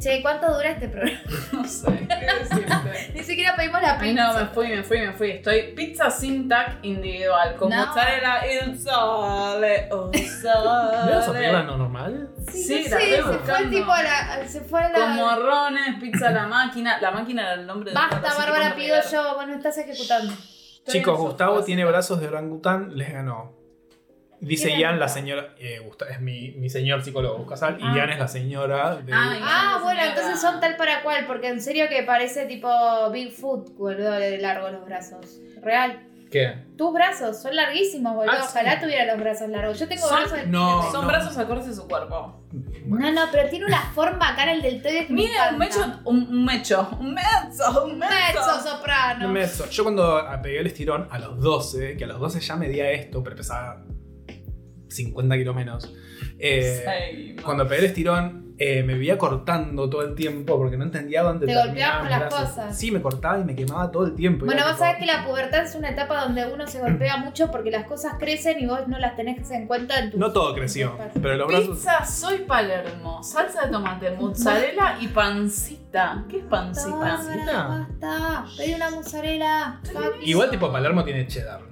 B: Che, ¿cuánto dura este programa?
C: No sé, ¿qué decirte?
B: Ni siquiera pedimos la
C: Ay,
B: pizza.
C: no, me fui, me fui, me fui. Estoy pizza sin tac individual, con
B: No.
C: mozzarella il sole, oh
A: ¿No vas a pedir la
C: sole.
A: no normal?
B: Sí,
C: Sí, la
B: no sé,
C: estoy
B: se fue
C: buscando.
B: tipo a la. Se fue a la.
C: Con morrones, pizza a la máquina. La máquina era el nombre de
B: Basta, Bárbara, pido yo. Vos no estás ejecutando.
A: Chicos, Gustavo tiene brazos de orangután, les ganó. Dice
B: ¿Quién
A: Ian,
B: es?
A: la señora. eh, Gusta- es mi, mi señor psicólogo Casal.
C: Ah.
A: Y Ian es la señora
C: Ay.
A: de.
B: Ah,
C: Grande
B: bueno,
C: señora.
B: entonces son tal para cual, porque en serio que parece tipo Bigfoot, boludo, de largo los brazos. Real.
A: ¿Qué?
B: Tus brazos son larguísimos, boludo.
A: Ah, sí.
B: Ojalá tuviera los brazos largos. Yo tengo
C: Son-
B: brazos de
A: no.
C: Son brazos acordes de su cuerpo.
B: No, no, pero tiene una forma cara el deltoide que
C: Mira,
B: me
C: un mecho,
B: encanta.
C: un, un mecho, un mezzo, un
B: Mezzo
C: mezzo.
B: soprano.
A: No me- so- Yo cuando pegué el estirón a los 12, que a los 12 ya medía esto, pero pesaba 50 kilos menos. eh,
C: Sí, no.
A: cuando pegué el estirón, eh, me vivía cortando todo el tiempo porque no entendía dónde
B: Te
A: terminaban
B: golpeabas
A: mis
B: con las
A: brazos.
B: cosas.
A: Sí, me cortaba y me quemaba todo el tiempo.
B: Bueno,
A: Era
B: vos
A: tipo-
B: sabés que la pubertad es una etapa donde uno se golpea mucho porque las cosas crecen y vos no las tenés en cuenta en tu.
A: No todo creció, pero los brazos.
C: Pizza, soy Palermo, salsa de tomate, mozzarella y pancita. ¿Qué es
B: Basta,
C: pancita?
A: Pancita.
B: basta. Pedí una mozzarella. Papi.
A: Igual tipo Palermo tiene cheddar.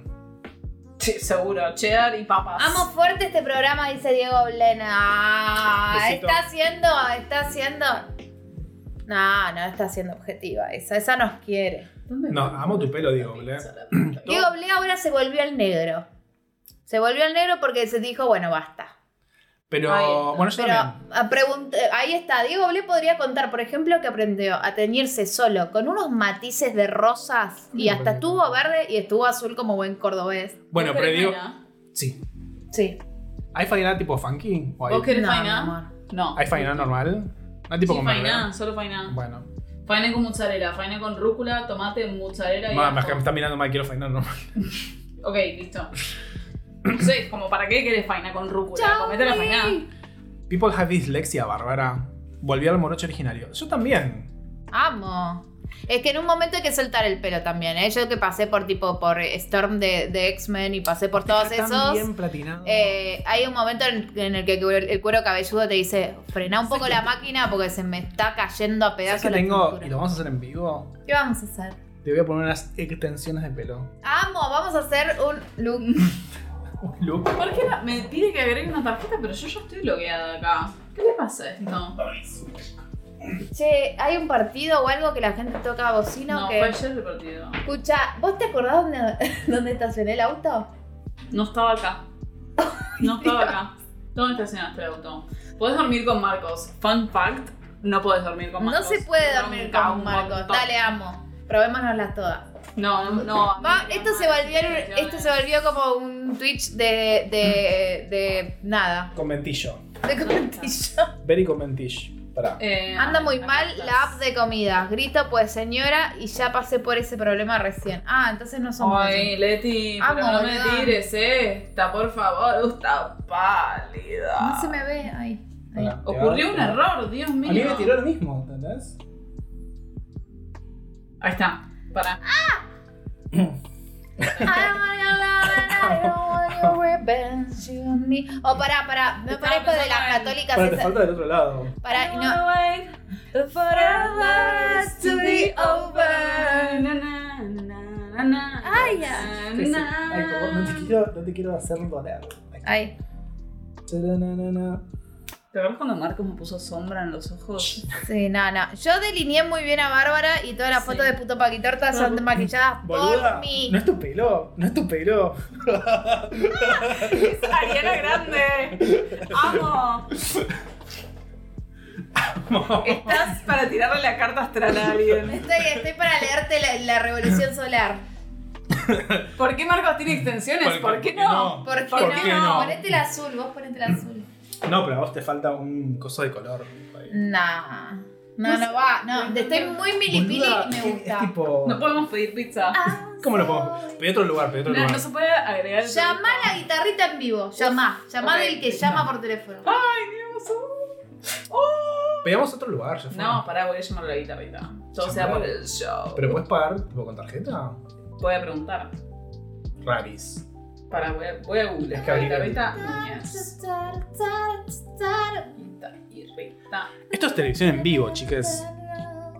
C: Sí, seguro, cheddar y papas.
B: Amo fuerte este programa, dice Diego Blena.
A: Besito.
B: Está haciendo, está haciendo. No, no está siendo objetiva esa, esa nos quiere.
C: ¿Dónde
A: No,
C: está?
A: amo tu pelo, Diego, Ble.
B: Diego Blea ahora se volvió al negro. Se volvió al negro porque se dijo, bueno, basta.
A: Pero
C: Ahí está.
A: bueno, yo
B: Pero
A: también.
B: a pregunt- ahí está, Diego Blea podría contar, por ejemplo, que aprendió a teñirse solo con unos matices de rosas y
A: No,
B: hasta
A: pero-
B: estuvo verde y estuvo azul como buen cordobés.
A: Bueno,
C: ¿Vos
A: pero
C: querés
A: digo.
C: vaina?
A: Sí.
B: Sí.
A: ¿Hay faina tipo funky? ¿O hay,
C: ¿Vos querés
B: No, mi
C: faina?
B: amor.
C: No.
A: ¿hay faina normal? No tipo
C: Sí,
A: con
C: faina,
A: mermelada.
C: solo faina.
A: Bueno,
C: Faina con mozzarella, faina con rúcula, tomate, mozzarella y
A: Mamá,
C: ajo.
A: me está mirando mal, quiero faina normal.
C: Ok, listo. No sé, como para qué querés faina con rúcula, comete la faina.
A: People have dyslexia, Bárbara. Volví al morocho originario. Yo también.
B: Amo. Es que en un momento hay que soltar el pelo también, ¿eh? Yo que pasé por tipo por Storm de, de X-Men y pasé por todos
A: Está
B: esos.
A: bien platinado.
B: eh, hay un momento en, en el que el cuero cabelludo te dice, frena un poco la máquina porque se me está cayendo a
A: ¿Sabes
B: pedazos
A: que
B: la
A: tengo?
B: estructura".
A: Y lo vamos a hacer en vivo.
B: ¿Qué vamos a hacer?
A: Te voy a poner unas extensiones de pelo.
B: Amo, vamos a hacer un look.
A: Un look.
C: ¿Por qué la- me pide que agregue una tarjeta, pero yo ya estoy bloqueada acá? ¿Qué le pasa a esto?
B: Che, ¿hay un partido o algo que la gente toca bocina
C: No,
B: o qué?
C: fue ayer el partido.
B: Escucha, ¿vos te acordás dónde, dónde estacioné el auto?
C: No estaba acá.
B: Oh,
C: No estaba acá. ¿Dónde estacionaste el auto? Podés dormir con Marcos. Fun fact, no podés dormir con
B: No
C: Marcos.
B: se puede dormir
C: Bronca,
B: con
C: un
B: Marcos.
C: montón.
B: Dale, amo. Probémonos todas.
C: No, no.
B: Va, esto, se volvió, esto se volvió como un Twitch de, de, de nada.
A: Comentillo.
B: De comentillo.
A: Very comentillo. Pará.
C: Eh,
B: Anda muy
C: acá
B: mal
C: estás.
B: la app de comida. Grito pues señora y ya pasé por ese problema recién. Ah, entonces no somos...
C: Ay, Leti, pero
B: Amo,
C: no me
B: boluda.
C: tires esta, por favor, está pálida.
B: No se me ve ahí. ahí.
A: Pará, te
C: eh, Ocurrió
A: va-
C: un error, Dios mío.
A: A mí me tiró lo mismo, ¿entendés?
C: Ahí está, para.
B: I don't wanna go alone and I don't want your revenge on me. Oh, pará, pará. Me
C: Estaba
B: parezco de las
C: pensando en-
B: católicas.
A: Pará, te
B: esas-
A: falta del otro lado.
B: Pará, y no...
C: For our lives to be over. Na, na, na, na, na.
B: Ay,
C: Na,
B: ya.
A: Ay,
C: na.
A: por favor, no te quiero, no te quiero hacer doler.
B: Ay,
A: Taranana.
C: ¿Te acuerdas cuando Marcos me puso sombra en los ojos?
B: sí, no, no. Yo delineé muy bien a Bárbara y todas las
C: Sí.
B: fotos de puto paquitorta son maquilladas
A: Boluda,
B: por mí.
A: no es tu pelo, no es tu pelo.
C: ¡Es Ariana Grande! ¡Amo! Estás para tirarle la carta astral a alguien.
B: Estoy, estoy para leerte la, la revolución solar.
C: ¿Por qué Marcos tiene extensiones?
A: Porque-
C: ¿Por qué
A: porque
C: no?
A: no.
B: ¿Por qué,
C: ¿Por
B: no?
C: qué no?
B: Ponete el azul, vos ponete el azul.
A: No, pero a vos te falta un coso de color. Boluda,
B: Nah. No, no va. No,
C: Pues,
B: te estoy muy milipili y me
A: es- Es
B: gusta. Ah,
A: tipo.
C: No podemos pedir pizza.
A: ¿Cómo lo podemos? Pedí otro lugar, pedí otro
C: Ah, No,
A: lugar.
C: no se puede agregar. el
B: Llamá a la guitarrita en vivo. Llamá. Llamá
C: Ok.
B: del que llama por teléfono.
C: ¡Ay, Dios! ¡Oh!
A: Pedíamos otro lugar, ya fue.
C: No, pará, voy a llamar a la guitarrita. Todo sea por el show.
A: Pero puedes pagar tipo con tarjeta.
C: Voy a preguntar.
A: Raris.
C: Pará, voy a, voy a googlear.
A: Es que abrí la-
C: guitarrita Núñez. Guitarrita.
A: Esto es televisión en vivo, chiques.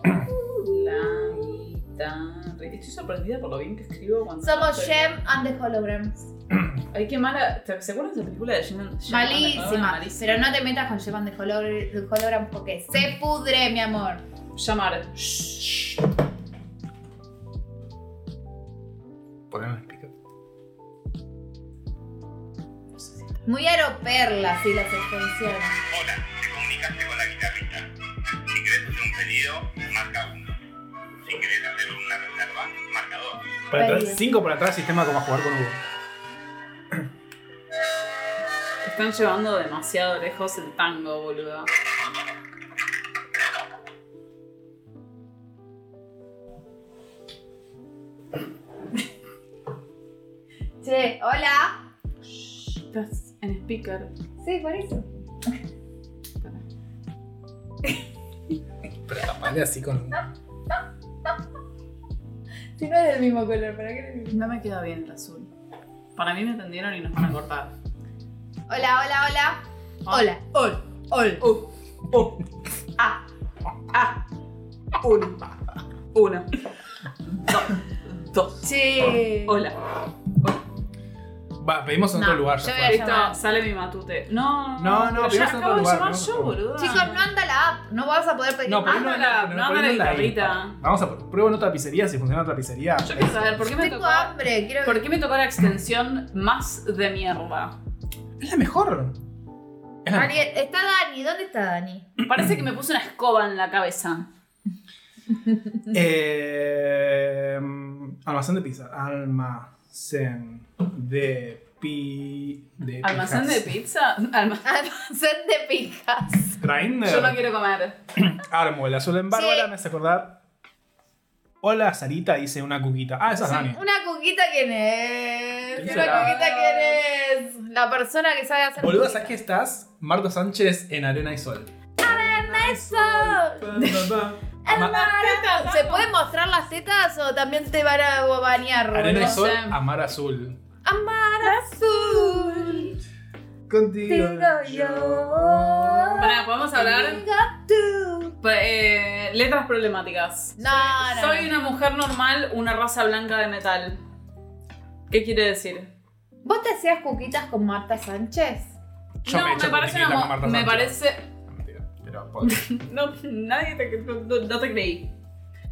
C: La guitarrita. Estoy sorprendida por lo bien que escribo cuando.
B: Somos
C: estoy-
B: Gem and the Holograms.
C: Ay, qué mala. ¿te- ¿Se acuerdan de esa película de Jim and Jim and the Holograms?
B: Malísima. Pero no te metas con Gem and the Holog- the Holograms porque se pudre, mi amor.
C: Llamar. Shh.
A: Ponemos el speaker.
C: No sé si está.
B: Muy aeroperla, sí, las extensiones.
D: Hola, te comunicaste con la guitarrista. Si querés hacer un pedido, marca 1. Si querés hacer una reserva, marca 2.
A: Para
B: Pedí.
A: atrás, 5 para atrás, sistema como a jugar con Hugo.
C: Están llevando demasiado lejos el tango, boludo.
B: Che, hola.
C: Shh, Estás en speaker.
B: Sí, por eso.
A: Pero tapale así con.
B: Si no es del mismo color, ¿para qué
C: No me queda bien el azul. Para mí me entendieron y nos van a cortar.
B: Hola, hola, hola. Hola.
C: Ol. Ol. U. U. A. A. Uno. Uno. Dos. Dos.
B: Che.
C: Hola.
A: Va, pedimos en otro
B: No,
A: lugar. Ya
B: yo
A: fue.
B: voy a-
C: Listo, sale mi matute. No,
A: No, no,
C: pero ya
A: pero es otro
C: acabo de
A: lugar,
C: llamar
A: no,
C: yo,
A: no.
C: boludo.
B: Chicos, no anda la app, no vas a poder pedir.
A: Ah. No,
B: Ah,
A: pero no,
C: Ándala,
A: no,
C: no,
A: pero
C: ándala
A: no la
C: guitarrita.
A: hay. Vamos a pr- prueba en otra pizzería si funciona en otra pizzería.
C: Yo quiero saber por qué me
B: tengo
C: tocó.
B: hambre, quiero
C: ¿Por qué me tocó la extensión más de mierda?
A: Es la mejor. Es la
B: Ariel, está Dani, ¿dónde está Dani?
C: Parece que me puse una escoba en la cabeza.
A: Eh, almacén de pizza. Almacén de pi. De
C: ¿Almacén de pizza?
A: pizza.
C: Alma-
B: Almacén de pijas.
C: Yo no quiero comer.
A: Armo, la suelen en Bárbara,
B: Sí.
A: me hace acordar. Hola, Sarita, dice una cuquita. Ah, esa es Dani.
B: Una cuquita quién es.
A: ¿Quién
B: Una
A: será?
B: cuquita quién es. La persona que sabe hacer.
A: Boluda,
B: cuquita.
A: ¿sabes qué estás? Marta Sánchez en Arena y Sol.
B: Eso.
A: Ama-
B: ¿Se pueden mostrar las tetas o también te van a bañar?
A: Arena y
B: boludo?
A: Sol,
C: sé.
A: Amar Azul.
B: Amar azul.
A: Contigo
B: Digo yo.
C: Para, podemos hablar.
B: Digo tú.
C: Eh, letras problemáticas.
B: No, no.
C: Soy
B: no.
C: una mujer normal, una raza blanca de metal. ¿Qué quiere decir?
B: ¿Vos te hacías cuquitas con Marta Sánchez?
A: Yo
C: no,
A: me he hecho
C: parece
A: comiquita
C: mo-
A: con Marta
C: Me
A: Sánchez.
C: parece.
A: Mentira, pero podría.
C: No, nadie te, no, no te creí.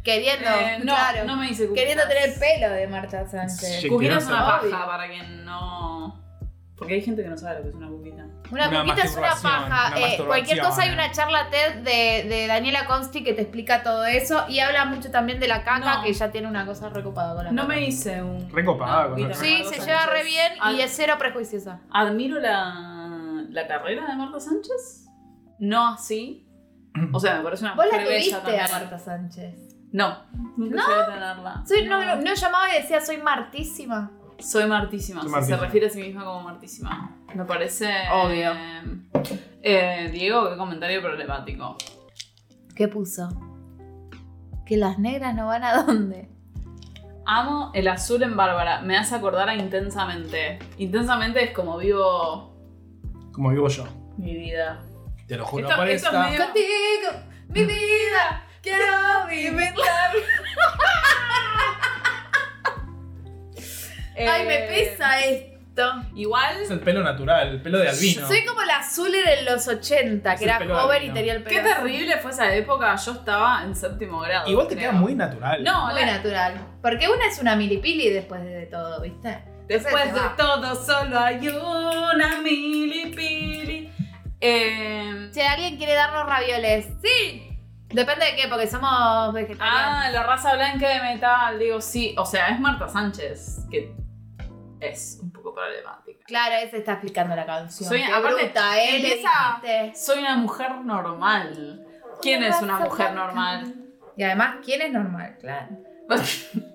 B: Queriendo,
C: Eh, no,
B: claro.
C: no me hice
B: Queriendo
C: cuquitas.
B: tener el pelo de Marta Sánchez.
A: Sí.
C: Cuquita es una
B: Obvio.
C: paja para quien no. Porque hay gente que no sabe lo que es una cuquita.
B: Una,
A: Una
B: cuquita es una
A: masturbación,
B: paja.
A: una
B: Eh, cualquier
A: masturbación.
B: cosa hay una charla TED de, de Daniela Consti que te explica todo eso y habla mucho también de la caca,
C: No.
B: que ya tiene una cosa recopada con la
C: No
B: caca.
C: me hice un.
A: Recopada
C: una
A: con
C: cuquita
A: la
B: Sí,
C: Marta
B: se
C: Sánchez.
B: lleva re bien y
C: Ad-
B: es cero prejuiciosa.
C: Admiro la, la carrera de Marta Sánchez. No así. O sea, me parece una
B: Vos la
C: mujer bella
B: tuviste
C: también.
B: a Marta Sánchez.
C: No, nunca
B: ¿No?
C: llegué a tenerla.
B: Soy- no, no- no llamaba y decía, soy martísima.
C: Soy martísima. o
A: Soy
C: sea,
A: martísima.
C: Se refiere a sí misma como martísima. Me parece.
B: Obvio.
C: eh, eh, Diego, qué comentario problemático.
B: ¿Qué puso? Que las negras no van a dónde.
C: Amo el azul en Bárbara. Me hace acordar a intensamente. Intensamente es como vivo
A: Como vivo yo.
C: mi vida.
A: Te lo juro,
C: Esto-
A: por
C: esto es
A: esta-
C: medio-
B: Contigo, mi vida, quiero vivirla. Ay, me
C: Eh,
B: pesa esto.
C: Igual.
A: Es el pelo natural, el pelo de albino.
B: Soy como la Zuller en los 80,
A: Es
B: que
A: el
B: era
A: pelo
B: joven y
A: albino.
B: tenía el pelo.
C: Qué terrible fue esa época. Yo estaba en séptimo grado.
A: Igual te
C: creo.
A: queda muy natural.
C: No,
B: Muy
C: la-
B: natural. Porque una es una milipili después de todo, ¿viste?
C: Después de
B: va.
C: todo solo hay una milipili. Eh,
B: Si alguien quiere darnos ravioles, sí. Depende de qué, porque somos vegetarianos.
C: ah, la raza blanca de metal, digo sí. O sea, es Marta Sánchez, que es un poco problemática.
B: Claro, ese está explicando la canción.
C: Soy-
B: Qué
C: aparte,
B: bruta, ¿eh? Le
C: empieza-
B: dijiste.
C: Soy una mujer normal. ¿Quién es una mujer normal?
B: Y además, ¿quién es normal? Claro.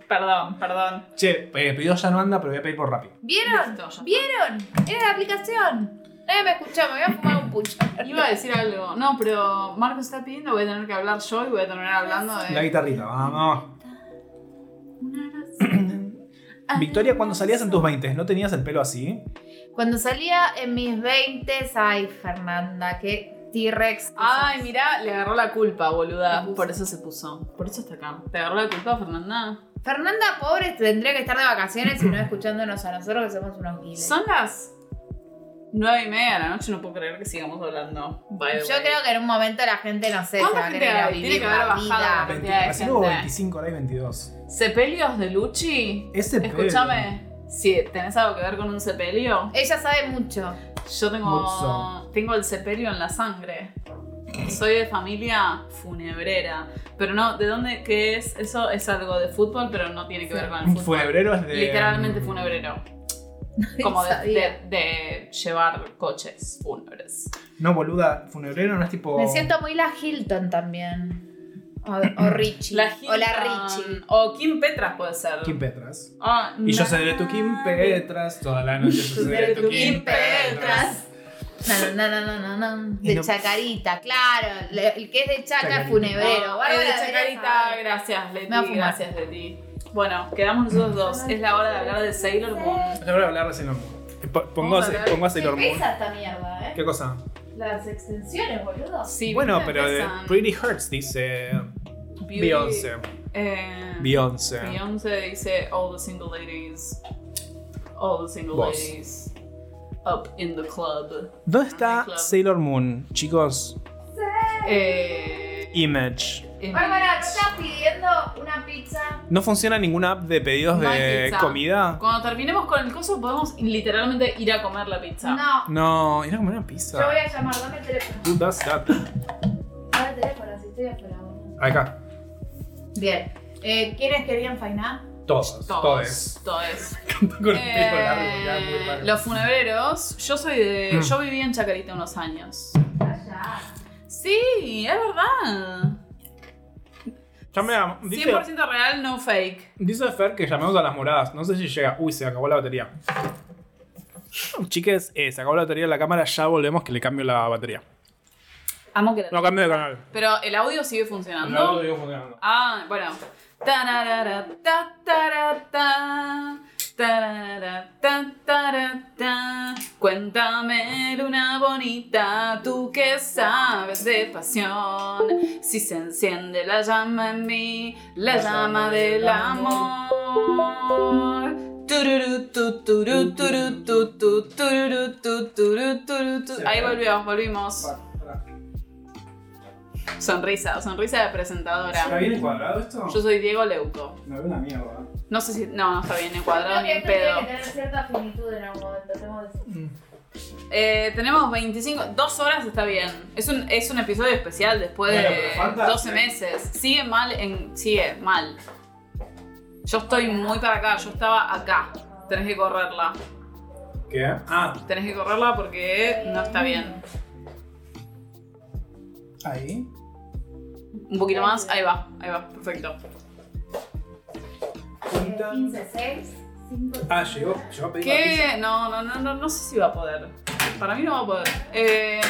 C: perdón, perdón.
A: Che, eh, pedido ya no anda, pero voy a pedir por rápido.
B: ¿Vieron?
C: Listo, ya está.
B: ¿Vieron? Era la aplicación. Nadie me escuchó, me voy a fumar un pucho.
C: Iba a decir algo. No, pero Marco está pidiendo, voy a tener que hablar yo y voy a terminar hablando
A: La
C: de.
A: guitarrita, vamos. Victoria, cuando salías en tus 20, ¿no tenías el pelo así?
B: Cuando salía en mis 20, ay, Fernanda, qué T-Rex.
C: Ay, mirá, le agarró la culpa, boluda. Por eso se puso. Por eso está acá. ¿Te agarró la culpa, Fernanda?
B: Fernanda, pobre, tendría que estar de vacaciones y no escuchándonos a nosotros que somos unos giles.
C: Son las nueve y media de la noche, no puedo creer que sigamos hablando. By the
B: Yo
C: way.
B: creo que en un momento la gente, no sé, se
C: ¿Cuánta
B: va a
C: gente
B: querer ir a
C: hay?
B: vivir
C: Tiene que haber
B: la
C: bajado la
B: vida.
C: cantidad.
A: 20,
C: hay
A: recién hubo
C: gente.
A: 25, ahora hay 22.
C: ¿Sepelios de Luchi?
A: Ese pelo.
C: Escúchame, si tenés algo que ver con un sepelio,
B: Ella sabe mucho.
C: yo tengo,
A: Mucho.
C: tengo el sepelio en la sangre. Soy de familia funebrera. Pero no, ¿de dónde? ¿Qué es? Eso es algo de fútbol, pero no tiene que ver con el fútbol.
A: Funebrero es de.
C: Literalmente funebrero. Como de,
B: Sabía.
C: de- de llevar coches fúnebres.
A: No, boluda, funebrero no es tipo.
B: Me siento muy la Hilton también. O, o Richie. o la
C: Hilton,
B: Richie.
C: O Kim Petras puede ser.
A: Kim Petras.
C: Ah,
A: Y yo
C: na-
A: seré tu Kim Petras. Toda la noche yo seré tu Kim Petras.
B: Na, na, na, na, na, na, na. De
A: Y no-
B: Chacarita, claro. Le- El que es de Chaca
A: Chacarita.
B: es funebrero.
C: Ah,
B: Bárbara
C: eh,
B: debería
C: Chacarita,
B: saber.
C: gracias, Leti.
B: Me va a fumar.
C: Gracias, Leti. Bueno, quedamos nosotros dos. Es la hora de hablar de Sailor Moon.
A: Yo voy a hablar de Sailor Moon. Eh, po- Pongo,
C: Vamos a hablar.
A: pongo a
B: Me
A: Sailor Moon.
B: pesa esta mierda, eh.
A: ¿Qué cosa?
B: Las extensiones, boludo.
C: Sí,
A: Bueno,
C: ¿viste?
A: pero de
C: Empiezan
A: Pretty Hurts dice
C: Beauty-
A: Beyoncé.
C: eh,
A: Beyoncé.
C: Beyoncé dice All the Single Ladies. all the single
E: Vos.
C: ladies up in the club.
A: ¿Dónde está
C: Club.
A: Sailor Moon, chicos?
C: Eh, em,
A: Image.
C: en-
B: Bárbara, ¿no estás pidiendo una pizza?
A: ¿No funciona ninguna app de pedidos
C: No hay
A: de
C: pizza.
A: comida?
C: Cuando terminemos con el coso podemos literalmente ir a comer la pizza.
B: No,
A: No, ir a comer una pizza.
B: yo voy a llamar, dame el teléfono.
A: Who does that?
B: Dame el teléfono, si estoy afuera. boludo.
A: Acá.
B: Bien. Eh, ¿Quiénes querían fainar?
A: Todos.
C: Todos. Todos.
A: Con el pelo
C: Eh,
A: largo, ya, muy raro.
C: los funebreros. Yo soy de.
A: Mm.
C: Yo viví en Chacarita unos años.
B: Allá.
C: Sí, es verdad.
A: Llamé a- dice,
C: 100% real, no fake.
A: dice Fer que llamemos a las moradas. No sé si llega. Uy, se acabó la batería. Chiques, eh, se acabó la batería de la cámara. Ya volvemos que le cambio la batería.
C: Amo que
A: No cambio de canal.
C: Pero el audio sigue funcionando. Ah, bueno. Tararara, ta, tarara, ta. Tarara, ta, tarara, ta. Cuéntame luna bonita, tú que sabes de pasión. Si se enciende la llama en mí, la, llama del amor. Tururu, tu, turu, turu, tu, tu, tururu, tu, turu, turu, tu. Ahí volvió, volvimos. Sonrisa, sonrisa de presentadora.
A: bien encuadrado esto?
C: Yo soy Diego Leuco.
A: Me veo una mierda. ¿eh?
C: No sé si. No, no está bien
B: Creo
C: encuadrado ni
B: que
C: en
B: esto tiene
C: pedo.
B: que tener cierta finitud en algún momento, tengo que decir.
C: Eh, tenemos 25. Dos horas está bien. Es un, es un episodio especial después
A: Bueno,
C: de
A: pero falta-
C: 12 meses. Sigue mal en. Sigue mal. Yo estoy muy para acá. Yo estaba acá. Tenés que correrla.
A: ¿Qué? Ah,
C: Tenés que correrla porque no está bien.
A: ahí.
C: Un poquito más. Ahí va. Ahí va. Perfecto.
B: Eh, 15, 6, 5.
A: Ah, llegó. Llegó a pedir la pizza.
C: ¿Qué? No, no, no, no. No sé si va a poder. Para mí no va a poder. Eh.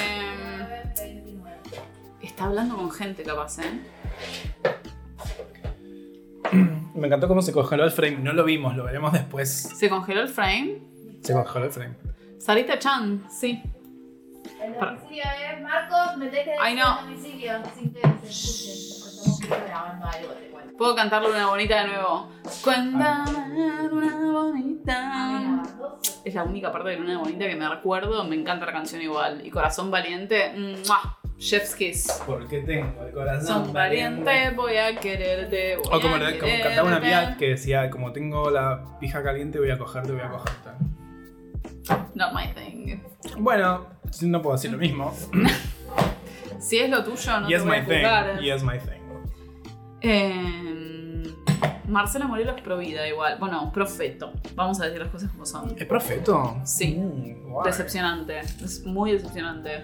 C: Está hablando con gente capaz, ¿eh?
A: Me encantó cómo se congeló el frame. No lo vimos, lo veremos después.
C: Se congeló el frame.
A: Se congeló el frame.
C: Sarita Chan, sí.
B: El
C: Para-
B: domicilio es Marcos, metete en
C: Ay,
B: el
C: no.
B: domicilio sin que se escuchen, porque estamos grabando algo, te cuento.
C: Puedo cantarle una bonita de nuevo.
A: Ah.
C: Cuéntame una
B: Una,
C: bonita.
B: dos,
C: Es Ah. la única parte de una bonita que me recuerdo. Me encanta la canción igual. Y Corazón Valiente. ¡mua! Chef's Kiss.
A: Porque tengo el corazón
C: Son valiente, voy a quererte. Voy
A: O como,
C: a
A: le- como
C: quererte.
A: cantaba una amiga que decía, como tengo la pija caliente, voy a cogerte, voy a cogerte.
C: Not my thing.
A: Bueno, sí, no puedo decir lo mismo.
C: Si es lo tuyo, no
A: yes,
C: te voy
A: my
C: a juzgar.
A: thing. Yes, my thing.
C: Eh, Marcela Morelos es provida igual. Bueno, profeto. Vamos a decir las cosas como son.
A: ¿Es profeto?
C: Sí.
A: Mm, guay.
C: Decepcionante, es muy decepcionante.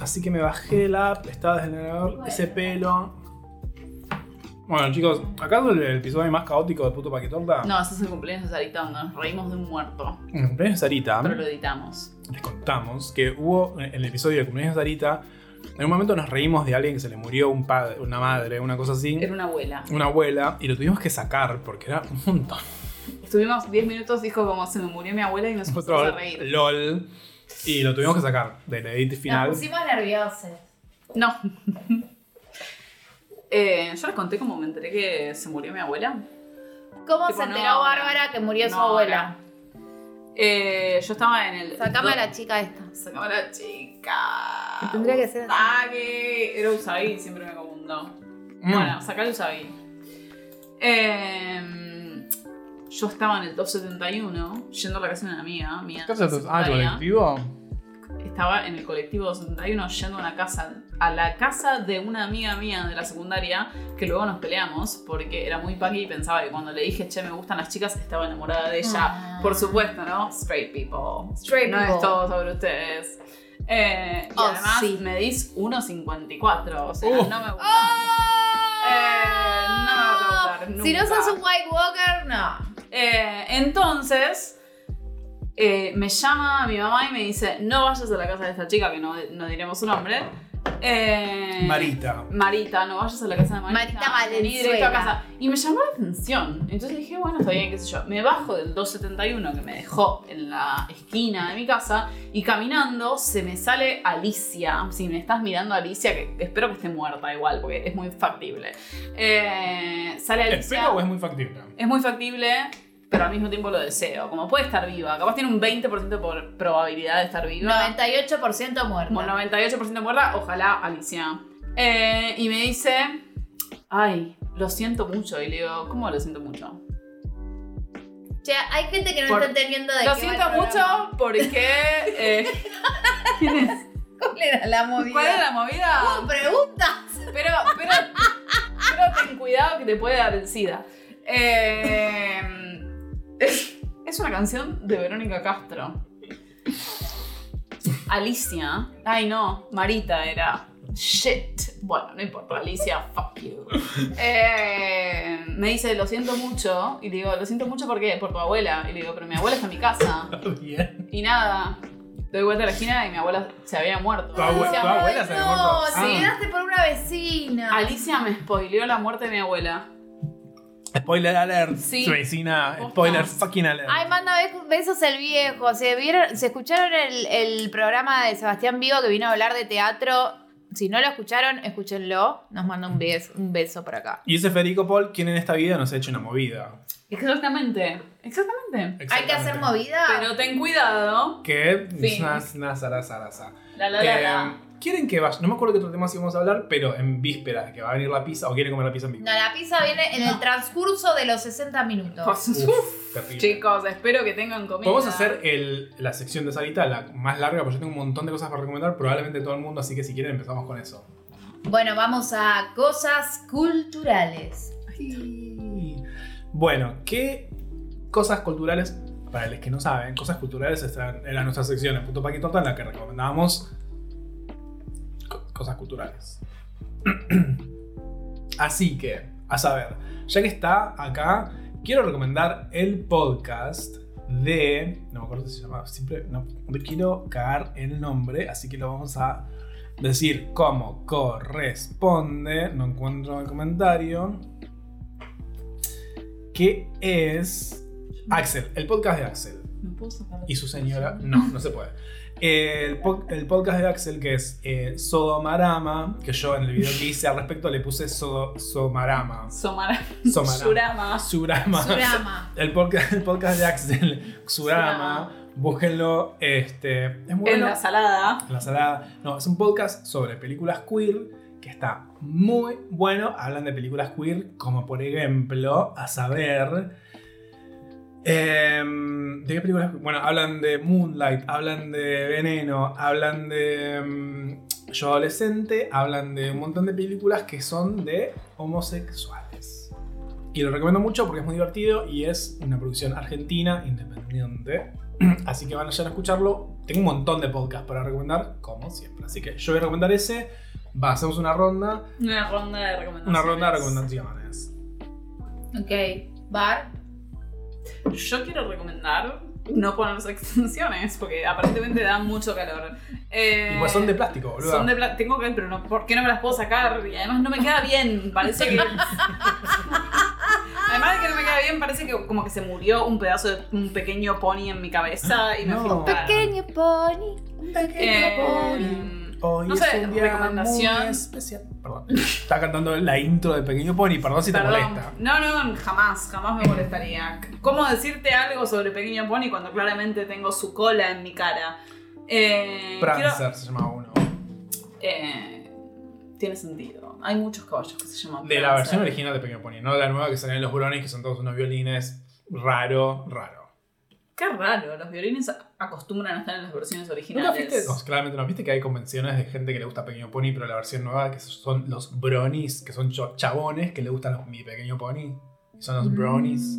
A: Así que me bajé la app, estaba desde el ordenador, ese pelo. Bueno, chicos, ¿acaso el episodio más caótico de puto paquetorta?
C: No, ese es el cumpleaños de Sarita, donde nos reímos de un muerto,
A: El cumpleaños de Sarita.
C: pero lo editamos.
A: les contamos que hubo en el episodio de cumpleaños de Sarita, en un momento nos reímos de alguien que se le murió un padre, una madre, una cosa así,
C: Era una abuela.
A: una abuela, y lo tuvimos que sacar porque era un montón.
C: Estuvimos 10 minutos, dijo como se me murió mi abuela y nos pusimos a
A: Nosotros,
C: reír.
A: LOL, y lo tuvimos que sacar del edit
B: Nos
A: final.
B: pusimos nerviosos.
C: No. Eh, yo les conté cómo me enteré que se murió mi abuela.
B: ¿Cómo
C: Tipo,
B: se
C: no,
B: enteró
C: no.
B: Bárbara que murió su
C: No,
B: abuela?
C: Eh, yo estaba en el.
B: Sacame a la chica esta.
C: Sacame a la chica.
B: Tendría que ser así.
C: Usagi. Era Usagi, siempre me confundo.
A: Mm.
C: Bueno, sacar el Xavi. Em, yo estaba en el top 71, yendo a la casa de una amiga mía.
A: ¿Qué haces? Ah,
C: secundaria.
A: colectivo.
C: Estaba en el colectivo 271 yendo a una casa, a la casa de una amiga mía de la secundaria, que luego nos peleamos porque era muy paqui y pensaba que cuando le dije, che, me gustan las chicas, estaba enamorada de ella.
B: Ah.
C: Por supuesto, ¿no? Straight people.
B: Straight
C: no
B: people.
C: es todo sobre ustedes. Eh, y
B: Oh,
C: además
B: sí.
C: me dis 1.54, o sea,
A: Uh.
C: no me gusta. Eh, no me va a
B: ¡Oh!
C: gustar,
B: Si no
C: nunca.
B: sos un White Walker, no.
C: Eh, entonces, eh, me llama mi mamá y me dice, no vayas a la casa de esta chica, que no, no diremos su nombre. Eh,
A: Marita.
C: Marita, no vayas a la casa de Marita.
B: Marita
C: Vení directo a
B: Valenzuela.
C: casa. Y me llamó la atención. Entonces dije, bueno, está bien, qué sé yo. Me bajo del 271 que me dejó en la esquina de mi casa y caminando se me sale Alicia. Si me estás mirando Alicia, que espero que esté muerta igual, porque es muy factible. Eh, sale Alicia.
A: ¿Espero o es muy factible?
C: Es muy factible, pero al mismo tiempo lo deseo. Como puede estar viva. Capaz tiene un 20% de por- probabilidad de estar viva.
B: 98% muerta.
C: Como 98% muerta, ojalá Alicia. Eh, y me dice, ay, lo siento mucho. Y le digo, ¿cómo lo siento mucho?
B: O sea, hay gente que no
C: Por-
B: está entendiendo de
C: Lo
B: qué
C: siento
B: va el programa.
C: mucho porque... eh, ¿Quién es?
B: ¿Cuál era la movida?
C: ¿Cuál es la movida?
B: ¡Oh, pregunta!
C: Pero, pero, pero ten cuidado que te puede dar el SIDA. Eh, es una canción de Verónica Castro. Alicia. Ay, no, Marita era. Shit. Bueno, no importa, Alicia, fuck you. Eh, me dice, lo siento mucho. Y le digo, lo siento mucho porque por tu abuela. Y le digo, pero mi abuela está en mi casa.
A: Bien.
C: Y nada. Doy vuelta a la esquina y mi abuela se había muerto.
A: Tu abue-
C: Alicia,
A: tu abuela se había
B: No,
A: muerto.
B: se
A: Ah.
B: quedaste por una vecina.
C: Alicia me spoileó la muerte de mi abuela.
A: Spoiler alert.
C: Sí.
A: Su vecina.
C: Posta.
A: Spoiler fucking alert.
B: Ay, manda be- besos el viejo. ¿Se, vieron, ¿se escucharon el, el programa de Sebastián Vigo que vino a hablar de teatro? Si no lo escucharon, escúchenlo. Nos manda un beso, un beso por acá.
A: Y ese Federico Paul, quien en esta vida nos ha hecho una movida.
C: Exactamente, exactamente.
B: Hay que hacer movida.
C: Pero ten cuidado.
A: Que es
C: Sí.
A: una, una zara, zara, zara.
C: La la la
A: Eh,
C: la.
A: ¿Quieren que vaya? No me acuerdo qué otro tema sí íbamos a hablar, pero en vísperas que va a venir la pizza o quieren comer la pizza en vivo.
B: No, la pizza viene en el transcurso de los 60 minutos.
C: Uf,
A: Em, Uf, terrible.
C: Chicos, espero que tengan comida.
A: Podemos hacer el- la sección de Sarita, la más larga, porque yo tengo un montón de cosas para recomendar, probablemente todo el mundo, así que si quieren empezamos con eso.
B: Bueno, vamos a cosas culturales.
A: Bueno, ¿qué cosas culturales, para los que no saben, cosas culturales están, era nuestra sección en Punto Paquito en la que recomendábamos co- cosas culturales. Así que, a saber, ya que está acá, quiero recomendar el podcast de... No me acuerdo si se llama, siempre no, me quiero cagar el nombre, así que lo vamos a decir como corresponde. No encuentro el comentario que es Axel, el podcast de Axel
C: ¿Me puedo sacar la-
A: y su señora. No, no se puede. El, po- el podcast de Axel que es eh, Sodomarama, que yo en el video que hice al respecto le puse Sodo- Somarama.
C: Somara. Surama.
A: Somarama. Surama.
B: Surama.
A: El podcast, el podcast de Axel, Surama. Búsquenlo. Este, es muy
C: En
A: bueno.
C: la salada.
A: En la salada. No, es un podcast sobre películas queer que está muy bueno. Hablan de películas queer como por ejemplo, a saber... em, ¿De qué películas? Bueno, hablan de Moonlight, hablan de Veneno, hablan de em, Yo Adolescente, hablan de un montón de películas que son de homosexuales. Y lo recomiendo mucho porque es muy divertido y es una producción argentina independiente. Así que van allá a escucharlo. Tengo un montón de podcasts para recomendar, como siempre. Así que yo voy a recomendar ese. Va, hacemos una ronda.
C: Una ronda de recomendaciones.
A: Una ronda de recomendaciones.
B: Ok. Bar.
C: Yo quiero recomendar no ponerse extensiones porque aparentemente da mucho calor. Eh,
A: Y pues son de plástico, boludo.
C: Son de pla- Tengo que, pero no, ¿por qué no me las puedo sacar? Y además no me queda bien, parece que... Además de que no me queda bien, parece que como que se murió un pedazo de un pequeño pony en mi cabeza y me
A: No.
C: fui a
B: Pequeño pony. un
C: Eh,
B: Pequeño pony.
A: Hoy
C: no
A: es
C: sé,
A: un día
C: recomendación.
A: muy especial. Perdón. Está cantando la intro de Pequeño Pony. Perdón si te
C: Perdón.
A: molesta.
C: No, no, jamás, jamás me molestaría. ¿Cómo decirte algo sobre Pequeño Pony cuando claramente tengo su cola en mi cara? Eh,
A: Prancer
C: quiero-
A: se llamaba uno.
C: eh, tiene sentido. Hay muchos caballos que se llaman
A: De la
C: Prancer.
A: versión original de Pequeño Pony, no de la nueva que salen los burones, que son todos unos violines. Raro, raro.
C: Qué raro, los violines acostumbran a estar en las versiones originales.
A: ¿Nunca viste? No, claramente no. ¿Viste que hay convenciones de gente que le gusta Pequeño Pony, pero la versión nueva que son los bronies, que son cho- chabones que le gustan los, mi Pequeño Pony? Son
B: Mm.
A: los bronies.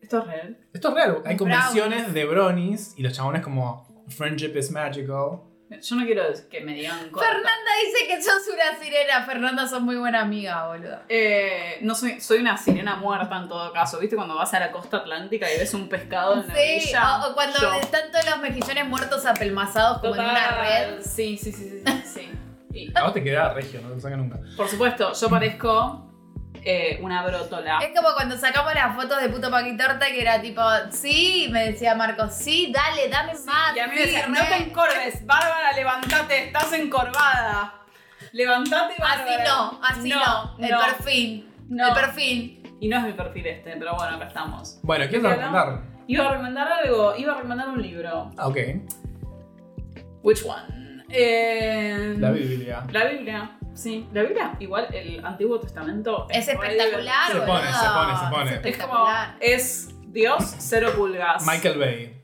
C: ¿Esto es real?
A: Esto es real. Hay
B: Brownies.
A: convenciones de bronies y los chabones como Friendship is Magical.
C: Yo no quiero que me digan cosas.
B: Fernanda dice que sos una sirena. Fernanda, sos muy buena amiga, boludo.
C: Eh, no soy, soy una sirena muerta en todo caso. ¿Viste cuando vas a la costa atlántica y ves un pescado en la
B: Sí,
C: orilla?
B: o, o cuando
C: Yo.
B: están todos los mejillones muertos apelmazados como en una
C: Total.
B: red.
C: Sí, sí, sí, sí, sí, sí. Y,
A: A vos te queda regio, no te lo saca nunca.
C: por supuesto, yo parezco eh, una brótola.
B: Es como cuando sacamos las fotos de puto Paquitorta que era tipo, sí, me decía Marcos, sí, dale, dame más.
C: Y a mí me
B: sí,
C: decían,
B: re".
C: no te encorves, Bárbara, levantate, estás encorvada. Levantate, Bárbara.
B: Así no, así no. El perfil.
C: no.
B: El perfil.
C: Y no es mi perfil este, pero bueno, acá estamos.
A: Bueno, ¿qué
C: ¿De
A: vas
C: qué
A: a recomendar?
C: Iba a recomendar algo, iba a recomendar un libro.
A: Ah, ok.
C: Which one? Eh,
B: Mm.
A: La Biblia.
C: La Biblia, sí. La Biblia, igual el Antiguo Testamento.
B: Es
C: re
B: espectacular,
A: Se
B: boludo.
A: pone, se pone, se pone.
B: Es
C: divertido. Es como,
B: espectacular.
C: es Dios, cero pulgas.
A: Michael Bay.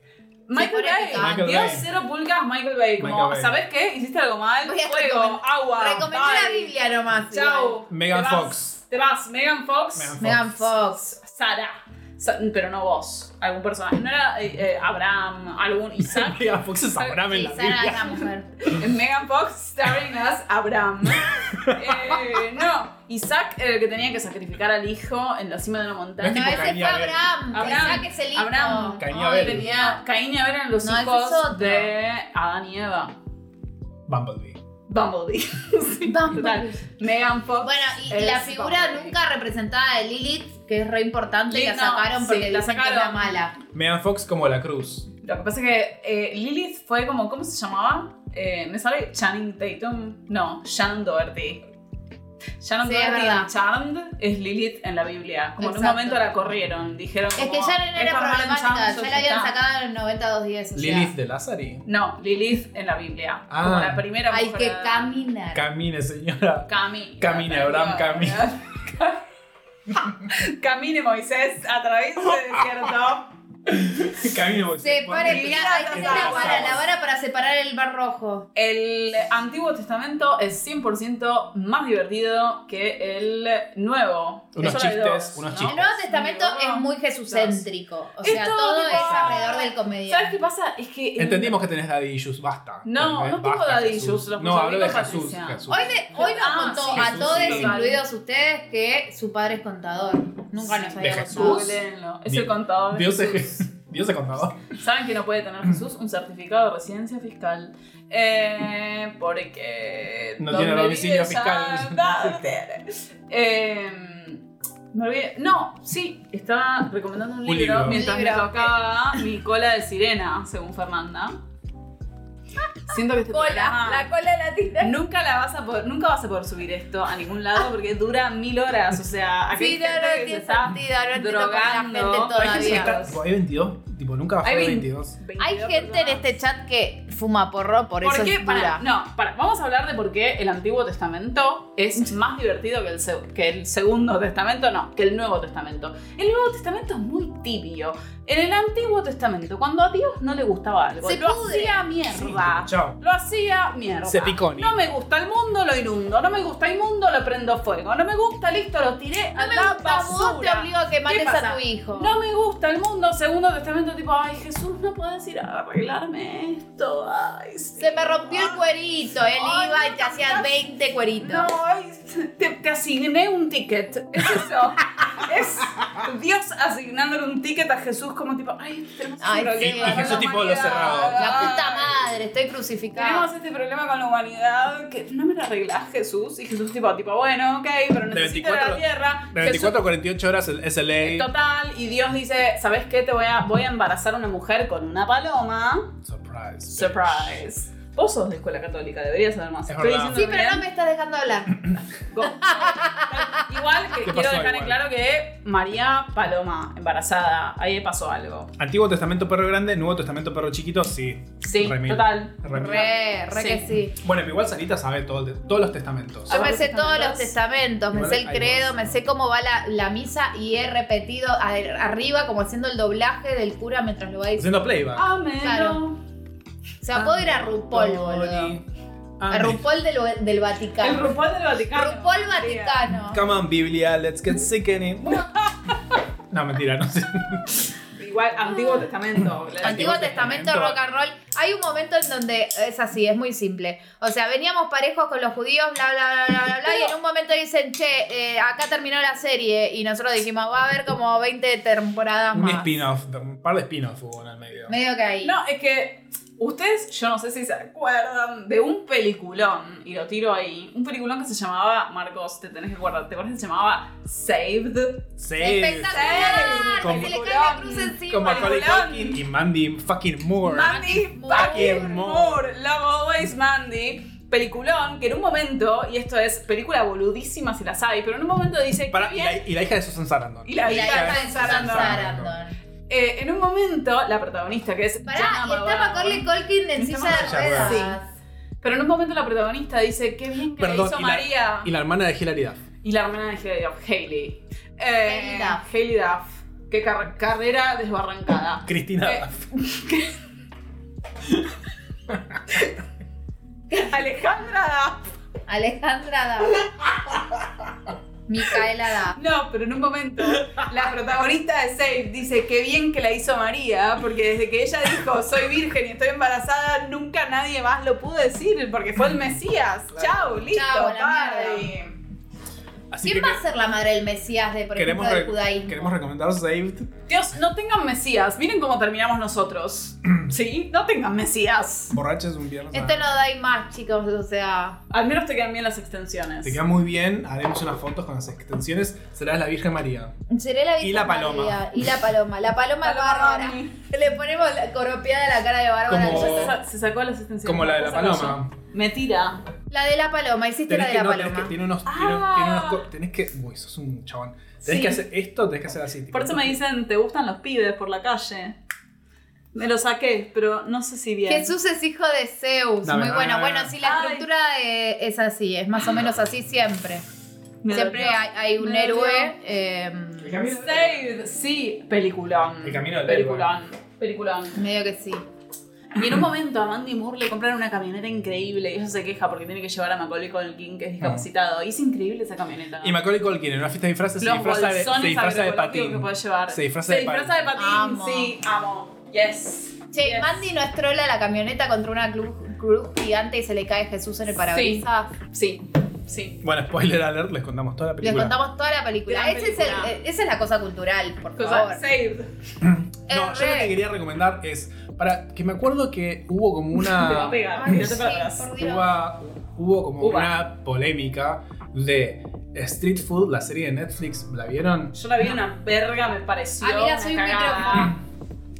C: Michael
B: Se pone
C: Bay.
B: picante.
C: Dios,
A: Michael Bay.
C: cero pulgas, Michael Bay. Como,
A: Michael Bay.
C: ¿sabes qué? Hiciste algo mal,
B: Voy a
C: fuego,
B: recomendar-
C: agua.
B: Recomendé
C: bye.
B: la Biblia nomás. igual.
C: Chao. Te
A: Megan
C: vas-
A: Fox.
C: Te vas, Megan Fox.
A: Megan
B: Megan Fox.
C: Sara. Sa- pero no vos, algún personaje. No era eh, eh, Abraham, algún Isaac.
A: Megan Fox es Abraham en
B: Sí,
A: la
B: Sara es
A: Biblia.
B: la mujer.
C: Megan Fox starring as Abraham. Eh, no, Isaac era el que tenía que sacrificar al hijo en la cima de una montaña.
B: No,
A: No Tipo
B: ese fue
A: Caña Abel.
B: Abraham.
C: Abraham,
B: Abraham. que es el hijo.
C: Abraham.
A: Caña
B: Ay,
A: Abel.
C: Tenía, Caín y Abel eran los
B: No, ese
C: hijos
B: es otro.
C: de Adán y Eva.
A: Bumblebee.
C: Bumblebee. Sí,
B: Bumblebee.
C: total. Megan Fox.
B: Bueno, y
C: es
B: la figura
C: Bumblebee.
B: nunca representada de Lilith, que es re importante,
C: Lilith,
B: la sacaron
C: no,
B: porque
C: sí, la
B: dicen que
C: sacaron.
B: es la mala.
A: Megan Fox como la cruz.
C: Lo que pasa es que eh, Lilith fue como, ¿cómo se llamaba? Eh, ¿Me sale Channing Tatum? No, Shannon Doherty. Shannon
B: Sí, es
C: Doherty
B: verdad.
C: en Charmed es Lilith en la Biblia. Como en un
B: Exacto.
C: momento la corrieron, dijeron
B: Es que
C: como,
B: ya no
C: "Es
B: era
C: Carmen
B: problemática,
C: Charmed,
B: ya
C: ya
B: la habían
C: está".
B: sacado en el 9210. O sea,
A: Lilith de Lazari.
C: No, Lilith en la Biblia.
A: Ah.
C: Como la primera
B: hay
C: mujer
B: que
C: de-
B: caminar.
A: Camine, señora.
C: Cami.
A: Camine, Abraham, camine.
C: Camine, Moisés, atraviesa el desierto.
A: Camine, Fox.
B: Separe,
C: Ponte-
B: mirá, hay que
C: Ponte-
B: hacer la vara,
A: Ponte-
B: la vara para separar el bar rojo.
C: El Antiguo Testamento es 100% más divertido que el Nuevo.
A: Unos
C: Eso lo hay
A: chistes, unos
B: El Nuevo Testamento es muy jesucéntrico, o
C: Es
B: sea,
C: todo
B: todo
C: tipo-
B: es alrededor del
C: ¿Sabes qué
B: comediante.
C: pasa? Es que. el-
A: Entendimos que tenés daddy issues, basta.
C: No,
A: Entendés,
C: no tengo
A: basta,
C: daddy
A: Jesús.
C: issues, lo
A: No, hablo de
C: justifico,
A: Jesús.
C: Patricia.
A: Jesús.
B: Hoy, me- hoy nos
C: Ah,
B: contó
C: sí,
B: a
A: Jesús,
B: todos,
A: sí.
B: incluidos ustedes, que su padre es contador. Nunca nos
C: Sí.
B: había contado.
A: ¿De Jesús?
C: Googleenlo. Es
A: Bien.
C: el contador. de
A: Dios
C: Jesús.
A: es, Dios es contador.
C: ¿Saben que no puede tener Jesús un certificado de residencia fiscal? Eh, porque.
A: No
C: donde
A: tiene domicilio
C: vive
A: fiscal.
C: ya- no, no tiene. Eh, me olvidé. No, sí, estaba recomendando un
A: Un
C: libro,
A: libro.
C: mientras
B: Un libro.
C: me tocaba mi cola de sirena, según Fernanda. Siento que este programa-
B: cola latina.
C: Nunca la vas a poder, nunca vas a poder subir esto a ningún lado porque dura mil horas. O sea, aquí
B: Sí,
C: hay
B: no,
C: gente
B: no
C: que se
B: tiene
C: está
B: sentido, no entiendo cómo la gente
C: drogando.
A: Hay gente que
B: todavía.
A: está- tipo, hay 22, tipo, nunca bajó
C: Hay
A: de
C: 20.
A: 22.
B: Hay gente en este chat que fuma porro, por, eso
C: ¿Por qué?
B: es
C: Para,
B: dura.
C: no, para, vamos a hablar de por qué el Antiguo Testamento es más divertido que el, se- que el Segundo Testamento, no, que el Nuevo Testamento. El Nuevo Testamento es muy tibio. En el Antiguo Testamento, cuando a Dios no le gustaba algo,
B: Se
C: lo
B: pudre.
C: hacía mierda.
A: Chao.
C: Lo hacía mierda.
A: Se piconi.
C: No me gusta el mundo, lo inundo. No me gusta el mundo, lo prendo fuego. No me gusta, listo, lo tiré a
B: No me
C: la
B: gusta a vos, te
C: basura.
B: obligo a que mates
C: pasa?
B: a tu hijo.
C: No me gusta el mundo, segundo testamento, tipo, ay Jesús, no puedes ir a arreglarme esto, ay. sí.
B: Se me rompió el cuerito, él
C: Ay,
B: iba
C: Ah. no,
B: y te hacía
C: no.
B: 20 cueritos.
C: No, ay, te, te asigné un ticket, es eso. es Dios asignándole un ticket a Jesús como tipo, ay, tenemos
B: Ay,
C: este
B: sí.
C: problema.
B: Y
C: con
A: Jesús
C: la
A: tipo, lo
C: humanidad.
A: cerrado.
B: La puta
C: Ay,
B: madre, estoy
C: Tenemos
B: crucificada.
C: este problema con la humanidad que no me lo arreglás, Jesús. Y Jesús, tipo, tipo bueno, ok, pero
A: De
C: necesito ir a
A: 24
C: la tierra.
A: De 24 a 48 horas el SLA.
C: Total, y Dios dice, ¿sabes qué? Te voy a, voy a embarazar a una mujer con una paloma.
A: Surprise.
C: Surprise. Vos sos de escuela católica, deberías saber más.
A: Es
C: Estoy
A: verdad.
C: diciendo
B: Sí, pero
C: bien.
B: no me estás dejando hablar.
C: Go- Igual que
A: ¿Qué
C: quiero
A: pasó
C: dejar en
A: igual?
C: claro que María Paloma, embarazada, ahí pasó algo.
A: Antiguo Testamento perro grande, Nuevo Testamento perro chiquito, sí.
C: Sí,
A: Remil.
C: total.
A: Remil.
B: Re, re
C: Sí.
B: que sí.
A: Bueno, pero igual Sarita sabe todo el te- todos los testamentos.
B: Yo
C: Ah,
B: me
C: los
B: sé todos los
C: testamentos.
B: testamentos, me
A: Igual
B: sé el
A: hay
B: credo,
A: dos,
B: me
A: ¿no?
B: sé cómo va la, la misa y he repetido a- arriba como haciendo el doblaje del cura mientras lo va diciendo.
A: Haciendo playback.
C: Amén.
B: Claro. O sea, puedo ir a RuPaul, boludo.
A: Ah,
B: A RuPaul del, del
C: El
B: Vaticano.
C: RuPaul del Vaticano.
B: RuPaul Vaticano.
A: Come on, Biblia, let's get sickening. No, mentira, no sé.
C: Igual, Antiguo Testamento. la-
B: Antiguo Testamento,
A: Testamento.
B: rock and roll. Hay un momento en donde es así, es muy simple. O sea, veníamos parejos con los judíos, bla, bla, bla, bla, bla, bla, y en un momento dicen, che, eh, acá terminó la serie, y nosotros dijimos, va a haber como 20 temporadas
A: Un
B: más.
A: spin-off, un par de spin-off hubo en el medio.
B: Medio que ahí.
C: No, es que ustedes, yo no sé si se acuerdan de un peliculón, y lo tiro ahí, un peliculón que se llamaba, Marcos, te tenés que acordar, ¿te acuerdas que se llamaba Saved?
A: Sí.
B: Espectacular,
A: Con-
B: que se le cae la cruz encima.
A: Con Macaulay
C: Peliculón.
A: Culkin y Mandy fucking Moore.
C: Mandy
B: Moore.
C: fucking Moore. Love always Mandy. Peliculón, que en un momento, y esto es película boludísima si las hay, pero en un momento dice.
A: Pará,
C: qué
A: y,
C: bien-
A: la, y la hija de Susan Sarandon.
C: Y la
B: Y la
C: hija
B: hija de Susan
C: Sarandon.
B: Sarandon.
C: Eh, en un momento, la protagonista, que es.
B: Pará,
C: Jana
B: y está
C: Barbaro,
B: Macaulay Culkin en
C: Está
B: silla de
A: Macaulay
B: ruedas.
C: Culkin. Pero en un momento la protagonista dice, qué bien que
A: Perdón,
C: le hizo
A: y la-
C: María.
A: Y la hermana de Hilary Duff.
C: Y la hermana de Duff, Hayley. Eh,
B: Hailey Duff.
C: Hailey Duff. Qué car- carrera desbarrancada.
A: Cristina
C: Eh,
A: Duff.
C: Alejandra Duff.
B: Alejandra Dab. Micaela Dab.
C: No, pero en un momento la protagonista de Save dice, qué bien que la hizo María, porque desde que ella dijo, soy virgen y estoy embarazada, nunca nadie más lo pudo decir, porque fue el Mesías. Chau, listo,
B: Chau, a la
C: party.
A: Así
B: ¿Quién
A: que
B: va a ser la madre del Mesías de, por
A: queremos,
B: ejemplo, del
A: re-
B: judaísmo?
A: queremos recomendar Saved.
C: Dios, no tengan Mesías. Miren cómo terminamos nosotros. ¿Sí? No tengan Mesías.
A: Borrachos un viernes.
B: Esto Este no da y más, chicos, o sea.
C: Al menos te quedan bien las extensiones.
A: Te queda muy bien. Haremos unas fotos con las extensiones. Serás la Virgen María.
B: Seré la
A: Y la
B: Virgen
A: paloma.
B: María. Y la paloma. La paloma es
C: Paloma
B: bárbara.
C: Barney.
B: Le ponemos la coropía de la cara de Bárbara.
A: Como-
B: Yo-
C: Se sacó las extensiones.
A: Como la de la paloma.
C: Me tira.
B: La de la paloma, hiciste
A: Tenés
B: la de
A: que,
B: la
A: no, tenés que,
B: paloma.
A: tiene unos, tiene,
C: Ah.
A: tiene unos co- tenés que, uy, sos un chabón. Tenés
C: Sí.
A: que hacer esto, tenés que hacer así. tipo,
C: Por eso me dicen, ¿te gustan los pibes por la calle? Me lo saqué, pero no sé si bien.
B: Jesús es hijo de Zeus.
A: Dame,
B: Muy
A: dame,
B: bueno.
A: dame,
B: Bueno,
A: dame.
B: sí, la
C: Ay.
B: estructura de- es así, es más o menos así siempre.
C: Me
B: Siempre
C: dolió.
B: hay, hay un
C: Me dolió.
B: héroe. em,
A: El camino del
C: Saved,
A: héroe.
C: sí, peliculón.
A: El camino del
C: Peliculón, peliculón.
B: medio que sí.
C: Y en un momento a Mandy Moore le compraron una camioneta increíble y ella se queja porque tiene que llevar a Macaulay Culkin, que es discapacitado. Y es increíble esa camioneta.
A: Ah. Y Macaulay Culkin en una fiesta de disfraces se
C: Los
A: disfraza de, se
C: bolsones
A: disfraza de
C: agroecológicos que
A: patín.
C: puedes llevar.
A: Se disfraza de
C: de patín.
B: Amo.
C: sí, amo. Yes.
B: Che,
C: Yes.
B: Mandy no estrola la camioneta contra una clu- cruz gigante y se le cae Jesús en el
C: Sí.
B: parabrisas.
C: Sí, sí.
A: Bueno, spoiler alert, les contamos toda la
B: Les
A: película.
B: contamos toda la película.
C: Gran
B: Ese es
C: película.
B: el- eh, esa es la cosa cultural, por favor.
C: Cosa saved.
A: No, yo lo que
B: Erré.
A: quería recomendar es, para que me acuerdo que hubo como
C: Te va
A: una...
C: a pegar.
B: Ay,
C: mirate
B: sí,
C: para atrás.
B: por Dios.
A: Hubo, hubo como
C: Uva.
A: una polémica de Street Food, la serie de Netflix, ¿la vieron?
C: Yo la vi una verga, me pareció.
B: Ah, mira,
C: una
B: soy un
C: cagada.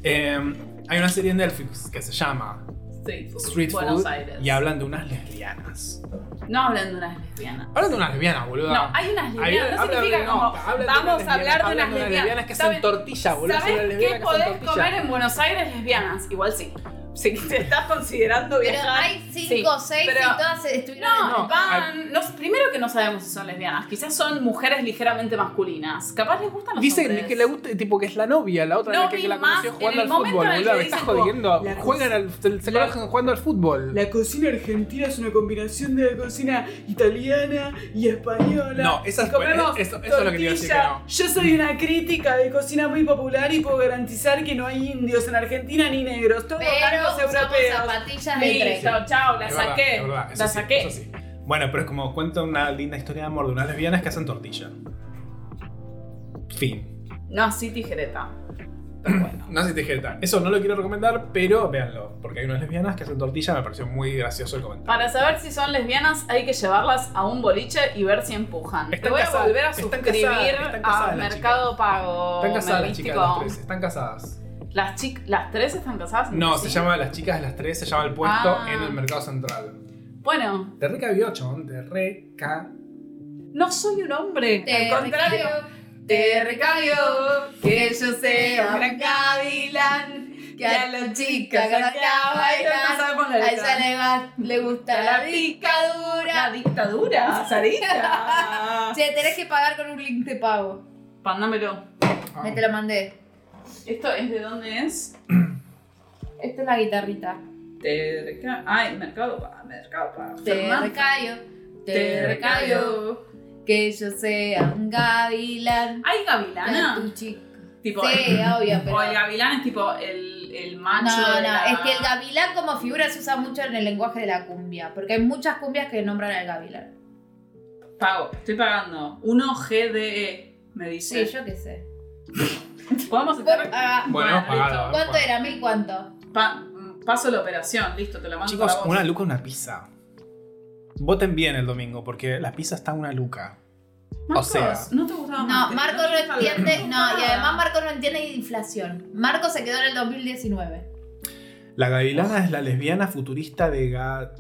A: Eh, hay una serie en Netflix que se llama
C: Street food.
A: Street
C: Buenos
A: Food
C: Aires.
A: y hablan de unas lesbianas.
C: No hablan de unas lesbianas.
A: Hablan de unas lesbianas, boludo.
C: No, hay unas lesbianas. No significa como vamos a hablar de unas lesbianas.
A: que
C: ¿Saben-
A: hacen tortilla, boludo. son
C: ¿Sabes
A: las
C: qué
A: lesbianas que hacen
C: podés
A: tortilla.
C: comer en Buenos Aires lesbianas? Igual sí. Si te estás considerando
B: Pero
C: viajar.
B: hay cinco o
C: sí.
B: seis
C: Pero-
B: y todas estuvieron.
C: No,
A: No,
C: van. no- primero que no sabemos si son lesbianas. Quizás son mujeres ligeramente masculinas. Capaz les gustan los
A: Dicen
C: hombres.
A: que le gusta, tipo que es la novia, la otra
C: No
A: la que,
C: vi
A: que la
C: más
A: conoció
C: en el
A: jugando al
C: momento
A: fútbol,
C: en el
A: boludo.
C: que
A: Me estás
C: dicen como,
A: jodiendo.
E: la
A: Juegan al, se, se
E: la-
A: conocen jugando al fútbol.
E: La cocina argentina es una combinación de la cocina italiana y española.
A: No, esa es-
E: Comemos
A: eso- eso es lo que te iba a decir que
E: tortilla.
A: no.
E: Yo soy una crítica de cocina muy popular y puedo garantizar que no hay indios en Argentina ni negros, todos
B: Pero
E: blancos
B: usamos
E: europeos.
B: zapatillas de tren.
C: Listo, chao, la
A: Es verdad,
C: saqué.
A: es verdad, eso
C: la
A: sí,
C: saqué.
A: eso sí. Bueno, pero es como cuenta una linda historia de amor de unas lesbianas que hacen tortilla. Fin.
C: No, sí, tijereta. Pero bueno.
A: No sé si te jeta. Eso no lo quiero recomendar, pero véanlo. Porque hay unas lesbianas que hacen tortilla, me pareció muy gracioso el comentario.
C: Para saber si son lesbianas hay que llevarlas a un boliche y ver si empujan.
A: Están
C: Te voy
A: casadas,
C: a volver a
A: están
C: suscribir
A: casadas, están casadas
C: a
A: las
C: Mercado Pago.
A: Están casadas
C: me
A: las chicas
C: viste
A: de las
C: con-
A: tres, están casadas.
C: Las, chic- ¿Las tres están casadas?
A: No,
C: ¿Sí?
A: se llama Las chicas de las tres, se llama el puesto
C: Ah.
A: en el mercado central.
C: Bueno,
A: Te recabió, chabón, te reca.
C: no soy un hombre.
B: Te
C: Al contrario.
B: recabió,
C: Te recabió
B: que yo sea
C: Gran
B: Gavilán,
C: que a los chicas acá bailan,
B: a
C: a ella
B: le, gusta
C: la
B: la picadura.
C: La dictadura, Sarita.
B: Che, tenés que pagar con un link de pago.
C: Pándamelo.
A: Ah.
B: Me te lo mandé.
C: ¿Esto es de dónde es?
B: Esta es la guitarrita.
C: Te reca... Ay, Mercado Pago. Mercado Pago.
B: Te
C: Fernández.
B: recayo, te recayo, que yo sea un gavilán.
C: ¿Hay
B: que
C: gavilana?
B: tu chica-
C: Ah, Tipo,
B: Sí, obvio, pero...
C: O el gavilán es tipo el, el macho.
B: No,
C: de
B: no,
C: la-
B: es que el gavilán como figura se usa mucho en el lenguaje de la cumbia, porque hay muchas cumbias que nombran al gavilán.
C: Pago, estoy pagando. 1 GDE, E, me
B: Sí,
C: dice.
B: yo qué sé.
C: Podemos
B: Bueno,
C: estar.
B: ah,
A: Bueno,
C: Bueno,
A: pagado.
C: listo.
B: ¿Cuánto
A: Bueno.
B: era? ¿Mil cuánto?
C: Pa- mm, paso la operación, listo, te la mando
A: Chicos,
C: para vos.
A: una luca, una pizza. Voten bien el domingo, porque la pizza está una luca.
C: Marcos,
A: o sea-
C: no te gustaba
B: No,
C: Marte,
B: Marco
C: te
B: no
C: gusta la-
B: entiende, no, y además
C: Ah.
B: Marco no entiende de inflación. Marco se quedó en el 2019.
A: La gavilana es la lesbiana futurista de Ga...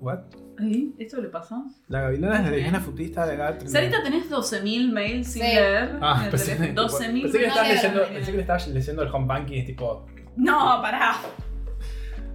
A: ¿What?
C: Ay, ¿Esto le pasó?
A: La gavilana es la lesbiana futista de Gat.
C: Sarita, tenés 12.000 mails sin
B: Sí.
C: leer. en
A: Ah,
C: el
A: pensé,
C: teléfono. 12.000
A: pensé que le
C: mails.
A: estabas
B: no,
A: leyendo,
C: no, no.
A: pensé que le estabas leyendo el home banking y es tipo,
C: No, pará.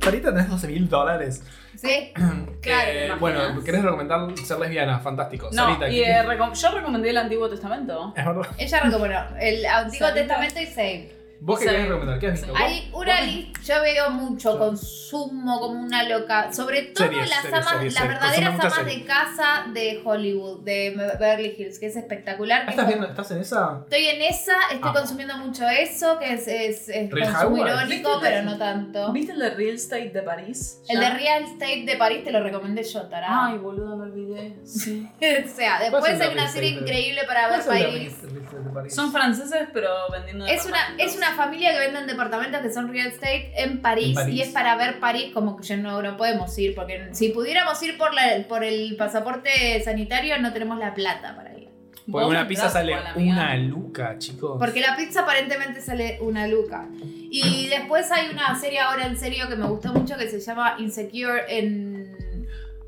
A: Sarita tenés 12 mil dólares.
B: Sí,
A: Claro,
C: ¿te imaginas?
A: bueno, querés recomendar ser lesbiana, fantástico.
C: No,
A: Sarita,
C: y,
A: ¿qué-
C: eh, recom- yo recomendé el Antiguo Testamento.
A: es verdad.
B: ella recomendó el Antiguo
C: Sarita.
B: Testamento y Save.
A: ¿Vos qué
C: Sí.
A: querés recomendar? ¿Qué has visto?
C: Sí.
B: Hay una lista, yo veo mucho
A: Sí.
B: consumo como una loca, sobre todo
A: Series,
B: las
A: series,
B: amas,
A: series,
B: las
A: series.
B: verdaderas
A: Consumo muchas
B: amas de
A: series.
B: casa de Hollywood, de Beverly Hills, que es espectacular.
A: Ah,
B: que
A: ¿Estás,
B: es
A: viendo- ¿Estás en esa?
B: Estoy en esa, estoy
A: Ah.
B: consumiendo mucho eso, que es, es, es
A: Real
B: consumo
A: Housewives.
B: irónico,
C: ¿Viste?
B: pero no tanto.
C: ¿Viste el de Real Estate de París?
B: El de
C: ¿Ya?
B: Real Estate de París te lo recomendé yo, tará.
C: Ay, boludo, me olvidé. Sí.
B: o sea,
A: ¿Cuál
B: después
A: es el
B: hay
A: de
B: una
A: Real
B: serie
A: Estate?
B: increíble para
A: ¿Cuál
B: ver
A: es el de
B: París.
A: París? de París?
C: Son franceses, pero vendiendo
B: Es una, es una familia que venden departamentos que son real estate en París,
A: En París.
B: y es para ver París como que ya no, no podemos ir, porque si pudiéramos ir por, la, por el pasaporte sanitario no tenemos la plata para ir.
A: Porque una pizza sale una
C: luz.
A: luca, chicos.
B: Porque la pizza aparentemente sale una luca. Y después hay una serie ahora en serio que me gustó mucho que se llama Insecure en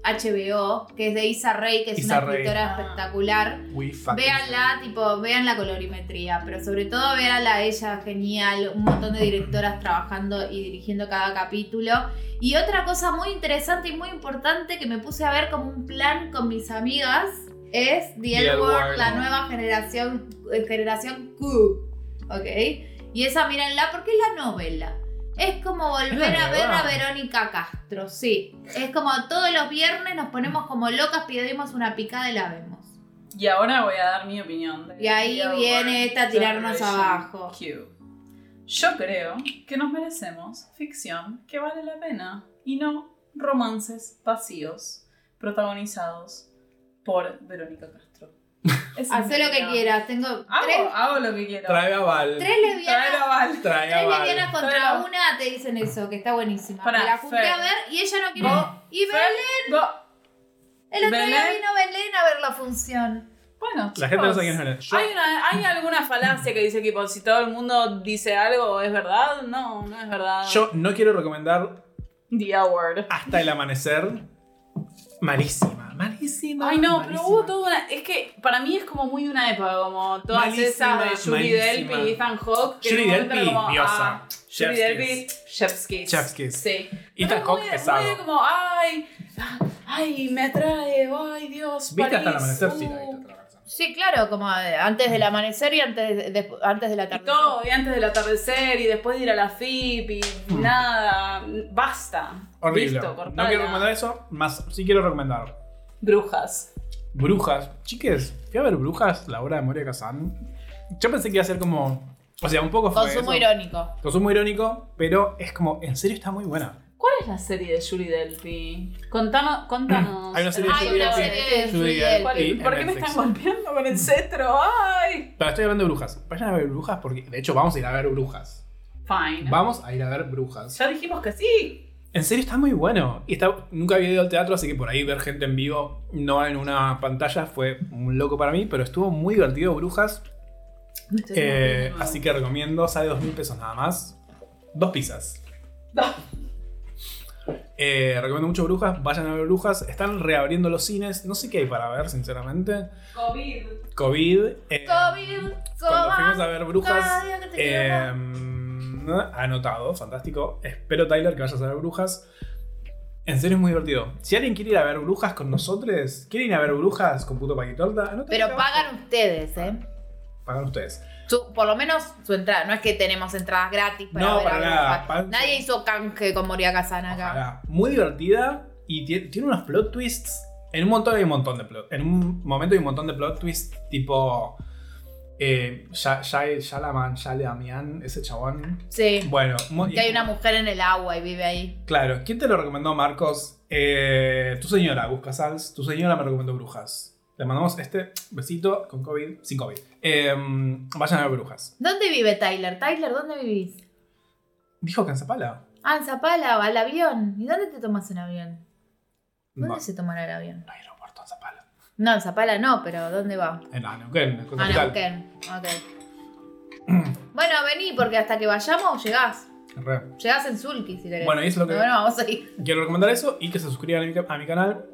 B: HBO, que es de Isa Rey, que es
A: Issa
B: una
A: Rae.
B: escritora
C: Ah.
B: espectacular.
A: We fucking-
B: Véanla, tipo, vean la colorimetría, pero sobre todo véanla a ella, genial, un montón de directoras trabajando y dirigiendo cada capítulo. Y otra cosa muy interesante y muy importante que me puse a ver como un plan con mis amigas es The L
A: L
B: Word,
A: Word.
B: la nueva generación, eh, generación Q, ¿ok? Y esa mírenla porque es la novela. Es como volver
A: la
B: a ver a
A: nueva.
B: Verónica Castro, sí. Es como todos los viernes nos ponemos como locas, pedimos una picada y la vemos.
C: Y ahora voy a dar mi opinión. de
B: Y ahí
C: Real
B: viene
C: World
B: esta a tirarnos
C: Generation
B: abajo.
C: Q. Yo creo que nos merecemos ficción que vale la pena y no romances vacíos protagonizados por Verónica Castro. Esa es
B: Hacé
C: mi
B: lo que
C: opinión.
B: quieras. Tengo
C: Hago,
B: tres,
C: hago lo que quiero.
A: Trae a Val.
B: tres
C: Trae la
B: lesbianas.
C: bala.
A: Trae a
B: Tres
A: Val.
B: lesbianas
C: Trae
B: contra
C: la-
B: una te dicen eso, que está buenísima.
C: Pará,
B: Me la junté
C: Fer.
B: a ver y ella no quiere.
C: Vos,
B: Y
C: Fer,
B: Belén,
C: vos-
B: el otro día
C: Belén.
B: vino Belén a ver la función.
C: Bueno,
A: La gente no
C: chicos,
A: sabe quién es Belén. Yo-
C: Hay, una- hay alguna falacia que dice que si todo el mundo dice algo es verdad. No, no es verdad.
A: Yo no quiero recomendar
C: The Award.
A: Hasta el Amanecer. Malísima, malísima.
C: Ay, no,
A: malísima.
C: pero hubo toda una. Es que para mí es como muy de una época, como todas
A: Malísima,
C: esas de Julie
A: malísima.
C: Delpy y Ethan Hawke. que en
A: Julie
C: un momento
A: Delpy,
C: era como,
A: diosa.
C: ah, Julie
A: Chef's
C: Delpy,
A: kiss.
C: Chef's Kiss.
A: Chef's kiss.
C: Sí.
A: Y
C: Pero
A: Ethan
C: es
A: Hawke
C: muy de-
A: pesado.
C: muy de como, ay, ay, me atrae, ay, Dios.
A: ¿Viste hasta el
C: París,
A: amanecer? Sí,
C: uh.
A: la viste hasta el amanecer.
B: Sí, claro, como eh, antes del amanecer y antes, de- de- antes de la
C: Y
B: tarde.
C: todo, y antes del atardecer, y después de ir a la FIP, y nada. Basta.
A: Mm. Horrible.
C: Listo, cortala.
A: no quiero recomendar eso, más sí quiero recomendar
C: Brujas.
A: Brujas. Chiques, fui a ver Brujas, la obra de Moria Kazan. Yo pensé que iba a ser como. O sea, un poco fue
B: Consumo
A: eso.
B: irónico.
A: Consumo irónico, pero es como, en serio está muy buena.
C: ¿Cuál es la serie de Julie Delpy? Contanos. contanos.
A: Hay una serie de
B: Hay
A: Julie
B: una
A: Delpy.
B: serie de
A: Julie
B: Julie
A: Delpy.
C: ¿Cuál-
B: Delpy.
A: en
C: ¿Por qué me
A: Netflix.
C: están golpeando con el cetro? ¡Ay!
A: Pero estoy hablando de brujas. Vayan a ver brujas porque, de hecho, vamos a ir a ver brujas.
C: Fine.
A: Vamos a ir a ver brujas.
C: Ya dijimos que sí.
A: En serio está muy bueno. Y está, nunca había ido al teatro, así que por ahí ver gente en vivo, no en una pantalla, fue un loco para mí, pero estuvo muy divertido Brujas. Eh, así que recomiendo, sale dos mil pesos nada más. Dos pizzas.
C: Dos.
A: Eh, recomiendo mucho Brujas, vayan a ver Brujas. Están reabriendo los cines, no sé qué hay para ver, sinceramente.
C: COVID.
A: COVID. eh,
B: COVID,
A: Cuando fuimos a
B: COVID.
A: ver Brujas, eh,
B: cada día que te quiero más.
A: em, anotado, fantástico. Espero, Tyler, que vayas a ver Brujas. En serio es muy divertido. Si alguien quiere ir a ver Brujas con nosotros, quiere ir a ver Brujas con puto paquitorta, anoten
B: Pero
A: acá.
B: pagan ustedes, ¿eh?
A: Pagan ustedes.
B: Su- por lo menos su entrada. No es que tenemos entradas gratis para
A: No,
B: ver a
A: para
B: Brujas.
A: nada. Pan-
B: Nadie hizo canje con Moria Kazan acá.
A: Ojalá. Muy divertida y tie- tiene unos plot twists. En un montón hay un montón de plot. En un momento hay un montón de plot twists tipo. Eh, Sha- Sha- Shalaman, Shalamian, ese chabón.
B: Sí.
A: Bueno, mo- y
B: Que hay
A: es
B: una
A: como-
B: mujer en el agua y vive ahí.
A: Claro, ¿quién te lo recomendó, Marcos? Eh, tu señora, Busca Sals. Tu señora me recomendó Brujas. Le mandamos este besito con COVID, sin COVID. Eh, vayan a ver Brujas.
B: ¿Dónde vive Tyler? Tyler, ¿dónde vivís?
A: Dijo que en Zapala.
B: Ah, en Zapala, al avión. ¿Y dónde te tomas un avión? ¿Dónde
A: No,
B: se tomará el avión?
A: no hay aeropuerto en Zapala.
B: No, en Zapala no, pero ¿dónde va?
A: En ah, Neuquén, en
B: Ah,
A: Capital.
B: Neuquén. Ok. bueno, vení, porque hasta que vayamos llegás.
A: Re.
B: Llegás en Zulki, si querés.
A: Bueno, y es lo que
B: Pero bueno, vamos a ir.
A: quiero recomendar eso y que se suscriban a mi, ca- a mi canal.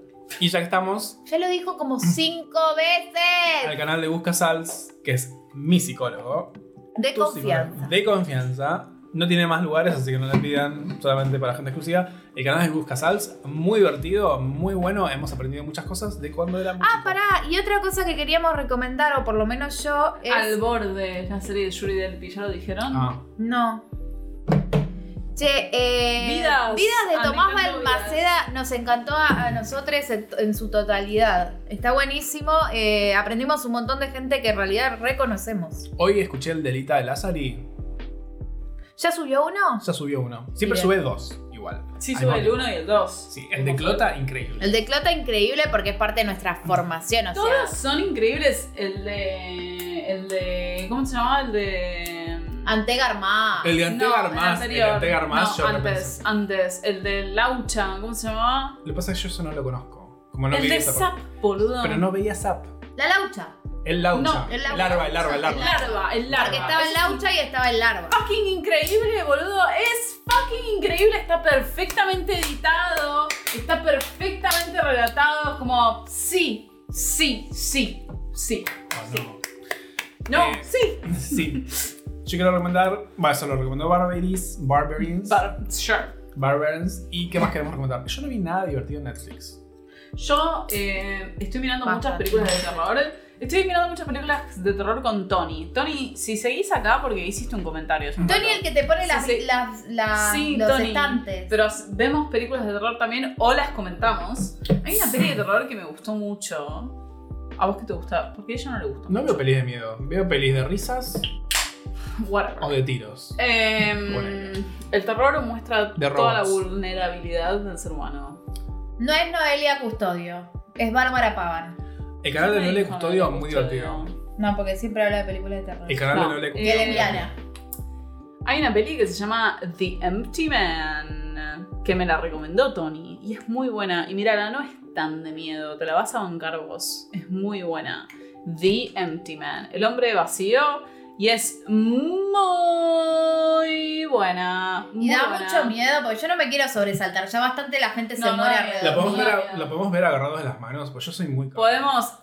A: Y ya que estamos
B: Ya lo dijo como cinco
A: al
B: veces.
A: canal de Busca Sals, que es mi psicólogo,
B: De
A: tu psicólogo
B: confianza.
A: de confianza. No tiene más lugares, así que no le pidan, solamente para gente exclusiva. El canal es Busca Sals, muy divertido, muy bueno. Hemos aprendido muchas cosas de cuando éramos.
B: Ah,
A: chicos.
B: pará. Y otra cosa que queríamos recomendar, o por lo menos yo, es.
C: Al borde, la serie de Yuri del Pi, ¿ya lo dijeron?
A: Ah,
B: No. Che, eh,
C: Vidas. Ah,
B: de
C: me
B: Tomás
C: encantó
B: Balmaceda nos encantó a, a nosotros en, en su totalidad. Está buenísimo. eh, aprendimos un montón de gente que en realidad reconocemos.
A: hoy escuché el delita de Lazari.
B: ¿Ya subió uno?
A: Ya subió uno. Siempre
B: Bien.
A: sube dos, igual.
C: Sí,
A: Al
C: sube el
A: mismo
C: 1 y el 2.
A: tiempo. Sí, el de Clota, increíble.
B: El de Clota increíble porque es parte de nuestra formación. O
C: Todos
B: sea,
C: son increíbles. El de. El de. ¿Cómo se llamaba? El de.
B: Antegar más.
A: El de
C: No,
A: Antegar más. El de
C: anterior.
A: Antegar más,
C: No,
A: yo lo
C: antes,
A: pensé.
C: antes. El de Laucha, ¿cómo se llamaba?
A: Lo que pasa es que yo eso no lo conozco. Como no
C: el
A: veía
C: de
A: esa
C: Zap,
A: parte.
C: boludo.
A: Pero no veía Zap.
B: La laucha.
A: El laucha.
C: No,
B: el laucha.
A: larva, el larva, el
C: El
A: larva.
C: larva, el larva.
B: Porque estaba el
C: Eso es
B: laucha y estaba el larva.
C: fucking increíble, boludo. Es fucking increíble. Está perfectamente editado. Está perfectamente relatado. Es como, sí, sí, sí, sí.
A: Oh,
C: No,
A: Eh,
C: sí.
A: no. Sí. Yo quiero recomendar, bueno, eso lo recomendó Barbaries, Barbarins,
C: But, sure.
A: Barbarins. ¿Y qué más queremos recomendar? Yo no vi nada divertido en Netflix.
C: Yo eh, estoy mirando
B: Basta.
C: muchas películas de terror. Estoy mirando muchas películas de terror con Tony. Tony, si seguís acá porque hiciste un comentario. hace un
B: Tony
C: rato.
B: el que te pone las,
C: Sí, sí.
B: las- las-
C: Sí,
B: los
C: Tony.
B: estantes.
C: Pero as- vemos películas de terror también o las comentamos. Hay una peli de terror que me gustó mucho. ¿A vos qué te gusta? Porque a ella no le gusta.
A: No veo pelis de miedo. Veo pelis de risas
C: Whatever.
A: o de tiros.
C: Em,
A: Whatever.
C: el terror muestra
A: De
C: toda la
A: robots.
C: vulnerabilidad del ser humano.
B: No es Noelia Custodio, es Bárbara Pavan.
A: El canal de Noble Custodio, muy divertido.
B: No, porque siempre habla de películas de terror.
A: El canal
C: No,
A: de Noble
C: eh,
B: Y es
A: Custodio.
B: lesbiana.
C: Hay una peli que se llama The Empty Man, que me la recomendó Tony, y es muy buena. Y mírala, no es tan de miedo, te la vas a bancar vos. Es muy buena. The Empty Man, el hombre vacío, y es muy buena.
B: Y
C: muy
B: da
C: buena.
B: mucho miedo porque yo no me quiero sobresaltar. Ya bastante la gente se
C: No, no,
B: muere
C: no,
A: La
B: alrededor.
A: podemos, ver a-
C: Mira.
A: la podemos ver agarrados de las manos, pues yo soy muy... cabrón.
C: Podemos,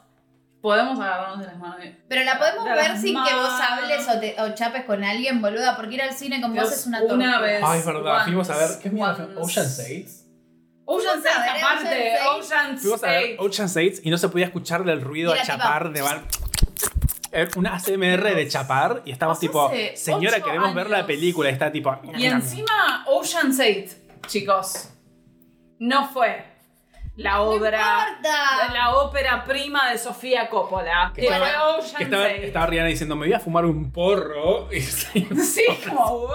C: podemos agarrarnos de las manos.
B: Pero la podemos
C: De
B: ver
C: las
B: sin que vos
C: manos.
B: hables o, te- o chapes con alguien, boluda, porque ir al cine con vos
C: Dios,
B: es una
C: una
B: tortura.
C: vez.
A: Ay, es verdad.
C: Once,
A: Fuimos a ver... ¿Qué mierda?
C: once.
A: Ocean States.
C: Ocean
B: Fuimos a
C: State
B: ver
C: aparte,
B: Ocean
C: Ocean
A: Fuimos a ver
C: State.
A: Ocean States y no se podía escuchar el ruido
B: Y
A: a
B: era
A: chapar de bar. Eh, Una ACMR de chapar y estamos
C: Pasó
A: tipo,
C: hace
A: señora,
C: ocho
A: queremos ver la
C: años.
A: película. Y está tipo.
C: Y encima Ocean State, chicos. No fue la
B: ¡No
C: obra,
B: importa!
C: la ópera prima de Sofía Coppola.
A: Que
C: Que fue
A: estaba-
C: Ocean
A: Que estaba,
C: State.
A: estaba Rihanna diciendo, me voy a fumar un porro. Y sí.
C: Sí, como wow.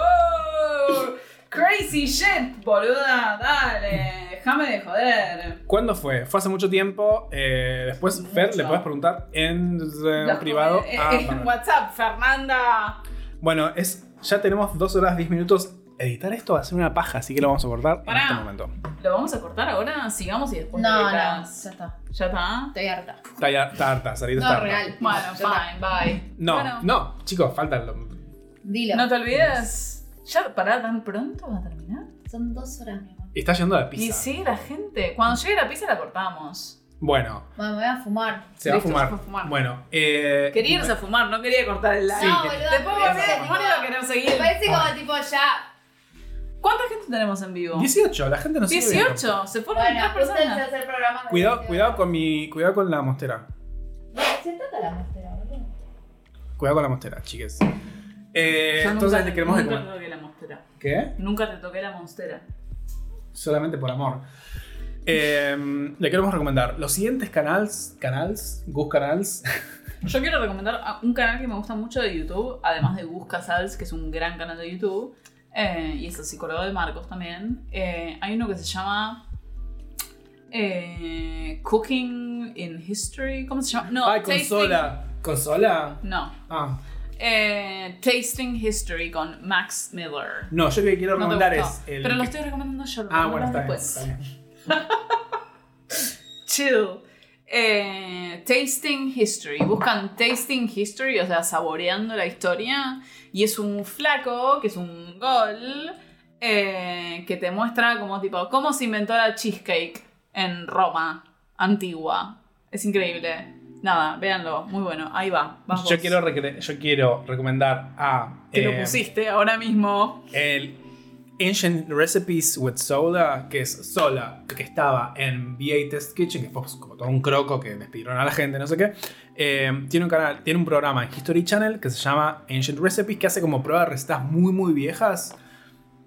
C: Crazy shit, boluda. Dale, déjame de joder.
A: ¿Cuándo fue? Fue hace mucho tiempo. eh, después,
C: Mucho.
A: Fer, le puedes preguntar en, eh,
C: La
A: privado.
C: joder. Eh,
A: a
C: eh,
A: Manuel.
C: WhatsApp, Fernanda.
A: bueno, es, ya tenemos 2 horas 10 minutos. Editar esto va a ser una paja, así que lo vamos a cortar en
C: Pará.
A: este momento.
C: ¿Lo vamos a cortar ahora? Sigamos y después.
B: No, no, ya
C: editas.
B: está.
C: ¿Ya está?
B: Estoy harta.
A: Está ya tarta, salida
B: No,
A: tarta.
B: real. Ya
C: Bueno,
B: está.
C: fine, bye.
A: No,
C: Bueno.
A: no, chicos, faltan los
B: Dilo.
C: No te olvides. ¿Ya pará tan pronto va a terminar?
B: Son dos horas, mi amor.
A: Está yendo a la pizza.
C: Y sí, la gente. Cuando llegue la pizza la cortamos.
A: Bueno,
B: Mamá, me voy a fumar.
A: se va a
C: Listo,
A: fumar.
C: se fue a fumar.
A: Bueno, eh,
C: Quería irse a fumar, no quería cortar el live.
A: Sí,
B: no,
A: que-
B: boluda,
C: Después
B: me
C: volví
B: parece
C: a fumar y iba a
B: como-
C: querer
B: Me
C: seguir.
B: parece como tipo ya.
C: ¿Cuánta gente tenemos en vivo?
A: 18, la gente no sigue. viendo.
C: 18. Se fueron
B: Bueno,
C: tres
B: justo el
C: personas.
B: tercer programa. que
A: Cuidado,
B: hice.
A: cuidado con mi. Cuidado con la mostera.
B: Siéntate a la mostera, boludo.
A: Cuidado con la mostera, chiques. Eh,
C: Yo
A: entonces
C: nunca-
A: le queremos
C: nunca te
A: recomendar.
C: toqué la monstera.
A: ¿Qué?
C: Nunca te toqué la monstera.
A: Solamente por amor. Eh, le queremos recomendar los siguientes canals. Canals, Gus Canals.
C: Yo quiero recomendar a- un canal que me gusta mucho de YouTube, además de Gus Casals, que es un gran canal de YouTube, eh, y es el psicólogo de Marcos también. Eh, hay uno que se llama eh, Cooking in History, ¿cómo se llama? No,
A: Ay,
C: Tasting-
A: consola. ¿Consola?
C: No,
A: Ah.
C: eh, Tasting History con Max Miller.
A: No, yo lo que quiero
C: No te
A: recomendar
C: gustó,
A: es. El
C: Pero lo
A: que-
C: estoy recomendando yo. lo
A: Ah,
C: recomiendo
A: bueno, está bien,
C: después.
A: está bien.
C: Chill. Eh, tasting History. Buscan Tasting History, o sea, saboreando la historia. Y es un flaco, que es un gol, eh, que te muestra como tipo, cómo se inventó la cheesecake en Roma. antigua. Es increíble. Nada, véanlo, muy bueno. Ahí va, vas
A: Yo
C: vos.
A: quiero, recre- yo quiero recomendar a.
C: Que
A: eh,
C: lo pusiste ahora mismo.
A: El Ancient Recipes with Sola, que es Sola, que estaba en VA Test Kitchen, que fue pues, como todo un croco que despidieron a la gente, no sé qué. Eh, tiene un canal, tiene un programa en History Channel que se llama Ancient Recipes, que hace como pruebas de recetas muy, muy viejas.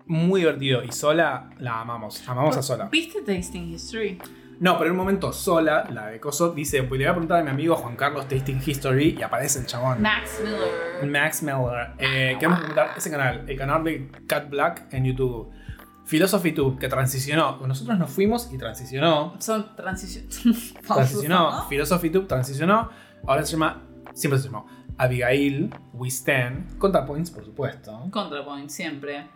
A: Muy divertido. Y Sola la amamos. Amamos a Sola.
C: ¿Viste Tasting History?
A: No, pero en un momento Sola, la de Coso, dice: Pues le voy a preguntar a mi amigo Juan Carlos Tasting History y aparece el chabón.
C: Max Miller.
A: Max Miller. Eh, queremos recomendar ese canal, el canal de Cat Black en YouTube. Philosophy Tube, que transicionó. Pues Nosotros nos fuimos y transicionó.
C: Son transiciones.
A: Transicionó. Philosophy Tube transicionó. Ahora se llama. Siempre se llamó Abigail, We Stand, Conta Points, por supuesto.
C: Contrapoint, siempre.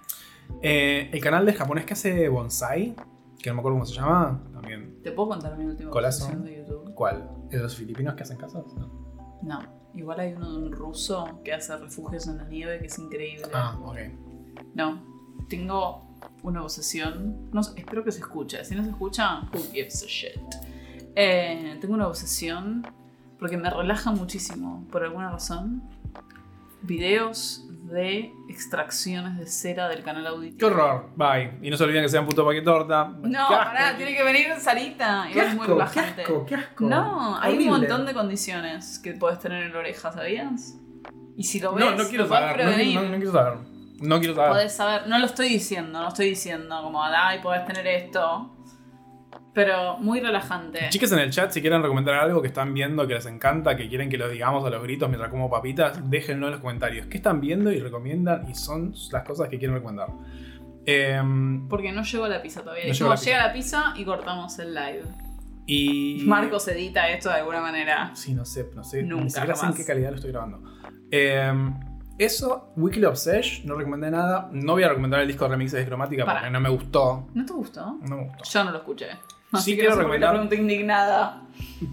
A: Eh, el canal de japonés que hace Bonsai, que no me acuerdo cómo se llama, también.
C: ¿Te puedo contar mi última
A: Corazón.
C: obsesión de YouTube?
A: ¿Cuál? ¿Es de los filipinos que hacen casas? No.
C: No. Igual hay uno de un ruso que hace refugios en la nieve que es increíble.
A: Ah, ok.
C: No. Tengo una obsesión. No, sé, espero que se escuche. Si no se escucha, who gives a shit. Eh, tengo una obsesión porque me relaja muchísimo, por alguna razón. Videos de extracciones de cera del canal auditivo.
A: Qué horror. Bye. Y no se olviden que sean puto paquetorta.
C: No, pará, tiene que venir Sarita.
A: Qué
C: Igual es muy
A: asco, qué
C: relajante.
A: asco, qué asco.
C: No, hay un
A: Horrible.
C: montón de condiciones que puedes tener en la oreja, ¿sabías? Y si lo ves,
A: No, no quiero
C: lo podés
A: saber. No,
C: prevenir.
A: quiero- no- no quiero saber. No quiero saber.
C: Podés saber, no lo estoy diciendo, no estoy diciendo como, ay, podés tener esto. Pero muy relajante.
A: Chicas en el chat, si quieren recomendar algo que están viendo, que les encanta, que quieren que lo digamos a los gritos mientras como papitas, déjenlo en los comentarios. ¿Qué están viendo y recomiendan? Y son las cosas que quieren recomendar. Em,
C: Porque no llegó la pizza todavía.
A: No
C: Y
A: llegó la
C: como llega la pizza y cortamos el live.
A: y.
C: Marcos edita esto de alguna manera.
A: Sí, no sé, no sé.
C: Nunca
A: ni siquiera sé en
C: jamás.
A: qué calidad lo estoy grabando. Em, eso, Weekly Obsesh, no recomendé nada. No voy a recomendar el disco de remixes de cromática
C: Pará.
A: porque no me gustó.
C: ¿No te gustó?
A: No me gustó.
C: Yo no lo escuché.
A: Sí
C: Así que
A: quiero
C: no sé por qué te
A: recomendar-
C: pregunto indignada.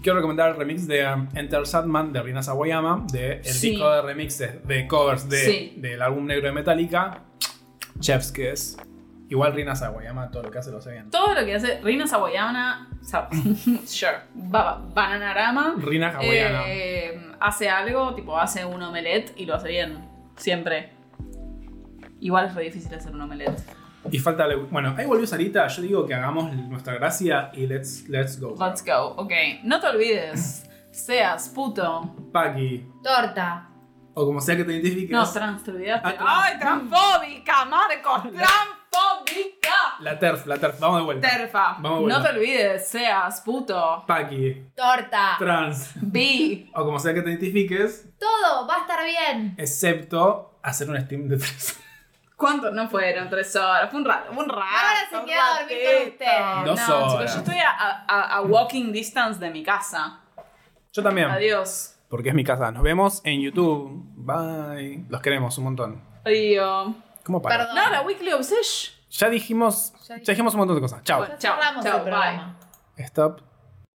A: Quiero recomendar el remix de um, Enter Sandman de Rina Sawayama, de el
C: Sí.
A: disco de remixes de covers de,
C: Sí.
A: del álbum negro de Metallica, Chef's Kiss. Igual Rina Sawayama, todo lo que hace lo hace bien.
C: Todo lo que hace Reina Sawayana, Sa- sure, Baba, Bananarama,
A: Rina Hawaiana.
C: eh, hace algo, tipo hace un omelette y lo hace bien, siempre. Igual es re difícil hacer un omelette.
A: Y falta. la- Bueno, ahí volvió Sarita. Yo digo que hagamos nuestra gracia y let's, let's go.
C: Let's go, ok. No te olvides, seas puto.
A: Paki,
B: Torta.
A: o como sea que te identifiques.
C: No, trans, te olvidaste.
A: Ah, trans.
C: ¡Ay, transfóbica, Marcos! ¡Transfóbica!
A: la terf, la terf. Vamos de vuelta.
C: Terfa, no
A: Vamos, bueno.
C: te olvides, seas puto.
A: Paki,
B: Torta.
A: trans.
C: Bi.
A: O como sea que te identifiques,
B: Todo va a estar bien.
A: excepto hacer un stream de tres.
C: ¿Cuánto? No fueron tres horas, fue un rato, fue un rato.
B: Ahora se queda a dormir con
C: ratito.
B: ustedes.
A: Dos
C: no,
A: horas.
C: chicos, yo estoy a, a- a walking distance de mi casa.
A: Yo también.
C: Adiós.
A: porque es mi casa. Nos vemos en YouTube. Bye. Los queremos un montón.
C: Adiós.
A: ¿Cómo para?
B: Perdón.
C: No, la Weekly Obsession.
A: Ya dijimos,
B: Ya
A: ya dijimos un montón de cosas. Chao.
C: Bueno,
B: Cerramos
C: chao,
B: el
C: bye.
B: programa.
A: Stop.